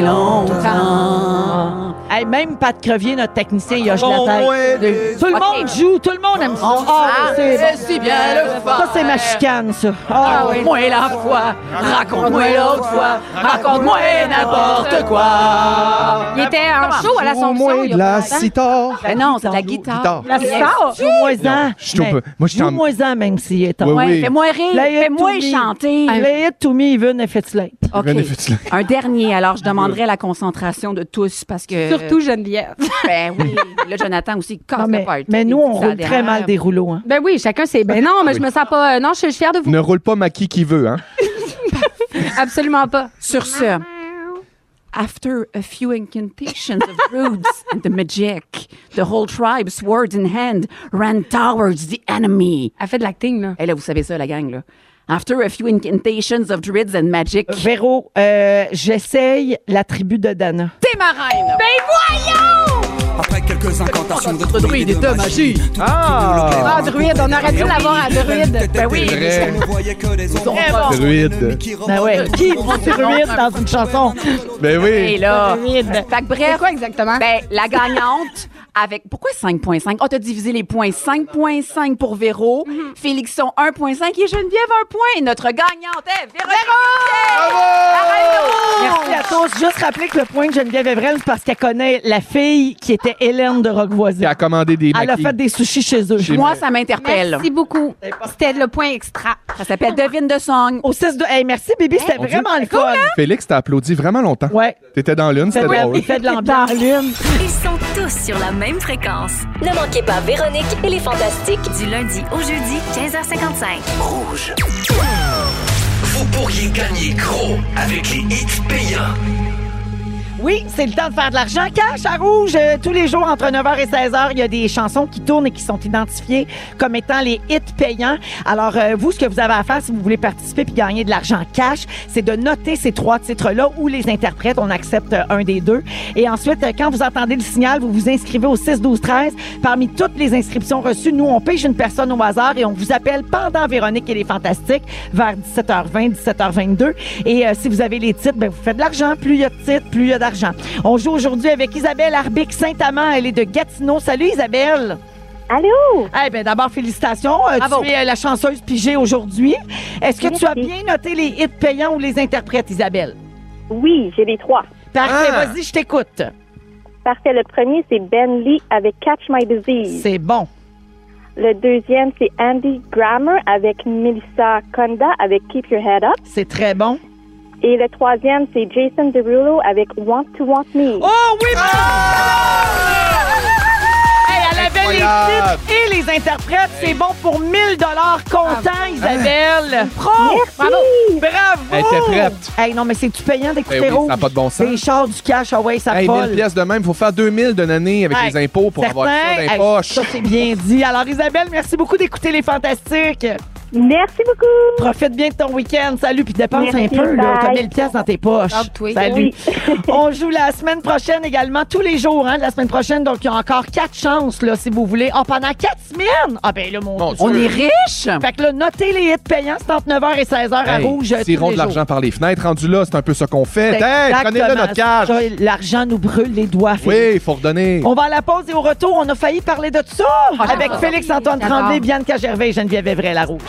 Speaker 16: longtemps.
Speaker 3: Hey, même Pat Crevier, notre technicien, il hoche la
Speaker 16: Bon,
Speaker 3: tête.
Speaker 16: ouais, des-
Speaker 3: Tout le
Speaker 16: Ok.
Speaker 3: monde joue, tout le monde aime ça.
Speaker 16: On
Speaker 3: Ah,
Speaker 16: sait
Speaker 3: c'est bon.
Speaker 16: si bien le
Speaker 3: Ça,
Speaker 16: faire.
Speaker 3: c'est ma chicane, ça. Ah, oui.
Speaker 16: Raconte-moi la fois, raconte-moi l'autre fois, raconte-moi n'importe quoi.
Speaker 6: Il était en show à l'Assomption. il y a pas longtemps.
Speaker 4: sitar.
Speaker 5: Ben non, c'est de la guitare.
Speaker 4: Guitare.
Speaker 3: La star, joue-moi-en.
Speaker 4: je suis au peu- moi, je suis en-
Speaker 3: Joue-moi-en, même s'il est temps.
Speaker 4: Oui,
Speaker 5: Ouais,
Speaker 4: oui.
Speaker 5: Fais-moi rire,
Speaker 3: Lay it
Speaker 5: fais-moi
Speaker 3: to me.
Speaker 5: chanter.
Speaker 3: Lay it to me, even if it's late.
Speaker 5: OK.
Speaker 4: René, fais-tu le-
Speaker 5: Un dernier, alors je demanderai la concentration de tous parce que.
Speaker 6: Surtout Geneviève.
Speaker 5: (laughs) Ben oui. Là, Jonathan aussi, casse
Speaker 3: Non, mais,
Speaker 5: le party.
Speaker 3: mais nous, on
Speaker 5: Ça
Speaker 3: roule
Speaker 5: dérape.
Speaker 3: très mal des rouleaux. Hein.
Speaker 6: Ben oui, chacun c'est. Ben non, mais je me sens pas. euh, Non, je suis fière de vous.
Speaker 4: Ne roule pas maquis qui veut, hein?
Speaker 6: Absolument pas.
Speaker 5: Sur ce, after a few incantations
Speaker 3: (laughs)
Speaker 5: of roots and the magic, the whole tribe, sword in hand, ran towards the enemy.
Speaker 6: Elle fait de l'acting, là.
Speaker 5: Et là, vous savez ça, la gang, là. After a few incantations of druids and magic.
Speaker 3: Véro, euh, j'essaye la tribu de Dana.
Speaker 5: T'es ma reine!
Speaker 6: Ben
Speaker 16: Après quelques incantations de
Speaker 5: druides et de magie.
Speaker 16: Ah!
Speaker 6: Ah, druide, on aurait dû l'avoir à druide.
Speaker 16: Ben oui,
Speaker 4: Vrai.
Speaker 16: je ne voyais que les ombres.
Speaker 4: Druide.
Speaker 3: Ben
Speaker 17: (laughs)
Speaker 3: ouais, qui prend ses ruines dans une chanson?
Speaker 4: Ben
Speaker 5: Et
Speaker 4: oui.
Speaker 5: là.
Speaker 6: Druide.
Speaker 5: Fait que
Speaker 6: C'est
Speaker 5: bref,
Speaker 6: quoi
Speaker 3: Ah.
Speaker 6: exactement?
Speaker 5: ben, la gagnante avec. Pourquoi 5,5? On t'a Oh, divisé les points. 5,5 pour Véro,
Speaker 3: Mhm.
Speaker 5: Félixon 1,5 et Geneviève 1 point. Et notre gagnante est Véro!
Speaker 4: Ah!
Speaker 3: Merci à tous. Juste rappeler que le point de Geneviève Evrel, c'est parce qu'elle connaît la fille qui était Hélène de
Speaker 4: Qui
Speaker 3: Roquevoisin.
Speaker 4: a commandé des
Speaker 3: Elle a
Speaker 4: maquis.
Speaker 3: fait des sushis chez eux.
Speaker 4: Chez-
Speaker 5: Moi, ça m'interpelle.
Speaker 6: Merci beaucoup. C'était le point extra.
Speaker 5: Ça s'appelle Devine de song.
Speaker 3: Au 6 de... Hey, merci, Bibi. C'était
Speaker 4: Mon Dieu.
Speaker 3: vraiment le fun.
Speaker 4: Félix, t'as applaudi vraiment longtemps.
Speaker 3: Ouais.
Speaker 4: T'étais dans l'une, c'était drôle.
Speaker 3: Il fait de l'ambiance.
Speaker 7: Ils sont tous sur la même fréquence.
Speaker 8: Ne manquez pas Véronique et les Fantastiques.
Speaker 7: Du lundi au jeudi, 15h55.
Speaker 12: Rouge. Vous pourriez gagner gros avec les hits payants.
Speaker 3: Oui, c'est le temps de faire de l'argent cash à rouge. Euh, tous les jours, entre 9h et 16h, il y a des chansons qui tournent et qui sont identifiées comme étant les hits payants. Alors, euh, vous, ce que vous avez à faire si vous voulez participer puis gagner de l'argent cash, c'est de noter ces trois titres-là ou les interprètes. On accepte euh, un des deux. Et ensuite, euh, quand vous entendez le signal, vous vous inscrivez au 6-12-13. Parmi toutes les inscriptions reçues, nous, on pêche une personne au hasard et on vous appelle pendant Véronique et les Fantastiques vers 17h20, 17h22. Et euh, si vous avez les titres, ben, vous faites de l'argent. Plus il y a de titres, plus il y a d'argent. On joue aujourd'hui avec Isabelle Arbic Saint-Amand. Elle est de Gatineau. Salut Isabelle!
Speaker 10: Allô?
Speaker 3: Eh bien, d'abord, félicitations. Euh,
Speaker 5: Bravo.
Speaker 3: tu es euh, la chanceuse pigée aujourd'hui. Est-ce que tu as bien noté les hits payants ou les interprètes, Isabelle?
Speaker 10: Oui, j'ai les trois.
Speaker 3: Parfait,
Speaker 4: Ah.
Speaker 3: vas-y, je t'écoute.
Speaker 10: Parfait. Le premier, c'est Ben Lee avec Catch My Disease.
Speaker 3: C'est bon.
Speaker 10: Le deuxième, c'est Andy Grammer avec Melissa Conda avec Keep Your Head Up.
Speaker 3: C'est très bon.
Speaker 10: Et le troisième, c'est Jason Derulo avec Want to Want Me.
Speaker 3: Oh oui! Hey, elle avait les
Speaker 4: Ah! Incroyable.
Speaker 3: titres et les interprètes. C'est bon pour 1000 dollars comptant, Isabelle. Pro! Bravo! Bravo!
Speaker 4: Ah. Elle était prête.
Speaker 3: Hey, non, mais c'est-tu payant d'écouter
Speaker 4: Ben oui,
Speaker 3: Rouge?
Speaker 4: ça n'a pas de bon sens.
Speaker 3: Les chars du cash, ah ouais, ça
Speaker 4: Hey, 1000
Speaker 3: folle.
Speaker 4: pièces de même, faut faire 2000 d'une année avec
Speaker 3: Hey,
Speaker 4: les impôts pour avoir ça dans
Speaker 3: certain.
Speaker 4: les
Speaker 3: Hey,
Speaker 4: poches.
Speaker 3: Ça, c'est bien dit. Alors, Isabelle, merci beaucoup d'écouter Les Fantastiques.
Speaker 10: Merci beaucoup.
Speaker 3: Profite bien de ton week-end. Salut, puis dépense
Speaker 10: Merci,
Speaker 3: un peu. Là,
Speaker 10: bye.
Speaker 3: t'as 1000 pièces dans tes poches.
Speaker 6: Garde-toi.
Speaker 3: Salut. (laughs) On joue la semaine prochaine également, tous les jours, hein, la semaine prochaine. Donc, il y a encore quatre chances, là, si vous voulez. Ah, pendant quatre semaines! Ah, ben là, mon
Speaker 4: Mon
Speaker 3: Dieu.
Speaker 5: On est riche!
Speaker 3: Fait que là, notez les hits payants. C'est entre 9h et 16h à
Speaker 4: Hey,
Speaker 3: Rouge. tous
Speaker 4: tirons
Speaker 3: les
Speaker 4: de
Speaker 3: jours.
Speaker 4: l'argent par les fenêtres. Rendu là, c'est un peu ça qu'on fait. Hey,
Speaker 3: Exactement.
Speaker 4: prenez-le notre cash.
Speaker 3: Ça, L'argent nous brûle les doigts.
Speaker 4: Oui,
Speaker 3: Félix.
Speaker 4: il faut redonner.
Speaker 3: On va à la pause et au retour, on a failli parler de ça avec Félix-Antoine
Speaker 6: Ah, J'adore.
Speaker 3: Tremblay, Bianca Gervais et Geneviève Evrel la Rouge.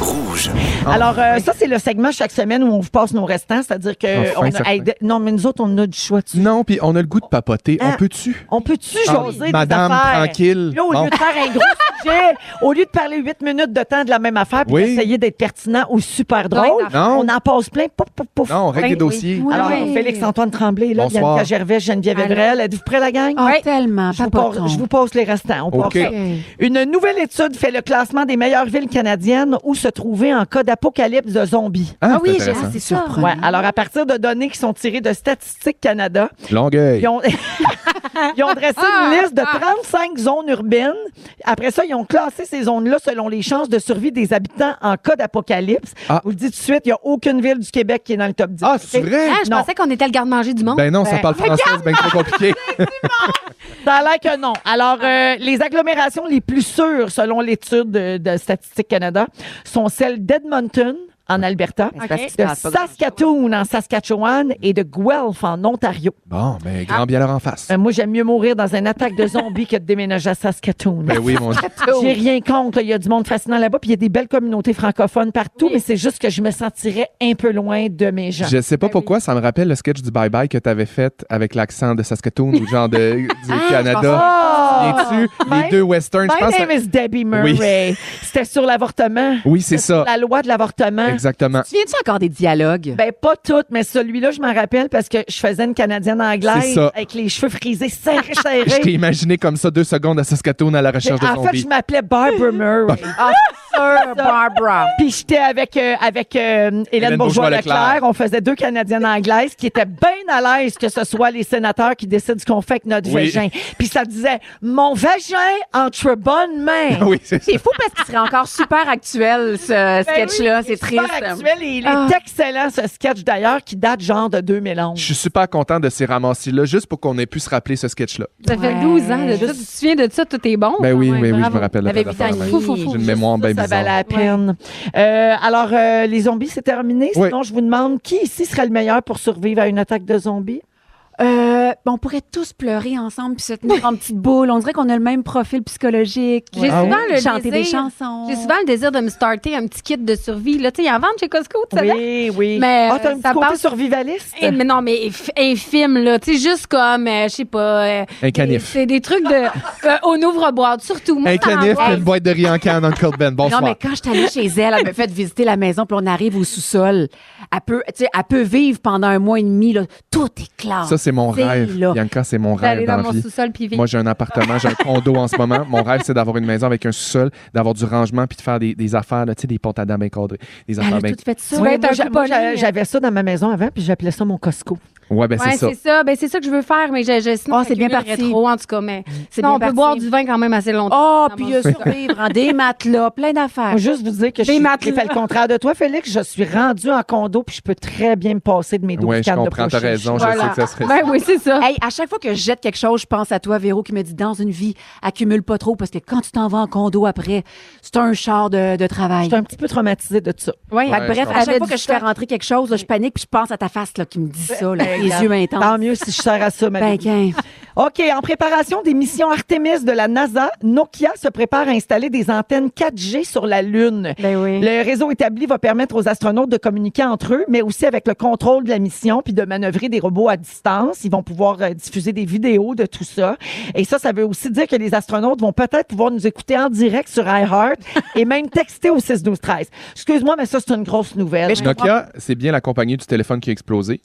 Speaker 12: Rouge.
Speaker 4: Ah.
Speaker 3: Alors, euh, ça, c'est le segment chaque semaine où on vous passe nos restants, c'est-à-dire que.
Speaker 4: Enfin,
Speaker 3: on a-
Speaker 4: certain.
Speaker 3: hey, de- non, mais nous autres, on a du choix dessus.
Speaker 4: Non, puis on a le goût de papoter.
Speaker 3: Hein?
Speaker 4: On peut-tu?
Speaker 3: On peut-tu
Speaker 4: Ah,
Speaker 3: jaser des
Speaker 4: Madame,
Speaker 3: affaires?
Speaker 4: tranquille.
Speaker 3: Là, au
Speaker 4: Bon.
Speaker 3: lieu de faire un
Speaker 4: (laughs)
Speaker 3: gros sujet, au lieu de parler huit minutes de temps de la même affaire, puis
Speaker 4: Oui.
Speaker 3: d'essayer d'être pertinent ou super drôle,
Speaker 4: Non.
Speaker 3: on en passe plein. Pouf, pouf, pouf.
Speaker 4: Non, on règle les dossiers.
Speaker 9: Oui.
Speaker 3: Alors, Félix-Antoine Tremblay, là,
Speaker 4: Bonsoir.
Speaker 3: Bianca Gervais, Geneviève
Speaker 6: Allô.
Speaker 3: Evrel, êtes-vous prêts, la gang?
Speaker 9: Ah, tellement,
Speaker 3: Je vous,
Speaker 9: papotons.
Speaker 3: pose, je vous pose les restants. On
Speaker 4: OK.
Speaker 3: part ça. Une nouvelle étude fait le classement des meilleures villes canadiennes où se trouver données en cas d'apocalypse de zombies.
Speaker 4: Ah, Ah oui, c'est j'ai- intéressant. ah, c'est surprenant.
Speaker 3: Ouais, alors, à partir de données qui sont tirées de Statistique Canada,
Speaker 4: Longueuil.
Speaker 3: ils ont, (laughs) ils ont dressé
Speaker 4: Ah.
Speaker 3: une liste de 35 zones urbaines. Après ça, ils ont classé ces zones-là selon les chances de survie des habitants en cas d'apocalypse. Vous le dites tout de suite, il n'y a aucune ville du Québec qui est dans le top 10. Ah, c'est
Speaker 4: vrai?
Speaker 6: Ah, je pensais qu'on était le garde-manger du monde.
Speaker 4: Ben non, ça parle français, c'est bien trop compliqué. (laughs)
Speaker 3: Ça a l'air que non. Alors, euh, les agglomérations les plus sûres, selon l'étude de, de Statistique Canada, sont celles d'Edmonton, en Alberta,
Speaker 4: c'est parce qu'ils
Speaker 3: de
Speaker 4: parlent pas grand-chose.
Speaker 3: Saskatoon, en Saskatchewan, et de Guelph, en Ontario.
Speaker 4: Bon, mais grand bien leur en face.
Speaker 3: Euh, moi, j'aime mieux mourir dans une attaque de zombies que de déménager à Saskatoon.
Speaker 4: Ben oui, mon
Speaker 3: J'ai rien contre. là. Il y a du monde fascinant là-bas, puis il y a des belles communautés francophones partout, mais c'est juste que je me sentirais un peu loin de mes gens.
Speaker 4: Je sais pas pourquoi, ça me rappelle le sketch du Bye Bye que t'avais fait avec l'accent de Saskatoon ou genre de, du Canada.
Speaker 3: Ah!
Speaker 4: Tu te souviens-tu? les deux westerns, je
Speaker 3: My
Speaker 4: pense.
Speaker 3: name is Debbie
Speaker 4: Oui.
Speaker 3: Murray. C'était sur l'avortement.
Speaker 4: Oui, c'est
Speaker 3: C'était sur
Speaker 4: ça.
Speaker 3: La loi de l'avortement.
Speaker 4: Exactement.
Speaker 3: Tu viens-tu encore des dialogues? Ben, pas toutes, mais celui-là, je m'en rappelle parce que je faisais une Canadienne
Speaker 4: C'est
Speaker 3: anglaise
Speaker 4: ça.
Speaker 3: avec les cheveux frisés serrés,
Speaker 4: Je t'ai
Speaker 3: serrés.
Speaker 4: imaginé comme ça deux secondes à Saskatoon à la recherche de
Speaker 3: Ah, en fait,
Speaker 4: zombies.
Speaker 3: je m'appelais
Speaker 4: (laughs)
Speaker 3: Barbara Murray. Ah, Sir Barbara. Puis j'étais avec, euh, avec euh, Hélène,
Speaker 4: Hélène
Speaker 3: Bourgeois-Leclerc.
Speaker 4: Bourgeois-Leclerc.
Speaker 3: On faisait deux Canadiennes anglaises qui étaient bien à l'aise que ce soit les sénateurs qui décident ce qu'on fait avec notre
Speaker 4: Oui.
Speaker 3: vagin. Puis ça disait « Mon vagin entre bonnes mains ».
Speaker 4: (laughs) Oui, c'est
Speaker 5: C'est fou parce qu'il serait encore super actuel, ce sketch-là.
Speaker 3: Ben oui,
Speaker 5: c'est
Speaker 3: il est
Speaker 5: triste.
Speaker 3: super actuel et il est
Speaker 5: Ah.
Speaker 3: excellent, ce sketch d'ailleurs, qui date genre de 2011.
Speaker 4: Je suis super content de ces ramassis-là, juste pour qu'on ait pu se rappeler ce sketch-là.
Speaker 6: Ça fait 12 ans. De ça. Tu te souviens de ça, tout est bon.
Speaker 4: Ben oui,
Speaker 6: Oh, quand
Speaker 4: oui,
Speaker 6: même,
Speaker 4: oui, je
Speaker 6: bravo.
Speaker 4: me rappelle. la
Speaker 6: T'avais
Speaker 4: fin
Speaker 6: huit ans
Speaker 4: d'affaires,
Speaker 6: et
Speaker 4: mais
Speaker 6: demi.
Speaker 4: J'ai une mémoire bien
Speaker 3: Ça
Speaker 4: bizarre.
Speaker 3: valait la peine. Euh, alors, euh, les zombies, c'était terminé. Sinon, je vous demande, qui ici serait le meilleur pour survivre à une attaque de zombies?
Speaker 5: Euh, ben, on pourrait tous pleurer ensemble puis se tenir en petite boule. On dirait qu'on a le même profil psychologique.
Speaker 6: J'ai
Speaker 4: Ah
Speaker 6: souvent le
Speaker 5: chanter des
Speaker 6: désir-
Speaker 5: chansons.
Speaker 6: J'ai souvent le désir de me starter un petit kit de survie. Là, tu sais, ils en vendent chez Costco, tu savais?
Speaker 3: Oui, oui.
Speaker 6: Mais
Speaker 3: Ah, t'as un
Speaker 6: euh,
Speaker 3: petit
Speaker 6: ça
Speaker 3: côté
Speaker 6: passe-
Speaker 3: survivaliste?
Speaker 6: Eh, mais non, mais inf- infime, là. Tu sais, juste comme, euh, je sais pas. euh,
Speaker 4: Un canif.
Speaker 6: C'est des trucs de. (laughs) euh, on ouvre boîte, surtout. Moi,
Speaker 4: Un
Speaker 6: ça
Speaker 4: canif,
Speaker 6: m'angoisse.
Speaker 4: une boîte de riz en canne, Uncle Ben. Bonsoir.
Speaker 5: Non, mais quand je suis allée chez elle, elle m'a fait visiter la maison, puis on arrive au sous-sol. Elle peut, tu sais, elle peut vivre pendant un mois et demi, là. Tout est clair.
Speaker 4: Ça, c'est mon rêve.
Speaker 5: là.
Speaker 4: Bianca, c'est mon
Speaker 5: D'aller
Speaker 4: rêve dans,
Speaker 5: dans
Speaker 4: la
Speaker 5: mon
Speaker 4: vie.
Speaker 5: sous-sol puis vivre.
Speaker 4: Moi, j'ai un appartement, j'ai un condo en ce moment. Mon rêve, c'est d'avoir une maison avec un sous-sol, d'avoir du rangement puis de faire des, des affaires, là, tu sais, des portes à dents bien cadrées. Des
Speaker 5: Ah,
Speaker 4: affaires bien.
Speaker 6: ça.
Speaker 3: Oui,
Speaker 6: Tu vas
Speaker 4: ben-
Speaker 5: ben-
Speaker 6: être
Speaker 3: moi,
Speaker 6: un
Speaker 3: j'a- moi,
Speaker 6: couponnier.
Speaker 3: j'a- j'avais ça dans ma maison avant, puis j'appelais ça mon Costco.
Speaker 4: Ouais, ben,
Speaker 6: Ouais,
Speaker 4: c'est ça.
Speaker 6: c'est ça. Ben, c'est ça que je veux faire, mais je, je, sinon, c'est bien parti. Rétro, en tout cas, mais
Speaker 5: C'est bien
Speaker 6: sinon, on peut
Speaker 5: parti.
Speaker 6: boire du vin quand même assez longtemps.
Speaker 5: Oh,
Speaker 6: Dans
Speaker 5: puis
Speaker 4: Ah,
Speaker 6: mon
Speaker 5: il y a
Speaker 6: sous-sol.
Speaker 5: survivre en des matelas, plein d'affaires.
Speaker 3: Faut juste vous dire que je suis- j'ai fait le contraire de toi, Félix. Je suis rendue en condo, puis je peux très bien me passer de mes 12
Speaker 4: Ouais, je
Speaker 3: cannes de
Speaker 4: comprends, t'as
Speaker 3: pochette.
Speaker 4: raison, je sais que ça
Speaker 6: Ben
Speaker 4: serait ça.
Speaker 5: oui, c'est ça. Hey, à chaque fois que je jette quelque chose, je pense à toi, Véro, qui me dit dans une vie, accumule pas trop, parce que quand tu t'en vas en condo après, c'est un char de, de travail.
Speaker 3: J'étais un petit peu traumatisée de ça. Ouais,
Speaker 5: Ouais, fait que
Speaker 3: je
Speaker 5: bref,
Speaker 3: comprends.
Speaker 5: à chaque
Speaker 3: Avec
Speaker 5: fois
Speaker 3: du
Speaker 5: que je fais rentrer quelque chose, là, je panique puis je pense à ta face là, qui me dit ça, là, les
Speaker 3: Ben,
Speaker 5: yeux intenses.
Speaker 3: Tant mieux si je sers à ça, ma
Speaker 5: (laughs) Ben,
Speaker 3: vie. OK, en préparation des missions Artemis de la NASA, Nokia se prépare à installer des antennes 4G sur la Lune.
Speaker 5: Ben.
Speaker 3: Le réseau établi va permettre aux astronautes de communiquer entre eux, mais aussi avec le contrôle de la mission, puis de manœuvrer des robots à distance. Ils vont pouvoir euh, diffuser des vidéos de tout ça. Et ça, ça veut aussi dire que les astronautes vont peut-être pouvoir nous écouter en direct sur iHeart et même texter au 6-12-13. Excuse-moi, mais ça, c'est une grosse nouvelle.
Speaker 4: Nokia, c'est bien la compagnie du téléphone qui a explosé.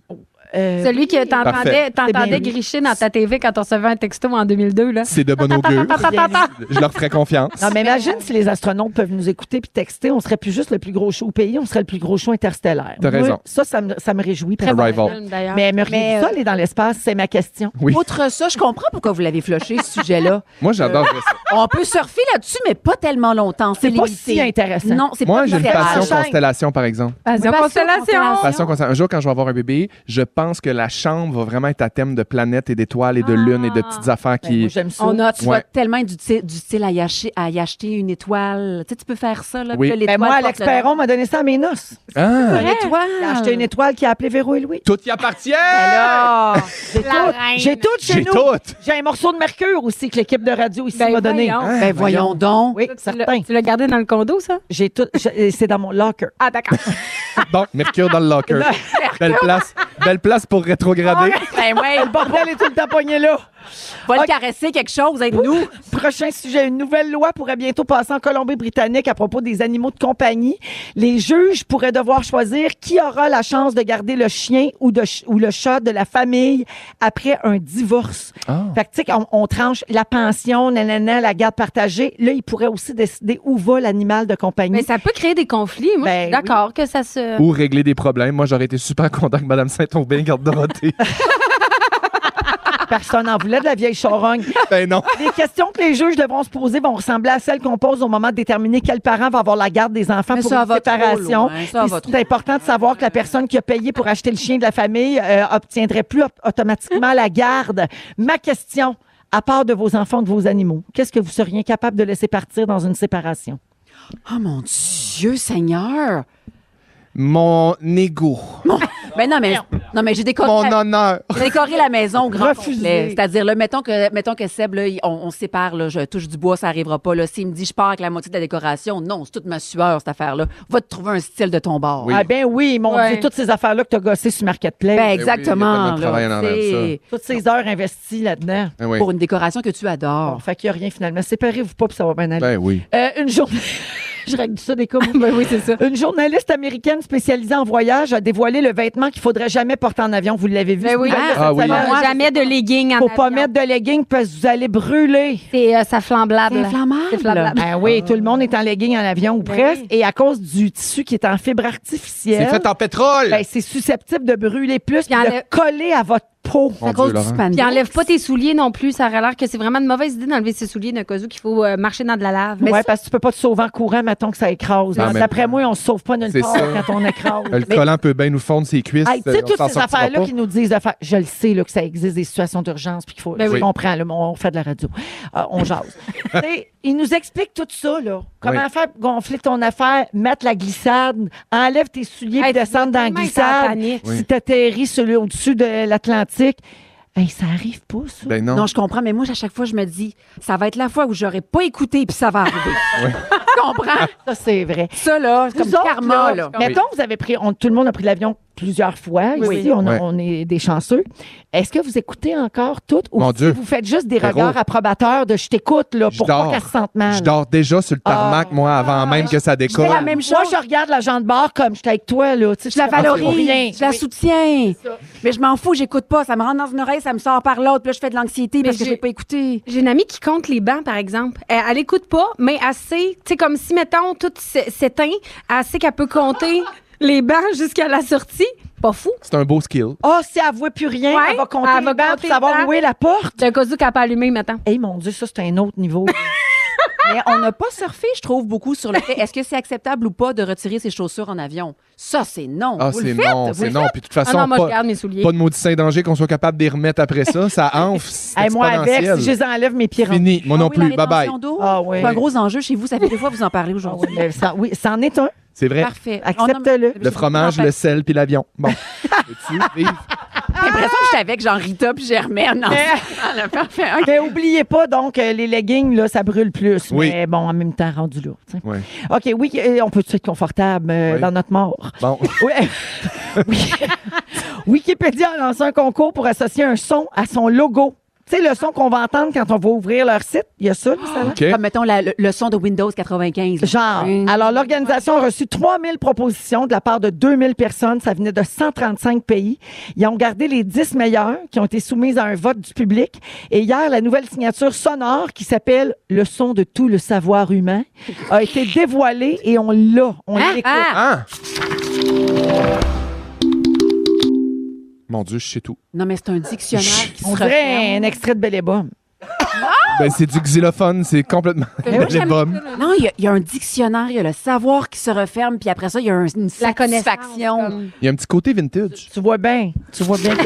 Speaker 6: Celui que
Speaker 4: Parfait.
Speaker 6: t'entendais,
Speaker 4: C'est
Speaker 6: t'entendais
Speaker 4: bien.
Speaker 6: gricher dans ta TV quand on recevait un texto en 2002, là.
Speaker 4: C'est de bon augure. je leur ferai confiance.
Speaker 3: Non, mais imagine si les astronautes peuvent nous écouter puis texter, on serait plus juste le plus gros show au pays, on serait le plus gros show interstellaire.
Speaker 4: T'as
Speaker 3: Moi,
Speaker 4: raison.
Speaker 3: Ça, ça me, ça me réjouit.
Speaker 4: Très bon
Speaker 3: personnellement.
Speaker 4: film,
Speaker 5: d'ailleurs.
Speaker 3: Mais me
Speaker 5: Mais, euh,
Speaker 3: ça, aller dans l'espace, c'est ma question.
Speaker 4: Oui.
Speaker 5: Outre ça, je comprends pourquoi vous l'avez floché, ce sujet-là.
Speaker 4: Moi, j'adore ça.
Speaker 5: On peut surfer là-dessus, mais pas tellement longtemps. C'est
Speaker 3: pas
Speaker 5: limité.
Speaker 3: si intéressant.
Speaker 5: Non, c'est
Speaker 4: Moi,
Speaker 5: pas
Speaker 4: j'ai une
Speaker 5: intéressant.
Speaker 4: passion constellation, par exemple.
Speaker 6: Passion, constellation.
Speaker 4: Passion constellation. Un jour, quand je vais avoir un bébé, je pense que la chambre va vraiment être à thème de planètes et d'étoiles et de lune et de petites affaires qui.
Speaker 5: On a, tu vas
Speaker 4: Ouais.
Speaker 5: tellement être du, ti- du style à y, acheter, à y acheter une étoile. Tu sais, tu peux faire ça, là.
Speaker 4: Oui.
Speaker 5: puis là,
Speaker 3: Mais
Speaker 5: l'étoile
Speaker 3: Ben, moi,
Speaker 5: porte
Speaker 3: Alex
Speaker 5: le nom.
Speaker 3: Perron m'a donné ça à mes noces.
Speaker 4: Ah!
Speaker 5: Une étoile.
Speaker 3: J'ai acheté une étoile qui a appelé Véro et Louis.
Speaker 4: Tout y appartient!
Speaker 6: Ah,
Speaker 3: J'ai
Speaker 5: La
Speaker 3: tout,
Speaker 5: reine.
Speaker 3: j'ai tout chez
Speaker 4: J'ai
Speaker 3: nous.
Speaker 4: tout.
Speaker 3: J'ai un morceau de mercure aussi que l'équipe de radio ici m'a donné.
Speaker 6: voyons.
Speaker 4: Ah,
Speaker 3: Hein?
Speaker 5: Ben, voyons donc.
Speaker 3: Oui, certain.
Speaker 6: Tu l'as gardé dans le condo, ça?
Speaker 3: J'ai tout. j'ai- C'est dans mon locker.
Speaker 6: Ah, d'accord.
Speaker 4: Donc, Mercure dans le locker. Belle place. Belle place pour rétrograder.
Speaker 3: (laughs) Ben ouais, le bordel est tout le temps pogné là.
Speaker 5: Va le caresser quelque chose, aide-nous.
Speaker 3: Prochain sujet, une nouvelle loi pourrait bientôt passer en Colombie-Britannique à propos des animaux de compagnie. Les juges pourraient devoir choisir qui aura la chance de garder le chien ou, de ch- ou le chat de la famille après un divorce. Fait que, tu sais, on, on tranche la pension, nanana, la garde partagée. Là, ils pourraient aussi décider où va l'animal de compagnie. Mais
Speaker 6: ça peut créer des conflits. Moi, je suis d'accord que ça se...
Speaker 4: Ou régler des problèmes. Moi, j'aurais été super content que Mme Saint-Aubin garde Dorothée.
Speaker 3: Personne n'en voulait de la vieille charogne.
Speaker 4: ben non.
Speaker 3: Les questions que les juges devront se poser vont ressembler à celles qu'on pose au moment de déterminer quel parent va avoir la garde des enfants
Speaker 5: Mais
Speaker 3: pour
Speaker 5: ça
Speaker 3: une
Speaker 5: va trop
Speaker 3: séparation.
Speaker 5: loin, ça
Speaker 3: Puis
Speaker 5: va
Speaker 3: C'est important de savoir que la personne qui a payé pour acheter le chien de la famille euh, obtiendrait plus op- automatiquement la garde. Ma question, à part de vos enfants, de vos animaux, qu'est-ce que vous seriez capable de laisser partir dans une séparation?
Speaker 5: Oh mon Dieu Seigneur!
Speaker 4: Mon égo.
Speaker 5: Ben non, mais, non, mais j'ai décoré.
Speaker 4: Mon
Speaker 5: la-
Speaker 4: honneur.
Speaker 5: J'ai décoré la maison au grand
Speaker 3: Refusé.
Speaker 5: complet. C'est-à-dire, là, mettons que, mettons que Seb, là, il- on, on se sépare, là, je touche du bois, ça arrivera pas. Là. S'il me dit, je pars avec la moitié de la décoration, non, c'est toute ma sueur, cette affaire-là. Va te trouver un style de ton bord.
Speaker 3: Ah ben oui, mon
Speaker 5: Ouais.
Speaker 3: Dieu, toutes ces affaires-là que tu as gossées sur Marketplace.
Speaker 5: Ben, exactement.
Speaker 4: il y a tellement de travail en
Speaker 5: là,
Speaker 4: arrière de ça.
Speaker 5: c'est-
Speaker 3: Toutes ces heures investies là-dedans.
Speaker 4: Ben oui.
Speaker 5: Pour une décoration que tu adores.
Speaker 3: Fait qu'il n'y a rien finalement. Séparez-vous pas, puis ça va bien aller.
Speaker 4: Ben oui.
Speaker 3: Euh, une journée. (laughs) Je règle ça des
Speaker 5: (laughs)
Speaker 3: coups.
Speaker 5: oui, c'est ça.
Speaker 3: Une journaliste américaine spécialisée en voyage a dévoilé le vêtement qu'il faudrait jamais porter en avion. Vous l'avez vu.
Speaker 6: Ben oui.
Speaker 3: c'est une nouvelle
Speaker 4: Ah
Speaker 3: cette
Speaker 4: oui.
Speaker 3: semaine.
Speaker 6: Moi, jamais de leggings en
Speaker 3: Faut pas
Speaker 6: avion.
Speaker 3: mettre de leggings parce que vous allez brûler.
Speaker 6: C'est euh, ça flambable.
Speaker 5: C'est inflammable.
Speaker 6: C'est flambable.
Speaker 3: Ben oui, tout le monde est en leggings en avion ou presque. Et à cause du tissu qui est en fibre artificielle,
Speaker 4: C'est fait en pétrole.
Speaker 3: ben, c'est susceptible de brûler plus
Speaker 6: Puis
Speaker 3: puis de
Speaker 6: enlève-
Speaker 3: coller à votre peau.
Speaker 4: Oh, Mon
Speaker 5: à
Speaker 4: Dieu,
Speaker 5: cause du
Speaker 4: Laurent.
Speaker 5: spandex.
Speaker 6: Puis enlève pas tes souliers non plus. Ça aurait l'air que c'est vraiment une mauvaise idée d'enlever ses souliers d'un cas où qu'il faut euh, marcher dans de la lave.
Speaker 3: ouais, parce que tu peux pas te sauver en courant, mettons que ça écrase.
Speaker 4: Non, mais-
Speaker 3: D'après moi, on se sauve pas nulle
Speaker 4: C'est
Speaker 3: part
Speaker 4: ça.
Speaker 3: quand on écrase.
Speaker 4: Euh, Le
Speaker 3: Mais-
Speaker 4: collant peut bien nous fondre ses cuisses. euh,
Speaker 3: Hey, tu sais,
Speaker 4: on
Speaker 3: toutes
Speaker 4: s'en
Speaker 3: ces
Speaker 4: sortira
Speaker 3: affaires-là
Speaker 4: pas.
Speaker 3: qui nous disent de faire. Je le sais, là, que ça existe des situations d'urgence, puis qu'il faut.
Speaker 6: Ben
Speaker 3: je
Speaker 6: oui.
Speaker 3: comprends, là, mais on fait de la radio. Euh, on
Speaker 4: (laughs)
Speaker 3: jase. Tu sais, ils nous expliquent tout ça, là. Comment
Speaker 4: Oui.
Speaker 3: faire pour gonfler ton affaire, mettre la glissade, enlève tes souliers, puis
Speaker 6: Hey, tu
Speaker 3: descendre
Speaker 6: dois
Speaker 3: dans la
Speaker 6: tellement être en
Speaker 3: glissade.
Speaker 6: panique.
Speaker 3: Si t'atterris sur le- au-dessus de l'Atlantique. Hey, ça arrive pas, ça.
Speaker 4: Ben non.
Speaker 5: Non, je comprends, mais moi, à chaque fois, je me dis, ça va être la fois où j'aurais pas écouté, puis ça va arriver. (laughs) Tu comprends?
Speaker 3: Ça, c'est vrai.
Speaker 5: Ça, là, c'est comme
Speaker 3: Vous autres,
Speaker 5: karma, là.
Speaker 3: Mettons, vous avez pris, on- tout le monde a pris l'avion plusieurs fois.
Speaker 5: Ah Oui.
Speaker 3: Ici, on, a-
Speaker 4: Ouais.
Speaker 3: on est des chanceux. Est-ce que vous écoutez encore toutes ou
Speaker 4: Mon
Speaker 3: si
Speaker 4: Dieu.
Speaker 3: vous faites juste des
Speaker 4: Véro.
Speaker 3: regards approbateurs de je t'écoute là,
Speaker 4: Je
Speaker 3: pour
Speaker 4: dors.
Speaker 3: pas qu'elle se sente mal?
Speaker 4: Je dors déjà sur le tarmac, moi, avant même que ça
Speaker 5: C'est
Speaker 4: décolle.
Speaker 5: la même
Speaker 3: Moi,
Speaker 5: chose.
Speaker 3: je regarde la jambe barre comme j'étais avec toi. Là. Tu sais,
Speaker 5: Je la
Speaker 3: rien.
Speaker 5: valorise, je la soutiens.
Speaker 3: ça.
Speaker 5: Mais je m'en fous, j'écoute pas. Ça me rentre dans une oreille, ça me sort par l'autre. Puis là, je fais de l'anxiété parce que
Speaker 6: j'ai-
Speaker 5: j'ai pas écouté.
Speaker 6: J'ai une amie qui compte les bancs, par exemple. Elle, elle écoute pas, mais elle sait, tu sais, comme si, mettons, tout s- s'éteint, elle sait qu'elle
Speaker 17: (laughs)
Speaker 6: peut compter les bancs jusqu'à la sortie. Pas fou.
Speaker 4: C'est un beau skill.
Speaker 5: Oh,
Speaker 3: Ah, si elle voit plus rien,
Speaker 6: Ouais,
Speaker 3: elle va compter
Speaker 6: elle va
Speaker 3: les bancs
Speaker 6: compter
Speaker 3: pour savoir
Speaker 5: Hein?
Speaker 6: les
Speaker 3: où est la porte.
Speaker 6: C'est un cas où qu'elle a pas allumé, maintenant.
Speaker 3: Hey, mon Dieu, ça, c'est un autre niveau.
Speaker 5: (laughs) Mais on n'a pas surfé, je trouve, beaucoup sur le fait est-ce que c'est acceptable ou pas de retirer ses chaussures en avion? Ça, c'est non.
Speaker 4: Ah,
Speaker 5: Vous le
Speaker 4: c'est
Speaker 5: faites?
Speaker 4: non,
Speaker 5: Vous
Speaker 4: c'est
Speaker 5: le
Speaker 4: non.
Speaker 5: faites?
Speaker 4: Puis de toute
Speaker 6: Ah
Speaker 4: façon,
Speaker 6: non, moi, je
Speaker 4: pas,
Speaker 6: garde mes souliers.
Speaker 4: pas de maudit saint danger qu'on soit capable de les remettre après ça.
Speaker 5: (laughs)
Speaker 4: Ça enfle, (laughs) c'est
Speaker 3: Hey, moi, avec,
Speaker 4: exponentiel.
Speaker 3: si je les enlève, mes pieds rentrent.
Speaker 4: Fini, moi
Speaker 5: Ah
Speaker 4: non
Speaker 5: oui, la
Speaker 4: plus. Bye bye.
Speaker 5: rétention d'eau,
Speaker 3: Ah oui.
Speaker 5: C'est un gros enjeu chez vous. Ça fait deux fois que vous en parlez
Speaker 3: Ah oui,
Speaker 5: aujourd'hui.
Speaker 3: (laughs) mais ça- oui, c'en est un.
Speaker 4: C'est vrai.
Speaker 5: Parfait.
Speaker 3: Accepte-le.
Speaker 4: Le fromage, le sel, puis l'avion.
Speaker 5: (laughs)
Speaker 4: Bon. Veux-tu vivre?
Speaker 5: J'ai l'impression que je suis avec Jean-Rita puis Germaine. (laughs)
Speaker 3: Mais-
Speaker 5: ensemble. Parfait. ok.
Speaker 3: (laughs) Mais oubliez pas, donc, euh, les leggings, là, ça brûle plus.
Speaker 4: Oui.
Speaker 3: Mais bon, en même temps, rendu lourd. tu sais.
Speaker 4: Ouais.
Speaker 3: OK, oui, euh, on peut être confortable euh,
Speaker 4: Oui.
Speaker 3: dans notre mort.
Speaker 4: Bon.
Speaker 5: (laughs)
Speaker 3: Ouais. (laughs) Oui. Wikipédia a lancé un concours pour associer un son à son logo. Tu sais, le son qu'on va entendre quand on va ouvrir leur site. Il y a ça,
Speaker 4: (gasps)
Speaker 3: ça
Speaker 4: OK.
Speaker 5: Comme, mettons, la- le, le son de Windows 95. là.
Speaker 3: Genre.
Speaker 5: Oui.
Speaker 3: Alors, l'organisation a reçu 3000 propositions de la part de 2000 personnes. Ça venait de 135 pays. Ils ont gardé les 10 meilleures qui ont été soumises à un vote du public. Et hier, la nouvelle signature sonore qui s'appelle Le son de tout le savoir humain a été dévoilée et on l'a. On
Speaker 6: Ah,
Speaker 3: l'écoute.
Speaker 4: Hein? Mon Dieu, je sais tout.
Speaker 5: Non, mais c'est un dictionnaire qui
Speaker 3: On
Speaker 5: se
Speaker 3: dirait un
Speaker 5: referme.
Speaker 3: extrait de Bellébum.
Speaker 4: Ben, c'est du xylophone, c'est complètement
Speaker 5: Mais moi,
Speaker 4: des
Speaker 5: j'aime
Speaker 4: bombes.
Speaker 5: Non, il y a- il y, a un dictionnaire, il y a le savoir qui se referme, puis après ça, il y a un- une
Speaker 17: Ah,
Speaker 5: satisfaction.
Speaker 6: La connaissance, comme-
Speaker 4: Il y a un petit côté vintage.
Speaker 3: Tu vois bien. Tu vois bien que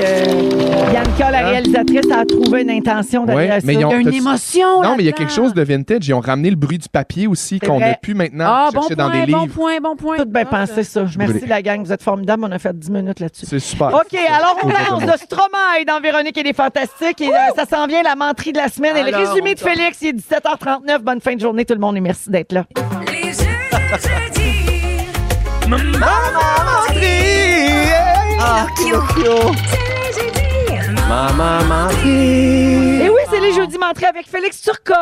Speaker 3: Bianca,
Speaker 17: Hein?
Speaker 3: la réalisatrice, a trouvé une intention derrière
Speaker 4: Ouais, mais
Speaker 3: ça.
Speaker 4: ils ont-
Speaker 5: Il y a une
Speaker 4: T'as-tu-
Speaker 5: émotion.
Speaker 4: Non, mais il y a
Speaker 5: là-dedans.
Speaker 4: quelque chose de vintage. Ils ont ramené le bruit du papier aussi
Speaker 3: C'est
Speaker 4: qu'on
Speaker 3: vrai.
Speaker 4: n'a plus maintenant.
Speaker 5: Ah,
Speaker 4: chercher
Speaker 5: bon point,
Speaker 4: dans des
Speaker 5: bon
Speaker 4: livres.
Speaker 5: point, bon point.
Speaker 3: Tout bien pensé, ça. Merci,
Speaker 4: brûlé.
Speaker 3: la gang. Vous êtes formidables. On a fait 10 minutes là-dessus.
Speaker 4: C'est
Speaker 5: Oh,
Speaker 4: super.
Speaker 3: OK, alors on
Speaker 4: Au revoir.
Speaker 3: lance le Stromae dans Véronique et les Fantastiques. Et euh, ça s'en vient, la menterie de la semaine. et le
Speaker 5: Alors,
Speaker 3: résumé de
Speaker 5: on-
Speaker 3: Félix, il est 17h39. Bonne fin de journée, tout le monde, et merci d'être là.
Speaker 7: Les jeux de jeudi.
Speaker 4: Maman, André!
Speaker 17: Ah,
Speaker 7: Pinocchio. C'est les jeudis.
Speaker 14: Maman, maman.
Speaker 3: Et oui, c'est les jeudis mentrés avec Félix Turcotte.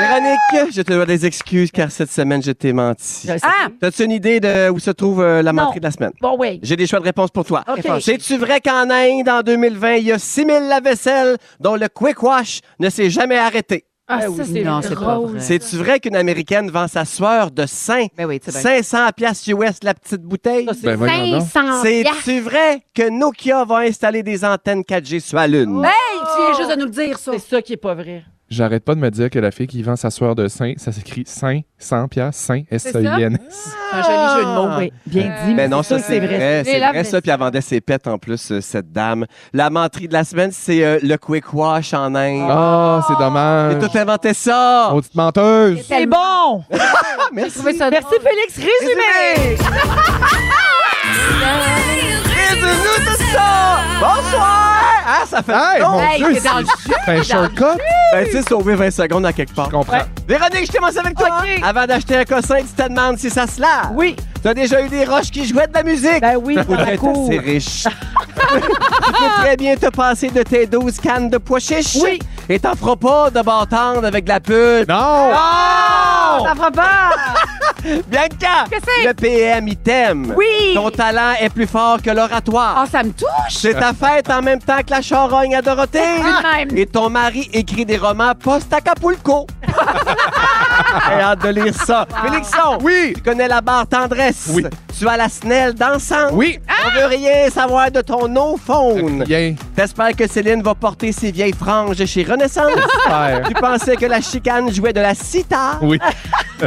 Speaker 17: Véronique, je te dois des excuses car cette semaine, je t'ai menti.
Speaker 3: Je le sais.
Speaker 5: Ah,
Speaker 17: T'as-tu une idée de où se trouve euh, la mentrée de la semaine?
Speaker 3: Bon, oui.
Speaker 17: J'ai des choix de réponse pour toi.
Speaker 3: Ok.
Speaker 17: C'est-tu vrai qu'en Inde, en 2020, il y a 6000 lave-vaisselle dont le quick wash ne s'est jamais arrêté?
Speaker 6: Ah, ça, c'est
Speaker 17: Non, c'est pas vrai. C'est-tu vrai qu'une Américaine vend sa sueur de sein?
Speaker 5: oui,
Speaker 6: c'est bien.
Speaker 17: 500 piastres US la petite bouteille?
Speaker 4: Ben, voyons donc. 500
Speaker 17: C'est-tu vrai que Nokia va installer des antennes 4G sur la Lune?
Speaker 5: Hey, tu viens juste de nous le dire, ça.
Speaker 3: C'est ça qui est pas vrai.
Speaker 4: J'arrête pas de me dire que la fille qui vend sa soeur de sein, ça s'écrit sain, 100 piastres, sain, s i n
Speaker 3: Un joli jeu de mots, oui. Bien
Speaker 17: Mais
Speaker 3: dit.
Speaker 17: Ah. Ben non, ça,
Speaker 3: sûr que
Speaker 17: c'est vrai.
Speaker 3: Les
Speaker 17: C'est vrai,
Speaker 3: lave-vaisselle.
Speaker 17: ça. Puis elle vendait ses pets en plus, euh, cette dame. La menterie de la semaine, c'est euh, le quick wash en Inde.
Speaker 4: Ah, c'est dommage.
Speaker 17: Et tout inventé ça.
Speaker 4: Maudite menteuse.
Speaker 3: C'est bon!
Speaker 17: Ah, Merci.
Speaker 3: Merci, Félix. Résumé!
Speaker 17: Résumé tout ça! Bonsoir! Ah, ça fait
Speaker 4: Hey,
Speaker 17: long.
Speaker 4: mon Dieu, c'est c'est un shortcut.
Speaker 17: Ben, tu sais, sauver 20 secondes à quelque part.
Speaker 4: Je comprends.
Speaker 17: Véronique, je commence avec toi. Ah, Avant d'acheter un cossin, tu te demandes si ça se lave.
Speaker 3: Oui.
Speaker 17: T'as déjà eu des roches qui jouaient de la musique.
Speaker 3: Ben oui,
Speaker 17: Tu
Speaker 3: dans la
Speaker 17: pourrais être
Speaker 3: cour.
Speaker 17: assez riche. (laughs) tu peux très bien te passer de tes 12 cannes de pois chiches.
Speaker 3: Oui.
Speaker 17: Et t'en feras pas de bâtande avec de la pute.
Speaker 4: Non!
Speaker 17: Non!
Speaker 3: Ça fera
Speaker 4: (laughs)
Speaker 3: pas!
Speaker 17: Bianca! Le PM, il t'aime.
Speaker 5: Oui.
Speaker 17: Ton talent est plus fort que l'oratoire.
Speaker 5: Ah, ça me touche.
Speaker 17: C'est ta fête en même temps que la charogne à Dorothée. Et ton mari écrit des romans post-Acapulco. (laughs) J'ai hâte de lire ça. Félixon,
Speaker 4: Oui.
Speaker 17: tu connais la barre tendresse.
Speaker 4: Oui.
Speaker 17: Tu as la snelle d'ensemble.
Speaker 4: Oui.
Speaker 17: On veut rien savoir de ton no phone.
Speaker 4: Bien.
Speaker 17: T'espères que Céline va porter ses vieilles franges chez Renaissance.
Speaker 4: Super.
Speaker 17: tu pensais que la chicane jouait de la sitar.
Speaker 4: Oui.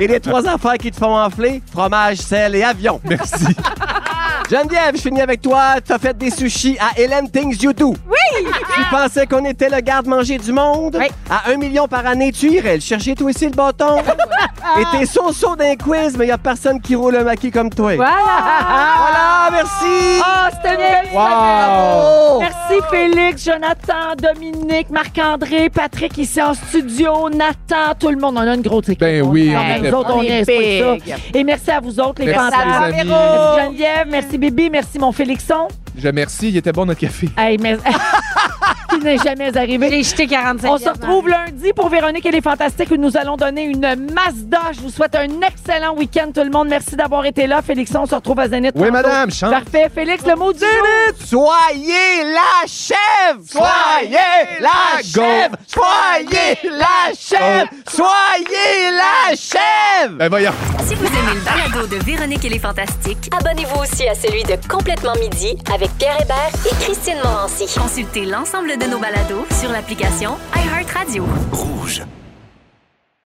Speaker 17: Et les trois affaires qui te font enfler, fromage, sel et avion.
Speaker 4: Merci.
Speaker 17: (laughs) Geneviève, je finis avec toi. T'as fait des sushis à Hélène Things You Do. Oui! Tu pensais qu'on était le garde-manger du monde?
Speaker 3: Oui.
Speaker 17: À un million par année, tu irais le chercher toi aussi le bâton. Et t'es so-so d'un quiz, mais y a personne qui roule un maquis comme toi. Voilà, merci!
Speaker 3: Ah, c'était une belle
Speaker 4: Wow.
Speaker 3: semaine. Merci Félix, Jonathan, Dominique, Marc-André, Patrick ici en studio, Nathan, tout le monde. On a une grosse équipe.
Speaker 4: Ben
Speaker 3: On
Speaker 4: oui,
Speaker 3: est
Speaker 4: on
Speaker 3: en-
Speaker 4: était-
Speaker 3: nous autres, on
Speaker 5: on est
Speaker 3: est pas
Speaker 5: big.
Speaker 3: ça. Et merci à vous autres, les
Speaker 4: Merci,
Speaker 3: fantasmes.
Speaker 4: les amis.
Speaker 3: Merci Geneviève, merci Bibi, merci mon Félixon.
Speaker 4: Je remercie. Il était bon, notre café.
Speaker 3: Hey, mais... (laughs) Qui n'est jamais arrivé.
Speaker 6: J'ai jeté 45
Speaker 3: On se retrouve lundi pour Véronique et les Fantastiques où nous allons donner une Mazda. Je vous souhaite un excellent week-end, tout le monde. Merci d'avoir été là. Félixon, on se retrouve à Zénith.
Speaker 4: Oui,
Speaker 3: tantôt.
Speaker 4: madame, chante.
Speaker 3: Parfait. Félix, le mot du jour.
Speaker 17: Soyez la chèvre! Soyez la chèvre! Soyez la chèvre! Soyez la chèvre!
Speaker 4: Ben voyons.
Speaker 7: Si vous aimez le balado de Véronique et les Fantastiques,
Speaker 8: Abonnez-vous aussi à celui de Complètement Midi avec Pierre Hébert et Christine Morancy.
Speaker 7: consultez l'ensemble de nos balados sur l'application iHeartRadio.
Speaker 12: Rouge.